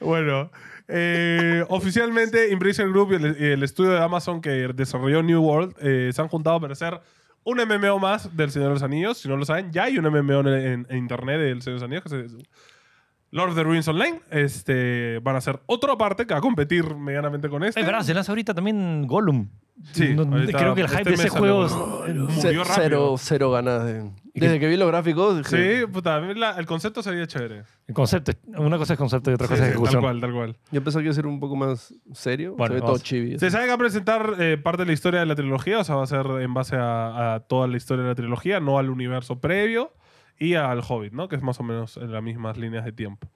B: Bueno, eh, oficialmente Impression Group y el, y el estudio de Amazon que desarrolló New World eh, se han juntado para hacer un MMO más del Señor de los Anillos. Si no lo saben, ya hay un MMO en, en- en internet del Señor de los Anillos que se... Lord of the Rings Online, este, van a hacer otra parte que va a competir medianamente con este.
G: es verdad, se lanza ahorita también Gollum.
B: Sí,
G: No-
B: ahorita-
G: creo que el hype
B: este
G: de ese
B: mes
G: juego
B: salió.
G: es-
B: Murió rápido.
D: Ce- Cero, cero ganas de. Desde que vi los gráficos. dije,
B: Sí, puta, a mí la- el concepto sería chévere.
G: el concepto. Una cosa es concepto y otra
B: Sí,
G: cosa es
B: sí, tal
G: ejecución.
B: cual, tal cual.
D: Yo pensaba que iba a ser un poco más serio.
G: Bueno,
D: se ve todo
G: vamos.
D: chibi.
B: Se sabe que va a presentar eh, parte de la historia de la trilogía, o sea, va a ser en base a, a toda la historia de la trilogía, no al universo previo y al Hobbit, ¿no? Que es más o menos en las mismas líneas de tiempo.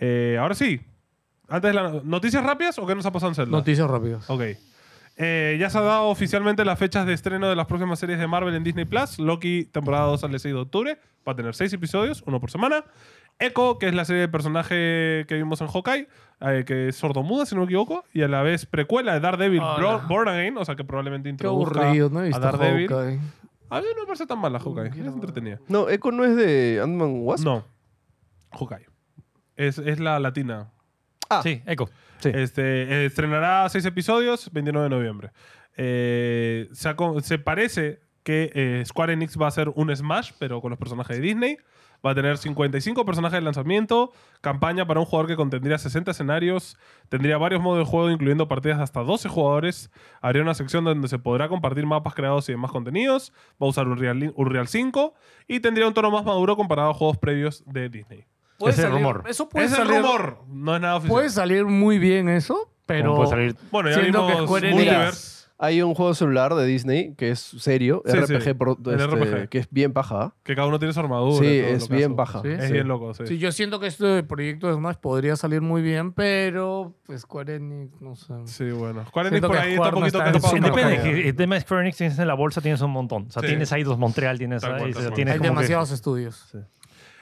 B: Eh, ahora sí, antes de la noticias rápidas o qué nos ha pasado en Zelda?
C: Noticias rápidas.
B: Ok. Eh, ya se han dado oficialmente las fechas de estreno de las próximas series de Marvel en Disney Plus. Loki, temporada 2 sale el 6 de octubre. Va a tener 6 episodios, uno por semana. Echo, que es la serie de personaje que vimos en Hawkeye, eh, que es sordomuda, si no me equivoco, y a la vez precuela de Daredevil
C: Hola.
B: Bro- Born Again, o sea que probablemente
C: Qué
B: introduzca
C: aburrido, ¿no? He
B: a
C: visto
B: Daredevil.
C: Hawkeye.
B: A mí no me parece tan mala Hawkeye, es entretenida.
D: No, Echo no es de Ant-Man Wasp.
B: No, Hawkeye. Es, es la latina.
D: Ah.
G: Sí, eco.
B: Este, eh, estrenará seis episodios, 29 de noviembre. Eh, se, ha con- se parece que eh, Square Enix va a hacer un Smash, pero con los personajes de Disney. Va a tener 55 personajes de lanzamiento, campaña para un jugador que contendría 60 escenarios, tendría varios modos de juego, incluyendo partidas de hasta 12 jugadores. Habría una sección donde se podrá compartir mapas creados y demás contenidos. Va a usar Unreal, Unreal 5 y tendría un tono más maduro comparado a juegos previos de Disney.
C: Puede
G: Es el
C: salir-
G: rumor.
C: Eso puede
B: Es el
C: salir,
B: rumor, no es nada oficial.
C: Puede salir muy bien eso, pero.
G: Como puede salir
B: bueno, ya
C: pues, siendo que
B: vimos
C: Square Enix-
B: Multiverse.
D: Hay un juego celular de Disney que es serio,
B: Sí,
D: RPG,
B: sí,
D: pro-
B: el
D: este,
B: RPG.
D: que es bien paja.
B: Que cada uno tiene su armadura.
D: Sí,
B: y todo
D: es
B: lo
D: bien
B: caso.
D: paja.
C: Sí.
B: Es
D: Sí.
B: bien loco, sí.
C: Sí, yo siento que este proyecto de Smash podría salir muy bien, pero pues, Square Enix, no sé.
B: Sí, bueno. Square Enix
C: Siento
B: por
C: que
B: ahí está un
C: Square no
B: poquito
C: está en
B: que
C: su
B: topa-
C: mejor
G: Depende,
B: topa-
G: que- el tema de Square Enix tienes en la bolsa, tienes un montón. O sea,
B: Sí.
G: tienes ahí dos Montreal, tienes
B: Tal
G: ahí,
B: cual,
G: o sea,
B: tal cual.
G: tienes
C: Hay
G: como que-
C: demasiados estudios.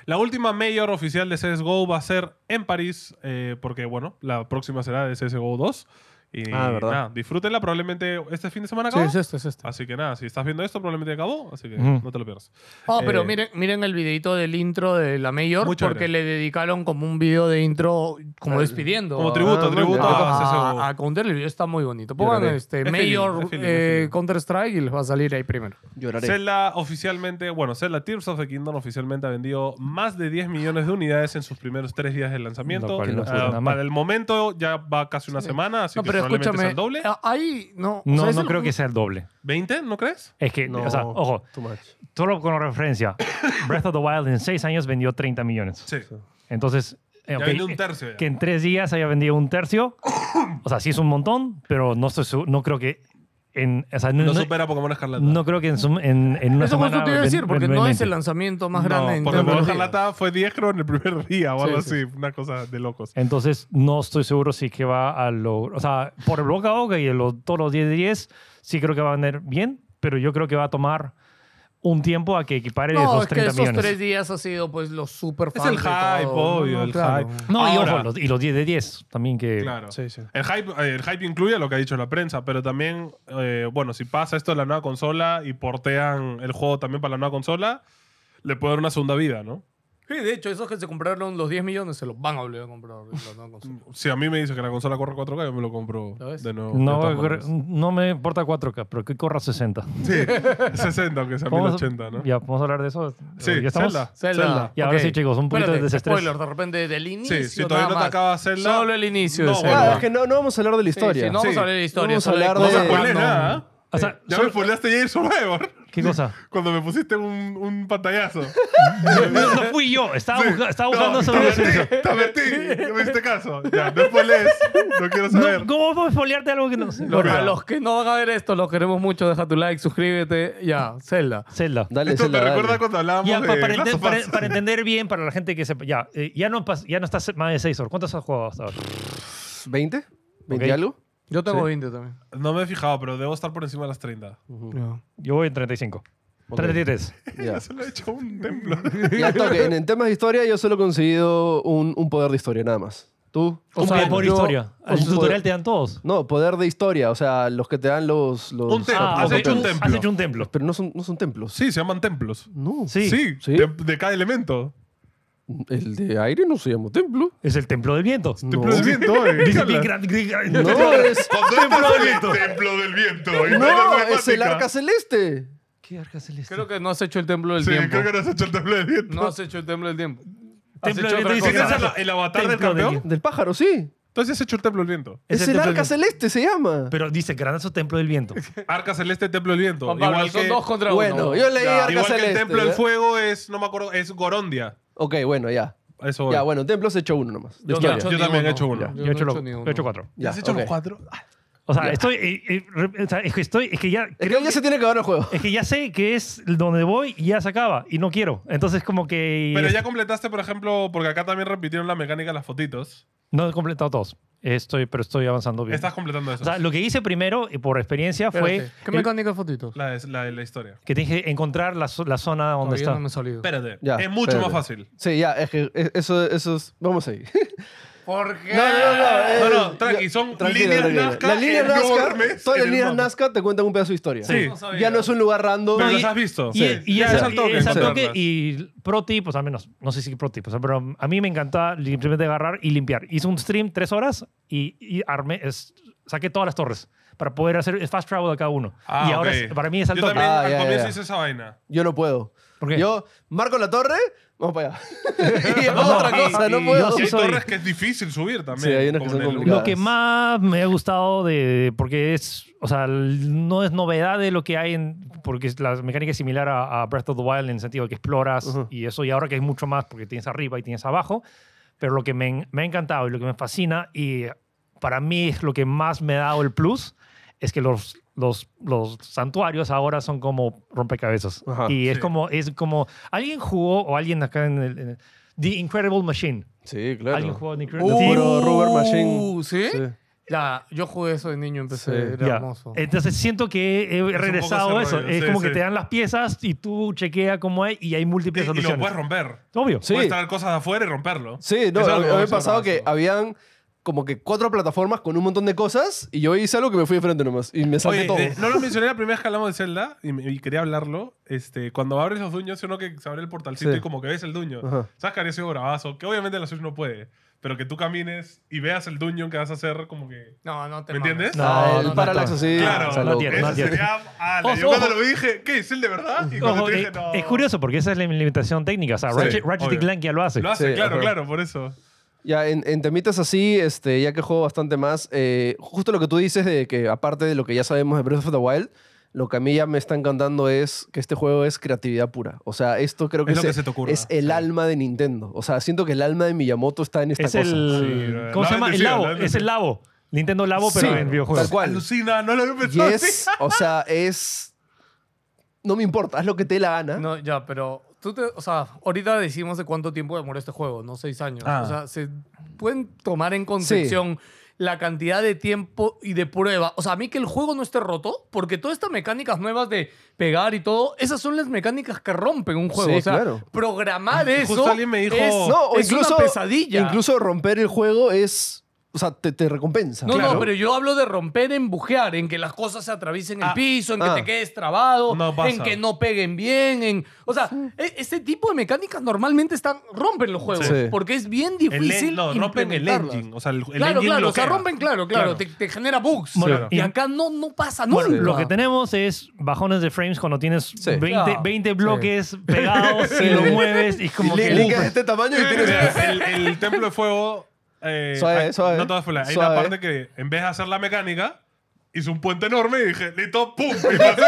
B: La última mayor oficial de CSGO va a ser en París, eh, porque, bueno, la próxima será de CSGO 2. Y
D: Ah, verdad.
B: nada, disfrútenla. Probablemente este fin de semana
C: Sí,
B: acabó.
C: es este, es este.
B: Así que nada, si estás viendo esto, probablemente acabó. Así que
G: Ujú.
B: no te lo pierdas.
C: Oh, pero
B: Eh,
C: miren, miren el videito del intro de la Mayor,
B: Muy chévere.
C: porque le dedicaron como un video de intro, como despidiendo.
B: Como
C: a-
B: tributo,
D: Ah,
B: tributo
D: bueno.
B: a
D: Ah,
B: CSGO.
C: a, a Counter, el video está muy bonito. Pongan
D: Lloraré.
C: este,
B: Es
C: Mayor
B: feeling, es feeling,
C: eh,
B: es feeling.
C: Counter Strike y les va a salir ahí primero.
D: Lloraré.
B: Zelda oficialmente, bueno, Zelda Tears of the Kingdom oficialmente ha vendido más de 10 millones de unidades en sus primeros tres días de lanzamiento.
G: Lo cual
B: Ah,
G: no es nada mal.
B: para el momento ya va casi una semana, así
C: No,
B: que
C: pero es
B: probablemente
C: escúchame. ah.
B: sea el doble.
C: a- Ahí, no. o
G: No,
C: sea, es
G: no
C: el-
G: creo que sea el doble.
B: ¿20? ¿No crees?
G: Es que, o sea, ojo,
D: Too much.
G: solo con referencia, Breath of the Wild en seis años vendió 30 millones.
B: Sí.
G: Entonces, eh, ok,
B: vendió un
G: eh,
B: tercio ya.
G: que en tres días haya vendido un tercio, o sea, sí es un montón, pero no, estoy seguro- no creo que en, o sea, no,
B: No
G: no-
B: supera a Pokémon Escarlata.
G: no creo que en, sum- en, en una
C: Eso
G: semana
C: justo te iba a
G: ven-
C: decir, porque
G: ven-
C: no
G: ven
C: es el
G: 20.
C: lanzamiento más grande en
B: porque Pokémon
C: tecnología.
B: Escarlata fue 10 creo en el primer día o
C: Sí,
B: algo
C: sí,
B: así. Una cosa de locos.
G: Entonces, no estoy seguro si que va a lograr. O sea, por el boca a boca y los- todos los 10 de 10, sí creo que va a vender bien, pero yo creo que va a tomar un tiempo a que equipare
C: No,
G: esos
C: es que
G: 30
C: esos
G: millones.
C: tres días ha sido pues los super
B: Es el hype, obvio, el hype.
G: No, y,
B: Ahora,
G: ojo, los, y los 10 de 10 también que.
B: Claro.
D: Sí, sí.
B: El hype, eh, el hype incluye lo que ha dicho la prensa, pero también, eh, bueno, si pasa esto en la nueva consola y portean el juego también para la nueva consola, le puede dar una segunda vida, ¿no?
C: Sí, de hecho, esos que se compraron los 10 millones se los van a volver a comprar. la nueva consola.
B: Si a mí me dice que la consola corre 4K, yo me lo compro
C: ¿Lo ves?
B: de nuevo.
G: No,
B: de todas
G: corre-
B: maneras.
G: no me importa 4K, pero que corra 60.
B: 60, aunque sea
G: Vamos a-
B: 1080, ¿no?
G: Ya, vamos a hablar de eso.
B: Sí,
G: ¿Ya estamos?
B: Zelda.
C: Zelda.
B: Zelda.
G: Y ahora
C: Ok.
G: sí, chicos, un poquito
C: Espérate,
G: de desestrés.
C: Spoiler, de repente del inicio.
B: Sí, si todavía
C: nada
B: no te
C: más.
B: acabas Zelda.
C: Solo el inicio de
B: No,
C: Zelda.
B: bueno.
D: Ah, es que no, no vamos a hablar de la
C: Sí,
D: historia.
C: sí, no vamos
B: Sí.
C: a hablar de la historia.
D: vamos a
C: solo
D: hablar
B: No
D: de-
B: se
C: cosas
B: spoilees
C: random.
B: nada. ¿eh?
G: O sea,
B: Ya
G: solo-
B: me spoileaste Gears of War
G: ¿Qué cosa?
B: cuando me pusiste un, un pantallazo.
G: No, no fui yo, estaba, busca- estaba buscando
B: no,
G: sobre
B: te metí, te metí, no me hiciste caso. Ya, no spoilees, no quiero saber.
G: No, ¿Cómo puedo spoilearte algo que no sé?
B: Lo-
C: A los que no van a ver esto, los queremos mucho. Deja tu like, suscríbete. Ya, Zelda.
G: Zelda.
D: Dale,
B: Esto
D: Zelda,
B: te
D: dale.
B: recuerda cuando hablábamos
G: Ya,
B: de
G: pa- para,
B: Last
G: enten-
B: of
G: para-
B: Us.
G: para entender bien, para la gente que sepa, ya, eh, ya, no, pas- ya no estás más de 6 horas. ¿Cuántas has jugado hasta ahora?
D: ¿20? ¿20
G: Ok.
D: algo?
C: Yo tengo 20 también.
B: No me he fijado, pero debo estar por encima de las 30.
G: Yo voy en 35.
D: Ok.
G: 33.
D: Ya.
B: Se lo he hecho a un templo.
D: Y al toque, en, en temas de historia yo solo he conseguido un, un poder de historia nada más. ¿Tú?
G: O sea, por
D: yo-
G: historia. Al
D: un
G: tutorial
D: poder-
G: te dan todos.
D: No, poder de historia, o sea, los que te dan los... los Ah,
B: Un templo,
D: los
B: Ah, has hecho un
D: objetos.
B: templo.
G: Ah, Has hecho un templo.
D: Pero no son, no son templos.
B: Sí, se llaman templos.
D: No.
G: Sí.
B: Sí,
D: Sí.
B: De, de cada elemento.
D: El de aire no se llama templo.
G: Es el templo del viento.
B: Templo del viento, eh.
G: Dice
B: Habla.
G: bien gran- gran-
D: No, es...
B: Templo del viento. Templo del viento.
D: No, es el arca celeste.
G: ¿Qué arca celeste?
C: Creo que no has hecho el templo del
B: Sí,
C: tiempo.
B: creo que no has hecho el templo del viento.
C: No has hecho el templo del tiempo. Has
G: Templo
C: hecho
G: del
C: otra
G: viento dice
C: cosa.
B: ¿Ese es el, el avatar del
G: Templo del
B: campeón?
G: viento.
D: Del pájaro, sí.
B: Entonces has hecho el templo del viento.
D: Es, el,
G: templo del
D: arca
G: viento.
D: celeste, se llama.
G: Pero dice granazo templo del viento.
B: Arca celeste, templo del viento.
C: Juan Pablo,
B: igual
C: son
B: que,
C: dos contra uno.
D: bueno, yo leí
B: ya,
D: arca
B: igual
D: celeste.
B: que el templo
D: ¿ya?
B: del fuego es, no me acuerdo, es Gorondia.
D: Ok, bueno, ya.
B: Eso voy.
D: Ya, bueno, templos he hecho uno nomás. de
C: Yo no
D: historia.
C: he hecho
B: Yo
C: ni
B: también he
C: uno.
B: hecho uno.
C: Ya.
G: Yo,
C: no
G: he hecho,
C: he
G: lo-
C: hecho ni
G: yo he
C: uno.
G: hecho cuatro.
D: Ya, ok.
B: cuatro?
G: O sea, estoy. eh, eh, re- o sea, es que estoy. Es que ya.
D: Es que ya se tiene que acabar el juego.
G: Es que ya sé que es donde voy y ya se acaba. Y no quiero. Entonces, como que.
B: Pero ya completaste, por ejemplo, porque acá también repitieron la mecánica de las fotitos.
G: No he completado todos. Estoy, pero estoy avanzando bien.
B: Estás completando eso.
G: O sea, lo que hice primero, y por experiencia, fue.
C: Espérate, ¿Qué
G: el-
C: mecánica de fotitos?
B: la, de- la de la historia.
G: que tienes que encontrar la, zo- la zona donde
C: Todavía
G: está.
C: no me he salido.
B: Espérate.
D: Ya,
B: es mucho más
D: espérate.
B: fácil.
D: Sí, ya, es que es- eso, eso es. Vamos a ir.
C: ¿Por qué?
D: eh,
B: Ah. No, no, tranqui, son líneas Nazca
D: Las líneas Nazca,
B: enormes
D: todas
B: en
D: las
B: el
D: líneas
B: mapa.
D: Nazca te cuentan un pedazo de historia.
B: Sí.
C: No sabía.
D: Ya no es un lugar random.
B: Pero
G: No,
B: las has visto.
G: Y,
D: Sí.
G: y
B: Ya,
G: es,
B: es
G: al
B: al toque
G: toque, es al
B: encontrarlas.
G: toque y pro tip, o sea, menos, no sé si pro tip, o sea, pero a mí me encanta simplemente agarrar y limpiar. Hice un stream tres horas y, y armé, es- saqué todas las torres para poder hacer el fast travel de cada uno.
B: Ah,
G: y ahora
B: ok.
G: es- para mí es al
B: Yo
G: toque.
B: también
D: Ah,
B: al
D: ya, ya,
B: comienzo
D: ya.
B: hice esa vaina.
D: Yo no puedo.
G: ¿Por qué?
D: Yo marco la torre, vamos para allá. y hago
G: No,
D: otra
G: y-
D: cosa, no
G: y
D: puedo.
G: yo
B: Y hay
G: soy-
B: torres que es difícil subir también.
D: Sí, hay unas que
B: como
D: son
B: en el-
D: complicadas.
G: Lo que más me ha gustado de. Porque es. O sea, l- no es novedad de lo que hay en. Porque es- la mecánica es similar a, a Breath of the Wild en el sentido de que exploras y eso. Y ahora que hay mucho más porque tienes arriba y tienes abajo. Pero lo que me, en- me ha encantado y lo que me fascina y para mí es lo que más me ha dado el plus es que los. Los, los santuarios ahora son como rompecabezas.
D: Ajá,
G: y es
B: sí.
G: como, es como. Alguien jugó, o alguien acá en el. en el- The Incredible Machine.
D: Sí,
G: Alguien
D: claro.
G: jugó The Incredible
D: Uh,
G: Sí.
D: Puro rubber machine.
C: Uh, ¿Sí?
D: Sí.
B: ¿Eh?
C: Ya, yo jugué eso de niño, empecé,
D: Sí. Eh,
C: era
G: Ya.
C: hermoso.
G: Entonces siento que he
B: poco
G: regresado a
B: ese
G: eso.
B: rollo,
G: Es
B: sí,
G: como
B: sí.
G: que te dan las piezas y tú chequeas cómo es y hay
B: Y,
G: múltiples
B: y lo
G: soluciones.
B: puedes romper.
G: Obvio.
D: Sí.
B: Puedes traer cosas de afuera y romperlo.
D: Sí,
B: Eso
D: no,
B: es lo que
D: había
B: vamos a
D: pasado
B: hacer
D: que
B: ahora.
D: habían como que cuatro plataformas con un montón de cosas y yo hice algo que me fui de frente nomás y me salté
B: Oye,
D: todo.
B: de- no lo mencioné la primera vez que hablamos de Zelda y, me- y quería hablarlo. Este, cuando abres los duños, uno que se abre el portalcito
D: Sí.
B: y como que ves el duño.
D: Ajá.
B: ¿Sabes que habría sido bravazo? Que obviamente la Switch no puede, pero que tú camines y veas el duño que vas a hacer como que...
C: No, no te
B: ¿Me
C: mames.
B: entiendes?
G: No,
D: Ah, el
G: no, no,
D: Parallax
G: no.
D: así.
B: Claro,
D: o sea,
G: no
D: loco.
G: tiene,
B: Eso
G: no tiene.
B: sería... ala.
G: Ojo,
B: Yo cuando
G: ojo.
B: lo dije, ¿qué? ¿Es el de verdad? Y cuando
G: Ojo, eh,
B: te
G: es,
B: dije, no.
G: es curioso porque esa es la limitación técnica. O sea,
B: Sí,
G: Ratchet, Ratchet y
B: obvio.
G: Clank ya lo hace.
B: Lo hace,
D: Sí,
B: claro,
D: ajá.
B: claro, por eso.
D: Ya, en, en temitas así, este, ya que juego bastante más, eh, justo lo que tú dices de que aparte de lo que ya sabemos de Breath of the Wild, lo que a mí ya me está encantando es que este juego es creatividad pura. O sea, esto creo que
B: Es
D: es,
B: lo que se te ocurra,
D: es el
B: sí.
D: alma de Nintendo. O sea, siento que el alma de Miyamoto está en esta
G: Es
D: cosa.
G: el.
B: Sí,
G: ¿Cómo
B: la
G: se llama? El
B: bendecida,
G: Labo.
B: la
G: Es el Labo. Nintendo Labo, pero
D: Sí,
G: en videojuegos.
D: tal cual.
B: Alucina, no lo había
D: Y
B: pensado así.
D: es, o sea, es... No me importa, haz lo que te dé la gana.
C: No, ya, pero tú te, o sea, ahorita decimos de cuánto tiempo demoró este juego, no seis años.
B: Ah.
C: O sea, se pueden tomar en concepción la cantidad de tiempo y de prueba. O sea, a mí que el juego no esté roto, porque todas estas mecánicas nuevas de pegar y todo, esas son las mecánicas que rompen un juego.
D: Sí,
C: o sea,
D: claro.
C: programar eso
B: Ah, Justo alguien me dijo-
C: es,
D: No, o
C: es
D: incluso,
C: una pesadilla.
D: Incluso romper el juego es... O sea, te, te recompensa.
C: No,
B: Claro.
C: no, pero yo hablo de romper en bujear, en que las cosas se atraviesen el
B: Ah,
C: piso, en que
D: ah.
C: te quedes trabado,
B: No pasa.
C: en que no peguen bien, en, o sea, e- este tipo de mecánicas normalmente están rompen los juegos,
D: Sí.
C: porque es bien
B: El
C: difícil
B: en- no, rompen el
C: implementarlas.
B: engine. O sea, el, el
C: claro,
B: engine
C: claro, o sea,
B: bloquea.
C: rompen, claro,
B: Claro.
C: claro, Te, te genera bugs.
B: Bueno,
C: Y
G: y-
C: acá no, no pasa nunca.
G: Bueno, lo que tenemos es bajones de frames cuando tienes 20,
C: Ya.
G: 20 bloques pegados y lo mueves y es como
D: Ah. Y le-
G: que...
D: le queda de este tamaño y tienes...
B: Mira, el, el templo de fuego. eh,
D: Suave,
B: hay-
D: suave,
B: No te vas a fular. Hay
D: suave.
B: una parte que, en vez de hacer la mecánica, hice un puente enorme y dije, listo, pum. Y, pasé.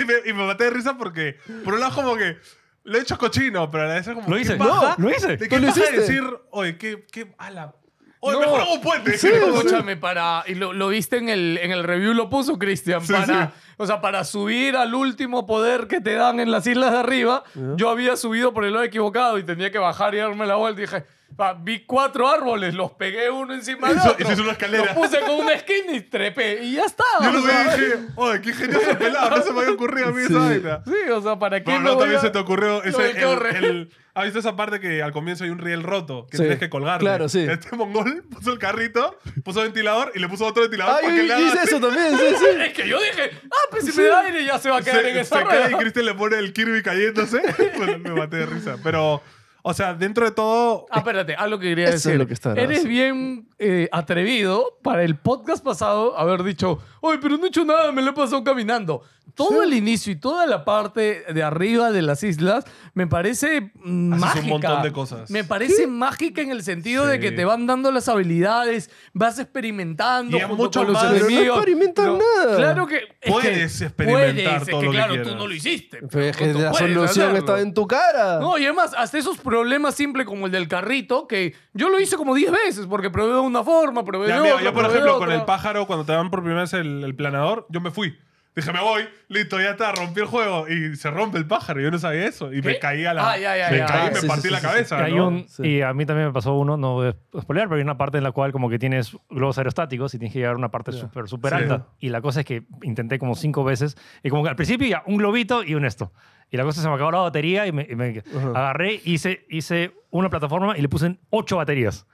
B: Y me, y me maté de risa porque, por un lado, como que lo he hecho cochino, pero a la vez es como.
G: Lo
B: ¿qué
G: hice,
B: paja?
G: lo
B: ¿De
G: hice.
B: qué
D: ¿Tú lo
B: paja
D: hiciste?
B: decir, oye, qué. qué a la- Oye,
C: No.
B: mejor hago un puente.
C: Escúchame, para. Y lo, lo viste en el, en el review, lo puso Cristian.
B: Sí,
C: para, O sea, para subir al último poder que te dan en las islas de arriba,
B: Ah.
C: yo había subido por el lado equivocado y tenía que bajar y darme la vuelta. Y dije, "Pa, vi cuatro árboles, los pegué uno encima del
B: Hizo-
C: otro.
B: hizo una escalera.
C: Los puse con una skin y trepé. Y ya está.
B: Yo
C: o
B: no
C: sea,
B: sé, dije, oye, qué genioso el pelado. No se me había ocurrido a mí esa vaina.
C: Sí, o sea, ¿para qué
B: No,
C: me
B: no,
C: voy
B: también
C: a-
B: se te ocurrió
C: lo
B: ese,
C: del corre?
B: el, el- ¿Has visto esa parte que al comienzo hay un riel roto que
D: Sí.
B: tienes que colgar?
D: Claro, sí.
B: Este mongol puso el carrito, puso ventilador y le puso otro ventilador
D: Ay,
B: para que le
D: yo
B: haga
D: hice
B: así.
D: eso también, sí, sí.
C: Es que yo dije, ah, pues si me da aire ya se va a quedar en
B: Se,
C: esa
B: se cae y
C: rueda.
B: Cristian le pone el Kirby cayéndose. Bueno, me maté de risa. Pero, o sea, dentro de todo...
C: Ah, espérate, ah, lo que quería
D: Eso es
C: decir.
D: lo que está raro.
C: Eres bien eh, atrevido para el podcast pasado haber dicho, oye, pero no he hecho nada, me lo he pasado caminando. Todo el inicio y toda la parte de arriba de las islas me parece mm,
B: Haces un
C: mágica.
B: montón de cosas.
C: Me parece mágica en el sentido de que
B: Sí.
C: te van dando las habilidades, vas experimentando
B: Y es
C: junto
B: mucho
C: con los
B: más. Pero no
C: enemigos.
D: experimentas nada.
C: Claro que es que
B: Puedes experimentar
C: es
B: todo
C: que
B: lo que
C: claro,
B: quieras.
C: tú no lo hiciste.
D: Pero es que
C: tú
D: la
C: puedes
D: solución
C: hacerlo.
D: estaba en tu cara.
C: pues, No, y además, hasta esos problemas simples como el del carrito, que yo lo hice como 10 veces, porque probé de una forma, probé
B: Ya,
C: de
B: mira,
C: otra.
B: yo, por
C: probé
B: ejemplo,
C: otra.
B: con el pájaro, cuando te dan por primera vez el, el planador, yo me fui. Dije, me voy, listo, ya está, rompí el juego. Y se rompe el pájaro, yo no sabía eso. Y
C: ¿Qué?
B: me caí a la.
C: Ah, ya, ya,
B: me
C: ya.
B: caí
C: Ah,
B: y me
D: sí,
B: partí
D: sí,
B: la
D: sí, sí.
B: cabeza.
G: Hay
B: ¿no?
G: un-
D: Sí.
G: Y a mí también me pasó uno, no voy a spoilear, pero hay una parte en la cual como que tienes globos aerostáticos y tienes que llegar a una parte súper, súper
B: Sí.
G: alta. Y la cosa es que intenté como cinco veces. Y como que al principio ya un globito y un esto. Y la cosa se me acabó la batería y me, y me agarré, hice, hice una plataforma y le puse en ocho baterías.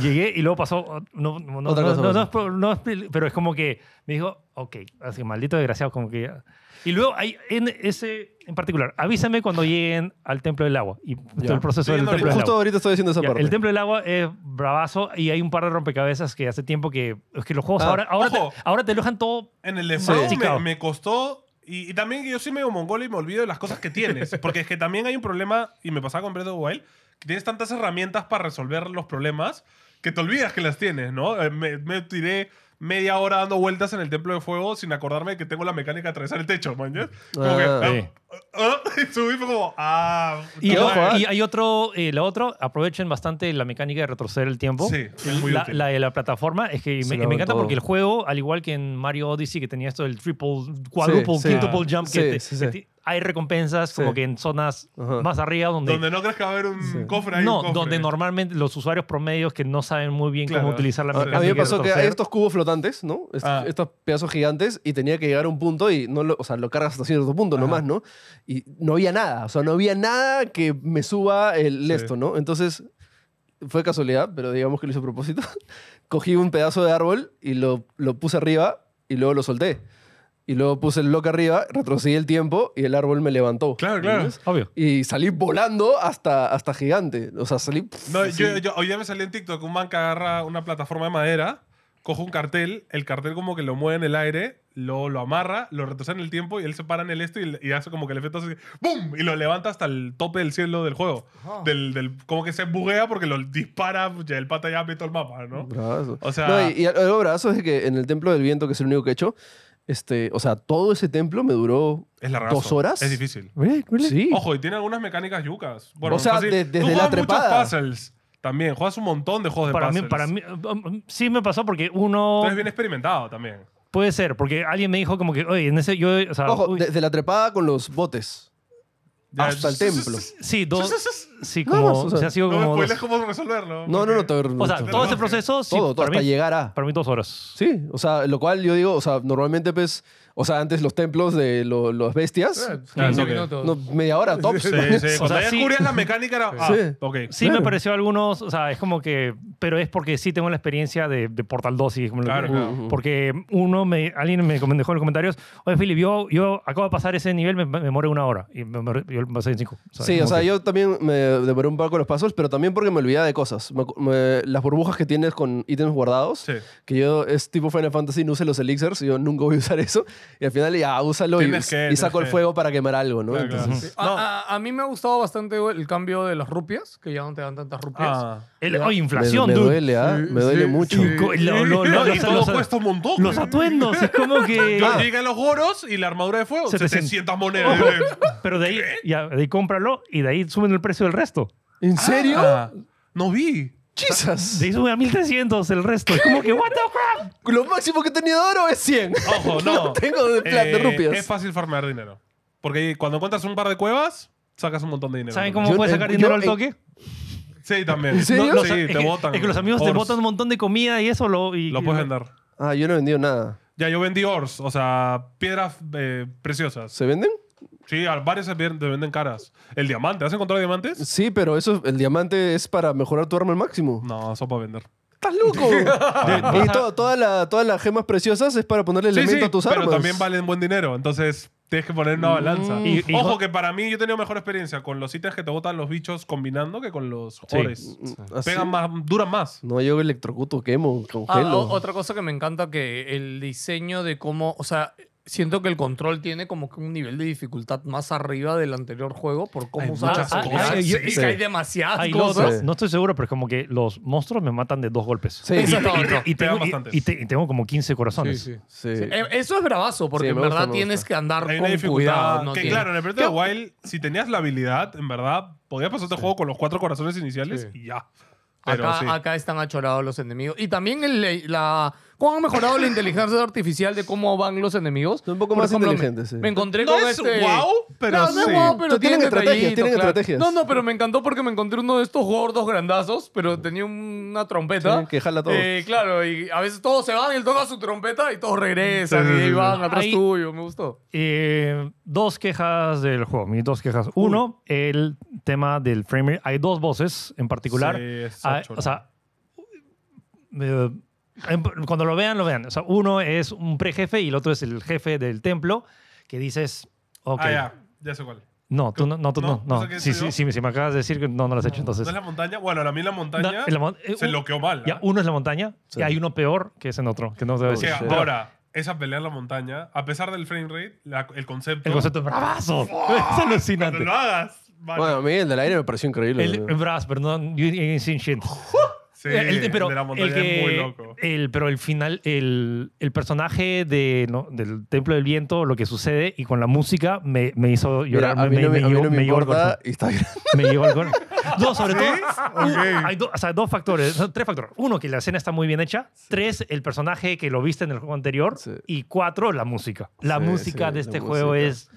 G: Llegué y luego pasó. No, no, no,
D: Otra
G: no,
D: cosa
G: no,
D: pasó.
G: es pro- no es pri- pero es como que me dijo, ok, así que maldito desgraciado, como que ya. Y luego hay en ese en particular, avísame cuando lleguen al templo del agua y todo el proceso del
B: Leyendo
G: templo del
D: Justo
G: agua.
D: ahorita estoy haciendo esa
G: Ya,
D: parte.
G: el Templo del Agua es bravazo y hay un par de rompecabezas que hace tiempo que. Es que los juegos
D: Ah,
G: ahora, ahora, te,
B: ojo.
G: ahora te lo dejan todo.
B: En el de Mao
G: Masticado.
B: me, me costó. Y, y también que yo soy medio mongol y me olvido de las cosas que tienes. Porque es que también hay un problema, y me pasaba con Breath of the Wild, que tienes tantas herramientas para resolver los problemas que te olvidas que las tienes, ¿no? Eh, Me, me tiré media hora dando vueltas en el Templo de Fuego sin acordarme que tengo la mecánica de atravesar el techo, man. ¿ya? Como que,
D: Ah.
B: ah,
G: Sí.
B: ah, y subí fue como, ah...
G: Y,
D: ojo, ah.
G: y hay otro, eh, la otro, aprovechen bastante la mecánica de retroceder el tiempo.
B: Sí, es muy
G: la,
B: útil.
G: la de la plataforma es que
D: Se
G: me,
D: lo
G: me
D: hago
G: encanta
D: todo.
G: porque el juego, al igual que en Mario Odyssey, que tenía esto del triple, quadruple,
D: sí.
G: quintuple jump, que
D: Ah. Sí,
G: te-
D: sí, sí.
G: que te- hay recompensas como
D: Sí.
G: que en zonas
D: Ajá.
G: más arriba donde.
B: donde no crees que va a haber un cofre ahí.
G: no,
B: un cofre.
G: donde normalmente los usuarios promedios que no saben muy bien
B: Claro.
G: cómo utilizar la
B: A- a mí
D: A mí me
G: mecánica de
D: pasó que hay
G: retroceder.
D: estos cubos flotantes, ¿no? Est-
B: Ah.
D: Estos pedazos gigantes y tenía que llegar a un punto y no lo, o sea, lo cargas hasta cierto punto nomás, ¿no? Y no había nada, o sea, no había nada que me suba el
B: Sí.
D: esto, ¿no? Entonces fue casualidad, pero digamos que lo hice a propósito. Cogí un pedazo de árbol y lo, lo puse arriba y luego lo solté. Y luego puse el bloque arriba, retrocedí el tiempo y el árbol me levantó.
B: Claro, claro.
G: Obvio.
D: Y salí volando hasta, hasta gigante. O sea, salí...
B: No,
D: así.
B: yo, yo- hoy día me salió en TikTok un man que agarra una plataforma de madera, coge un cartel, el cartel como que lo mueve en el aire, luego lo amarra, lo retrocede en el tiempo y él se para en el este y, y hace como que el efecto así, ¡boom! Y lo levanta hasta el tope del cielo del juego.
C: Ajá.
B: Del, del- como que se buguea porque lo dispara, pues, ya el pata ya apretó el mapa, ¿no?
D: Bravazo.
B: O sea-
D: No, y, y algo bravazo es que en el Templo del Viento, que es el único que he hecho, este, o sea, todo ese templo me duró
B: Es largazo.
D: ¿Dos horas?
B: Es difícil.
D: Sí.
B: Ojo, y tiene algunas mecánicas yucas. Bueno,
D: O sea,
B: fácil.
D: de- desde
B: Tú
D: la
B: juegas
D: trepada.
B: muchos puzzles también. Juegas un montón de juegos de
G: Para mí,
B: puzzles.
G: para mí, um, um, sí me pasó porque uno
B: Tú eres bien experimentado también.
G: puede ser, porque alguien me dijo como que, oye, en ese yo, o sea,
D: Ojo,
G: uy,
D: desde la trepada con los botes
B: Ya,
D: hasta el
B: s-
D: templo.
G: sí, dos, sí,
D: Nada
G: como,
D: más, o sea,
G: se ha sido
B: No me
G: como,
B: spoiles
G: dos-
B: cómo resolverlo.
D: No, no, no, te-
G: o sea,
D: no, te-
G: todo
B: no,
G: ese
B: no,
G: proceso, sí,
D: todo, todo
G: para,
D: hasta
G: mí,
D: llegar a.
G: para mí dos horas.
D: Sí, o sea, lo cual yo digo, o sea, normalmente pues, o sea, antes los templos de lo- los bestias,
C: Eh,
B: Ah,
C: 15
B: ok.
C: minutos.
D: no, media hora tops.
B: Sí, sí.
G: O
B: Cuando
G: sea,
B: ya
G: sí.
B: descubrías la mecánica era... Ah,
D: Sí.
B: ok.
G: Sí me pareció algunos, o sea, es como que, pero es porque sí tengo la experiencia de, de Portal 2 y es como lo-
B: Claro, claro.
G: porque uno me, alguien me comen- dejó en los comentarios, oye Philip, yo, yo acabo de pasar ese nivel, me, me moré una hora y me, moré- yo lo pasé en cinco.
D: Sí, o
G: como
D: sea,
G: que-
D: yo también me demoré un poco con los pasos, pero también porque me olvidaba de cosas. Me acu- me- las burbujas que tienes con ítems guardados,
B: Sí.
D: que yo es tipo Final Fantasy, no usé los elixirs, yo nunca voy a usar eso, y al final ya, úsalo y,
B: Tienes que,
D: y saco
B: tienes
D: el
B: que.
D: fuego para quemar algo, ¿no?
B: Claro, claro.
D: Entonces,
B: Sí.
C: A,
B: Ah, No.
C: a- a mí me ha gustado bastante el cambio de las rupias, que ya no te dan tantas rupias.
B: Ah.
G: El-
C: Ya.
G: oye, inflación,
D: me, me
G: dude.
D: duele, ¿ah?
C: Sí,
D: me duele
C: sí,
D: mucho.
C: sí.
G: Co- lo- lo- lo-
B: y
G: los-
B: todo
G: los-
B: cuesta un montón.
G: Los atuendos, es como que...
B: Yo llegué a los goros y la armadura de fuego.
G: 700.
B: 700 monedas.
G: Pero de ahí, ya, de ahí cómpralo y de ahí suben el precio del resto.
D: ¿En serio?
B: Ah, no vi.
D: Jesus.
G: De ahí suben a 1300 el resto. Es como que, ¿what the crap?
D: Lo máximo que he tenido de oro es 100.
B: Ojo, no. Eh,
D: tengo de plata, de rupias.
B: Es fácil farmear dinero. Porque cuando encuentras un par de cuevas, sacas un montón de dinero.
G: ¿Saben
B: también.
G: cómo
D: Yo-
G: puedes sacar
D: eh,
G: dinero
D: yo-
G: al
D: eh,
G: toque?
B: Sí, también.
D: ¿En serio?
B: No,
D: Los-
B: sí,
G: es,
B: te
G: que-
B: botan.
G: es que los amigos te
B: Ors.
G: botan un montón de comida y eso lo. Y,
B: Lo puedes vender.
D: Ah, yo no he vendido nada.
B: Ya, yo vendí ors, o sea, piedras eh, preciosas.
D: ¿Se venden?
B: Sí, a varios se pier- te venden caras. El diamante, ¿has encontrado diamantes?
D: Sí, pero eso, el diamante es para mejorar tu arma al máximo.
B: No, eso para vender.
D: ¡Estás loco!
G: vas
D: y
G: a-
D: to- toda la- todas las gemas preciosas es para ponerle elemento a tus
B: pero
D: armas.
B: también valen buen dinero, entonces tienes que poner una balanza.
G: Mm. Y- y-
B: Ojo que para mí yo he tenido mejor experiencia con los ítems que te botan los bichos combinando que con los ores.
D: Mm, ¿Así?
B: Pegan más, duran más.
D: No, yo electrocuto, quemo,
C: Ah,
D: congelo.
C: o- otra cosa que me encanta que el diseño de cómo, o sea, siento que el control tiene como que un nivel de dificultad más arriba del anterior juego por cómo
B: Hay
C: usar
B: muchas
C: las habilidades.
B: cosas,
C: Yo-
B: sí.
C: Es que hay demasiadas
G: Hay
C: cosas.
G: locos. No estoy seguro, pero es como que los monstruos me matan de dos golpes.
D: Sí,
G: Y,
C: Eso
G: te- y te-
C: no,
G: y
B: Pegan
G: tengo, y-
B: bastantes.
G: y te- y tengo como 15 corazones.
C: Sí, sí.
D: Sí.
C: Sí, eh, Eso es bravazo, porque
D: Sí,
C: en
D: me gusta,
C: verdad
D: me
C: tienes
D: gusta.
C: que andar
B: Hay una
C: con
B: dificultad.
C: cuidado. no
B: que
C: tienes-
B: claro, en el proyecto de Wild, si tenías la habilidad, en verdad, podías pasarte el juego con los cuatro corazones iniciales
C: Sí.
B: y ya. Pero
C: Acá,
B: sí.
C: acá están achorados los enemigos. Y también el- eh, la, cómo han mejorado la inteligencia artificial de cómo van los enemigos.
D: Son un poco
C: Por
D: más
C: ejemplo, me-
D: inteligentes, sí.
C: Me encontré
B: No
C: con
B: es
C: este...
B: guau, pero
C: Claro, no es
B: sí.
C: guau, pero
D: Tienen
C: tienen
D: estrategias,
C: detallitos,
D: tienen
C: claro.
D: estrategias.
C: No, no, pero me encantó porque me encontré uno de estos gordos grandazos, pero tenía una trompeta.
D: Sí, que jala todo.
C: Eh, claro, y a veces todos se van y él toca su trompeta y todos regresan
B: Sí, sí,
C: y ahí
B: sí,
C: van
G: sí.
C: atrás
G: Ahí-
C: tuyo. Me gustó.
G: Eh, dos quejas del juego, mis dos quejas. Uno, el tema del frame rate. Hay dos voces en particular.
B: Sí, es
G: Ah,
B: choro.
G: o sea, eh, en- cuando lo vean, lo vean. O sea, uno es un prejefe y el otro es el jefe del templo que dices, ok,
B: Ah, ya. Ya sé cuál.
G: no, tú no, no, tú no,
B: No,
G: no.
B: ¿no sé qué
G: Sí,
B: soy
G: sí,
B: yo?
G: sí, si me acabas de decir que no, no lo has hecho, entonces.
B: ¿No es la montaña? Bueno, a mí la montaña
G: Da- en la mon- eh,
B: se
G: un-
B: loqueó mal.
G: Ya,
B: ¿ah?
G: uno es la montaña y hay uno peor que es en otro, que no se debe
B: Que
G: decir. Pero
B: ahora, esa pelea en la montaña, a pesar del frame rate, la- el concepto.
G: el concepto es bravazo. es
B: Cuando
G: alucinante.
B: lo hagas. vale.
D: Bueno, a mí el del aire me pareció increíble.
G: El, el brazo, pero no, you ain't seen shit. Eh,
B: Sí,
G: El- pero,
B: el de la montaña
G: el que-
B: es muy loco.
G: el- pero el final, el, el personaje de, ¿no? del Templo del Viento, lo que sucede y con la música me, me hizo
D: Mira,
G: llorar.
D: a mí
G: me,
D: no me,
G: me
D: a mí
G: llegó-
D: no me
G: me llegó al
D: importa
G: corazón.
D: y está grande.
G: Me llegó al corazón. No, sobre todo, un- hay do- o sea, dos factores, no, tres factores. Uno, que la escena está muy bien hecha. Tres, el personaje que lo viste en el juego anterior.
D: Sí.
G: Y cuatro, la música. La
D: Sí,
G: música
D: sí,
G: de
D: la
G: este juego
D: música.
G: es...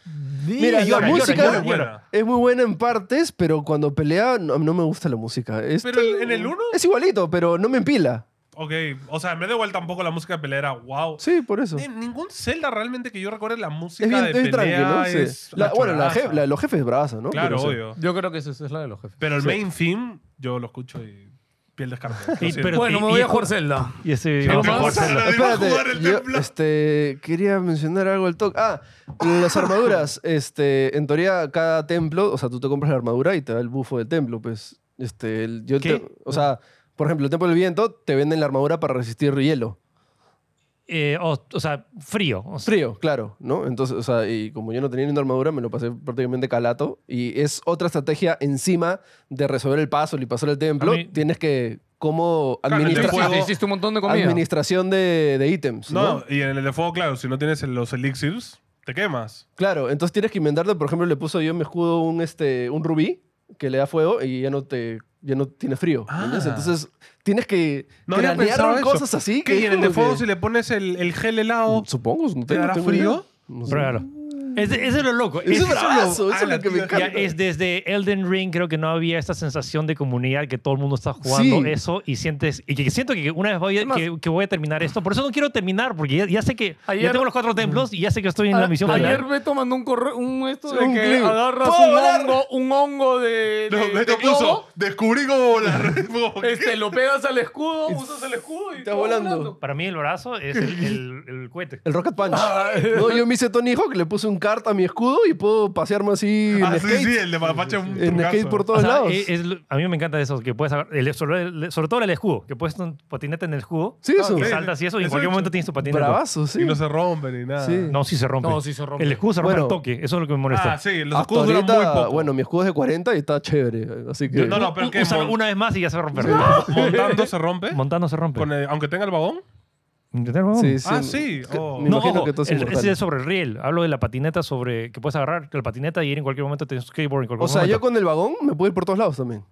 D: Mira, la
G: llora, llora,
D: música-
G: llora,
B: Muy buena.
G: llora.
D: Es muy buena en partes, pero cuando pelea no, no me gusta la música. Es-
B: Pero el- en el 1,
D: Es igualito, pero no me empila.
B: ok. O sea, en vez de igual tampoco la música de pelea era wow.
D: Sí, por eso.
B: En ningún Zelda realmente que yo recuerde la música
D: Es bien,
B: de
D: es tranqui,
B: pelea
D: ¿no? Sí.
B: es
D: La- bueno, la
B: chorraza.
D: jef- la de los jefes es bravaza, ¿no?
B: Claro,
D: Pero sí.
B: obvio.
C: Yo creo que esa es la de los jefes.
B: Pero el main theme, yo lo escucho y piel de escarpia.
G: Y- pero-
C: Bueno, me
G: y-
C: voy
G: y-
C: a jugar Zelda.
G: Y ese...
C: Pero
G: vamos a
C: más-
G: jugar-
B: Nadie va a
D: Espérate,
B: jugar el
D: yo,
B: templo.
D: este, quería mencionar algo al toque. Ah, las armaduras. este, en teoría, cada templo, o sea, tú te compras la armadura y te da el bufo del templo, pues. Este, el- yo el
G: ¿Qué?
D: te- o sea, por ejemplo, el templo del viento te venden la armadura para resistir hielo.
G: eh, o, o sea, frío. O sea,
D: Frío, claro, ¿no? Entonces, o sea, y como yo no tenía ni una armadura, me lo pasé prácticamente calato. Y es otra estrategia encima de resolver el puzzle y pasar el templo.
G: A mí-
D: Tienes que, como
B: Claro, en el
D: administra-
B: juego-
C: Hiciste, hiciste un montón de comida.
D: administración de, de ítems, ¿no?
B: No, y en el de fuego, claro, si no tienes los elixirs, te quemas.
D: Claro, entonces tienes que inventarte, por ejemplo, le puso yo en mi escudo un, este, un rubí que le da fuego y ya no te ya no tiene frío.
B: Ah.
D: ¿entiendes? Entonces, tienes que
B: No había pensado
D: cranear
B: eso.
D: cosas así.
B: ¿Qué? Y
D: es
B: en el de
D: como
B: fuego,
D: que-
B: si le pones el, el gel helado,
D: Supongo, no
B: ¿te
D: tengo-
B: dará
D: tengo idea.
B: frío?
D: No sé.
G: Pruébalo. Es, eso es lo loco.
D: Eso
G: Es-
D: es bravazo, eso es
B: ala,
D: lo que me
B: tío, ya
G: ya
D: encanta.
G: es desde Elden Ring, creo que no había esta sensación de comunidad que todo el mundo está jugando
D: Sí.
G: eso y sientes y que siento que una vez voy a,
C: Además-
G: que, que voy a terminar esto. Por eso no quiero terminar, porque ya, ya sé que ya
C: Ayer-
G: tengo los cuatro templos y ya sé que estoy en
C: A-
D: Ah,
G: la misión.
C: Ayer
G: final.
C: Beto mandó un correo, un esto de
D: Un
C: que
D: clip.
C: agarras
D: ¿Puedo
C: un
D: volar?
C: hongo, un hongo de,
B: No,
C: de-
B: me
C: de
B: te puso.
C: globo,
B: Descubrí cómo volar.
C: este, lo pegas al escudo, usas el escudo y
D: Está
C: todo
D: volando.
G: Para mí el brazo es el, el- el cohete.
D: El Rocket Punch.
B: Ah.
D: No, yo me hice Tony Hawk, le puse un cart a mi escudo y puedo pasearme así en
B: Ah, sí,
D: skate.
B: sí, el de Mapache es un
D: en
B: trucazo.
D: skate por
G: O
D: todos
G: sea, e,
D: lados.
G: es- es lo- a mí me encanta eso, que puedes agarrar- el- sobre, el- sobre todo el escudo, que puedes un patinete en el escudo,
D: sí, eso.
G: que
B: sí,
G: saltas y eso, y en
B: eso
G: cualquier
B: he
G: momento
B: hecho.
G: tienes tu patinete.
D: Bravazo, sí.
B: Y no se rompe ni nada.
D: Sí.
G: No, sí se rompe.
C: No, sí se rompe.
G: El escudo se rompe
D: Bueno.
G: al toque, eso es lo que me molesta.
B: Ah, sí, los
D: Hasta
B: escudos duran muy
D: ahorita,
B: poco.
D: Bueno, mi escudo es de 40 y está chévere. Así que.
B: No, no, pero
G: U-
B: ¿qué?
G: úsalo
B: Mon-
G: una vez más y ya se va a romper.
B: ¿Montando se rompe?
G: Montando se rompe.
B: Con el- aunque tenga el vagón.
D: Sí,
B: Ah, sí.
D: que-
B: Oh.
D: Me
G: No,
D: imagino
G: ojo,
D: que todo es
G: el-
D: inmortal.
G: ese es sobre el riel. Hablo de la patineta sobre que puedes agarrar la patineta y ir en cualquier momento tienes skateboard. En cualquier
D: O sea, yo
G: momento.
D: con el vagón me puedo ir por todos lados también.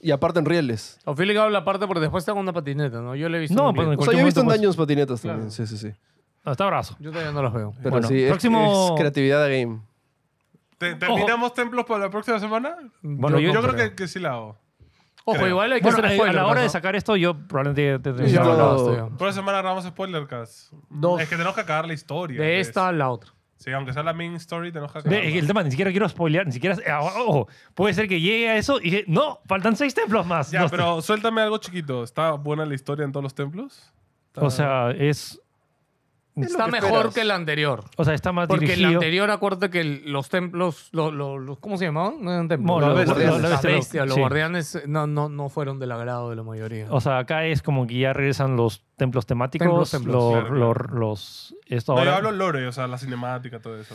D: Y aparte en rieles.
C: Ophelia habla aparte porque después tengo una patineta, ¿no? Yo le he visto.
G: No,
C: un clip.
G: pues, En
D: O sea,
G: cualquier
D: yo he visto en
G: momento,
D: Dungeons patinetas también. Sí, sí, sí.
G: No, está brazo.
C: yo todavía no los veo.
D: Pero
G: Bueno,
D: sí, es-
G: próximo-
D: es creatividad de game.
B: ¿Te- ¿Terminamos templos para la próxima semana?
G: Bueno,
B: yo,
G: yo-
B: creo que, que sí la hago.
C: Ojo,
B: creo.
C: igual hay que
G: Bueno,
C: hacer
G: eh,
C: spoiler.
G: a la hora
C: ¿no?
G: de sacar esto, yo probablemente te- te-
D: Sí,
C: Ya
G: te-
D: yo-
C: hablaste, ya.
B: Por la semana grabamos spoiler cast.
C: Dos.
B: Es que tenemos que acabar la historia.
C: De
B: pues.
C: esta a la otra.
B: Sí, aunque sea la main story, tenemos que acabar.
G: De- el tema, ni siquiera quiero spoilear, ni siquiera. eh, Ojo, puede ser que llegue a eso y dije, no, faltan seis templos más.
B: Ya,
G: No,
B: pero suéltame algo chiquito. ¿Está buena la historia en todos los templos?
G: O sea, es.
C: Está mejor que la anterior.
G: O sea, está más
C: Porque
G: dirigido.
C: la anterior, acuérdate que el- los templos, lo- lo- los- ¿cómo se llamaban? No eran templos.
G: Bueno,
D: los
C: Las
D: guardianes.
C: bestias,
G: los-
C: las
G: los-
C: bestias, los
G: sí.
C: guardianes eh, no, no, no fueron del agrado de la mayoría.
G: O sea, acá es como que ya regresan los templos temáticos,
C: Templos, templos.
G: los,
B: Claro, claro.
G: los- los- esto
B: No,
G: ahora.
B: yo hablo lore, o sea, la cinemática, todo eso.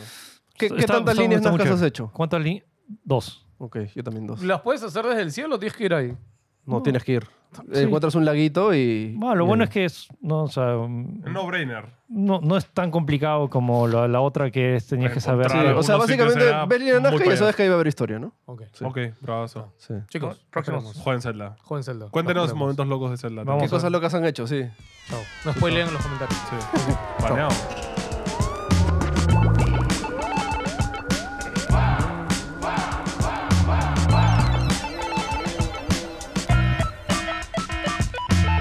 D: ¿Qué,
G: Está-
D: qué
G: está-
D: tantas
G: está-
D: líneas
G: está muy
D: nazcas has
G: chévere.
D: hecho?
G: ¿Cuántas líneas? Dos.
D: Ok, yo también dos.
C: ¿Las puedes hacer desde el cielo o tienes que ir ahí?
D: No, tienes que ir.
G: Sí.
D: Encuentras un laguito y.
G: Bueno, lo bueno es que es, no, o sea, no.
B: No brainer.
G: No, es tan complicado como la, la otra que es, tenías que saber.
D: Sí,
B: Claro,
D: o sea,
B: uno sí que
D: básicamente
B: será
D: ves líneas
B: muy
D: nazca y ya
B: payaso.
D: sabes que ahí va a haber historia, ¿no?
C: Ok.
D: Sí.
B: Ok, bravazo.
D: Sí.
C: Chicos, próximos.
B: Jueguen Zelda.
C: Joven Zelda.
B: Cuéntenos
C: Nos vemos.
B: momentos locos de Zelda.
G: Vamos.
D: ¿Qué cosas locas han hecho? Sí.
C: Chao. No spoileen en los comentarios.
B: Sí. Baneado.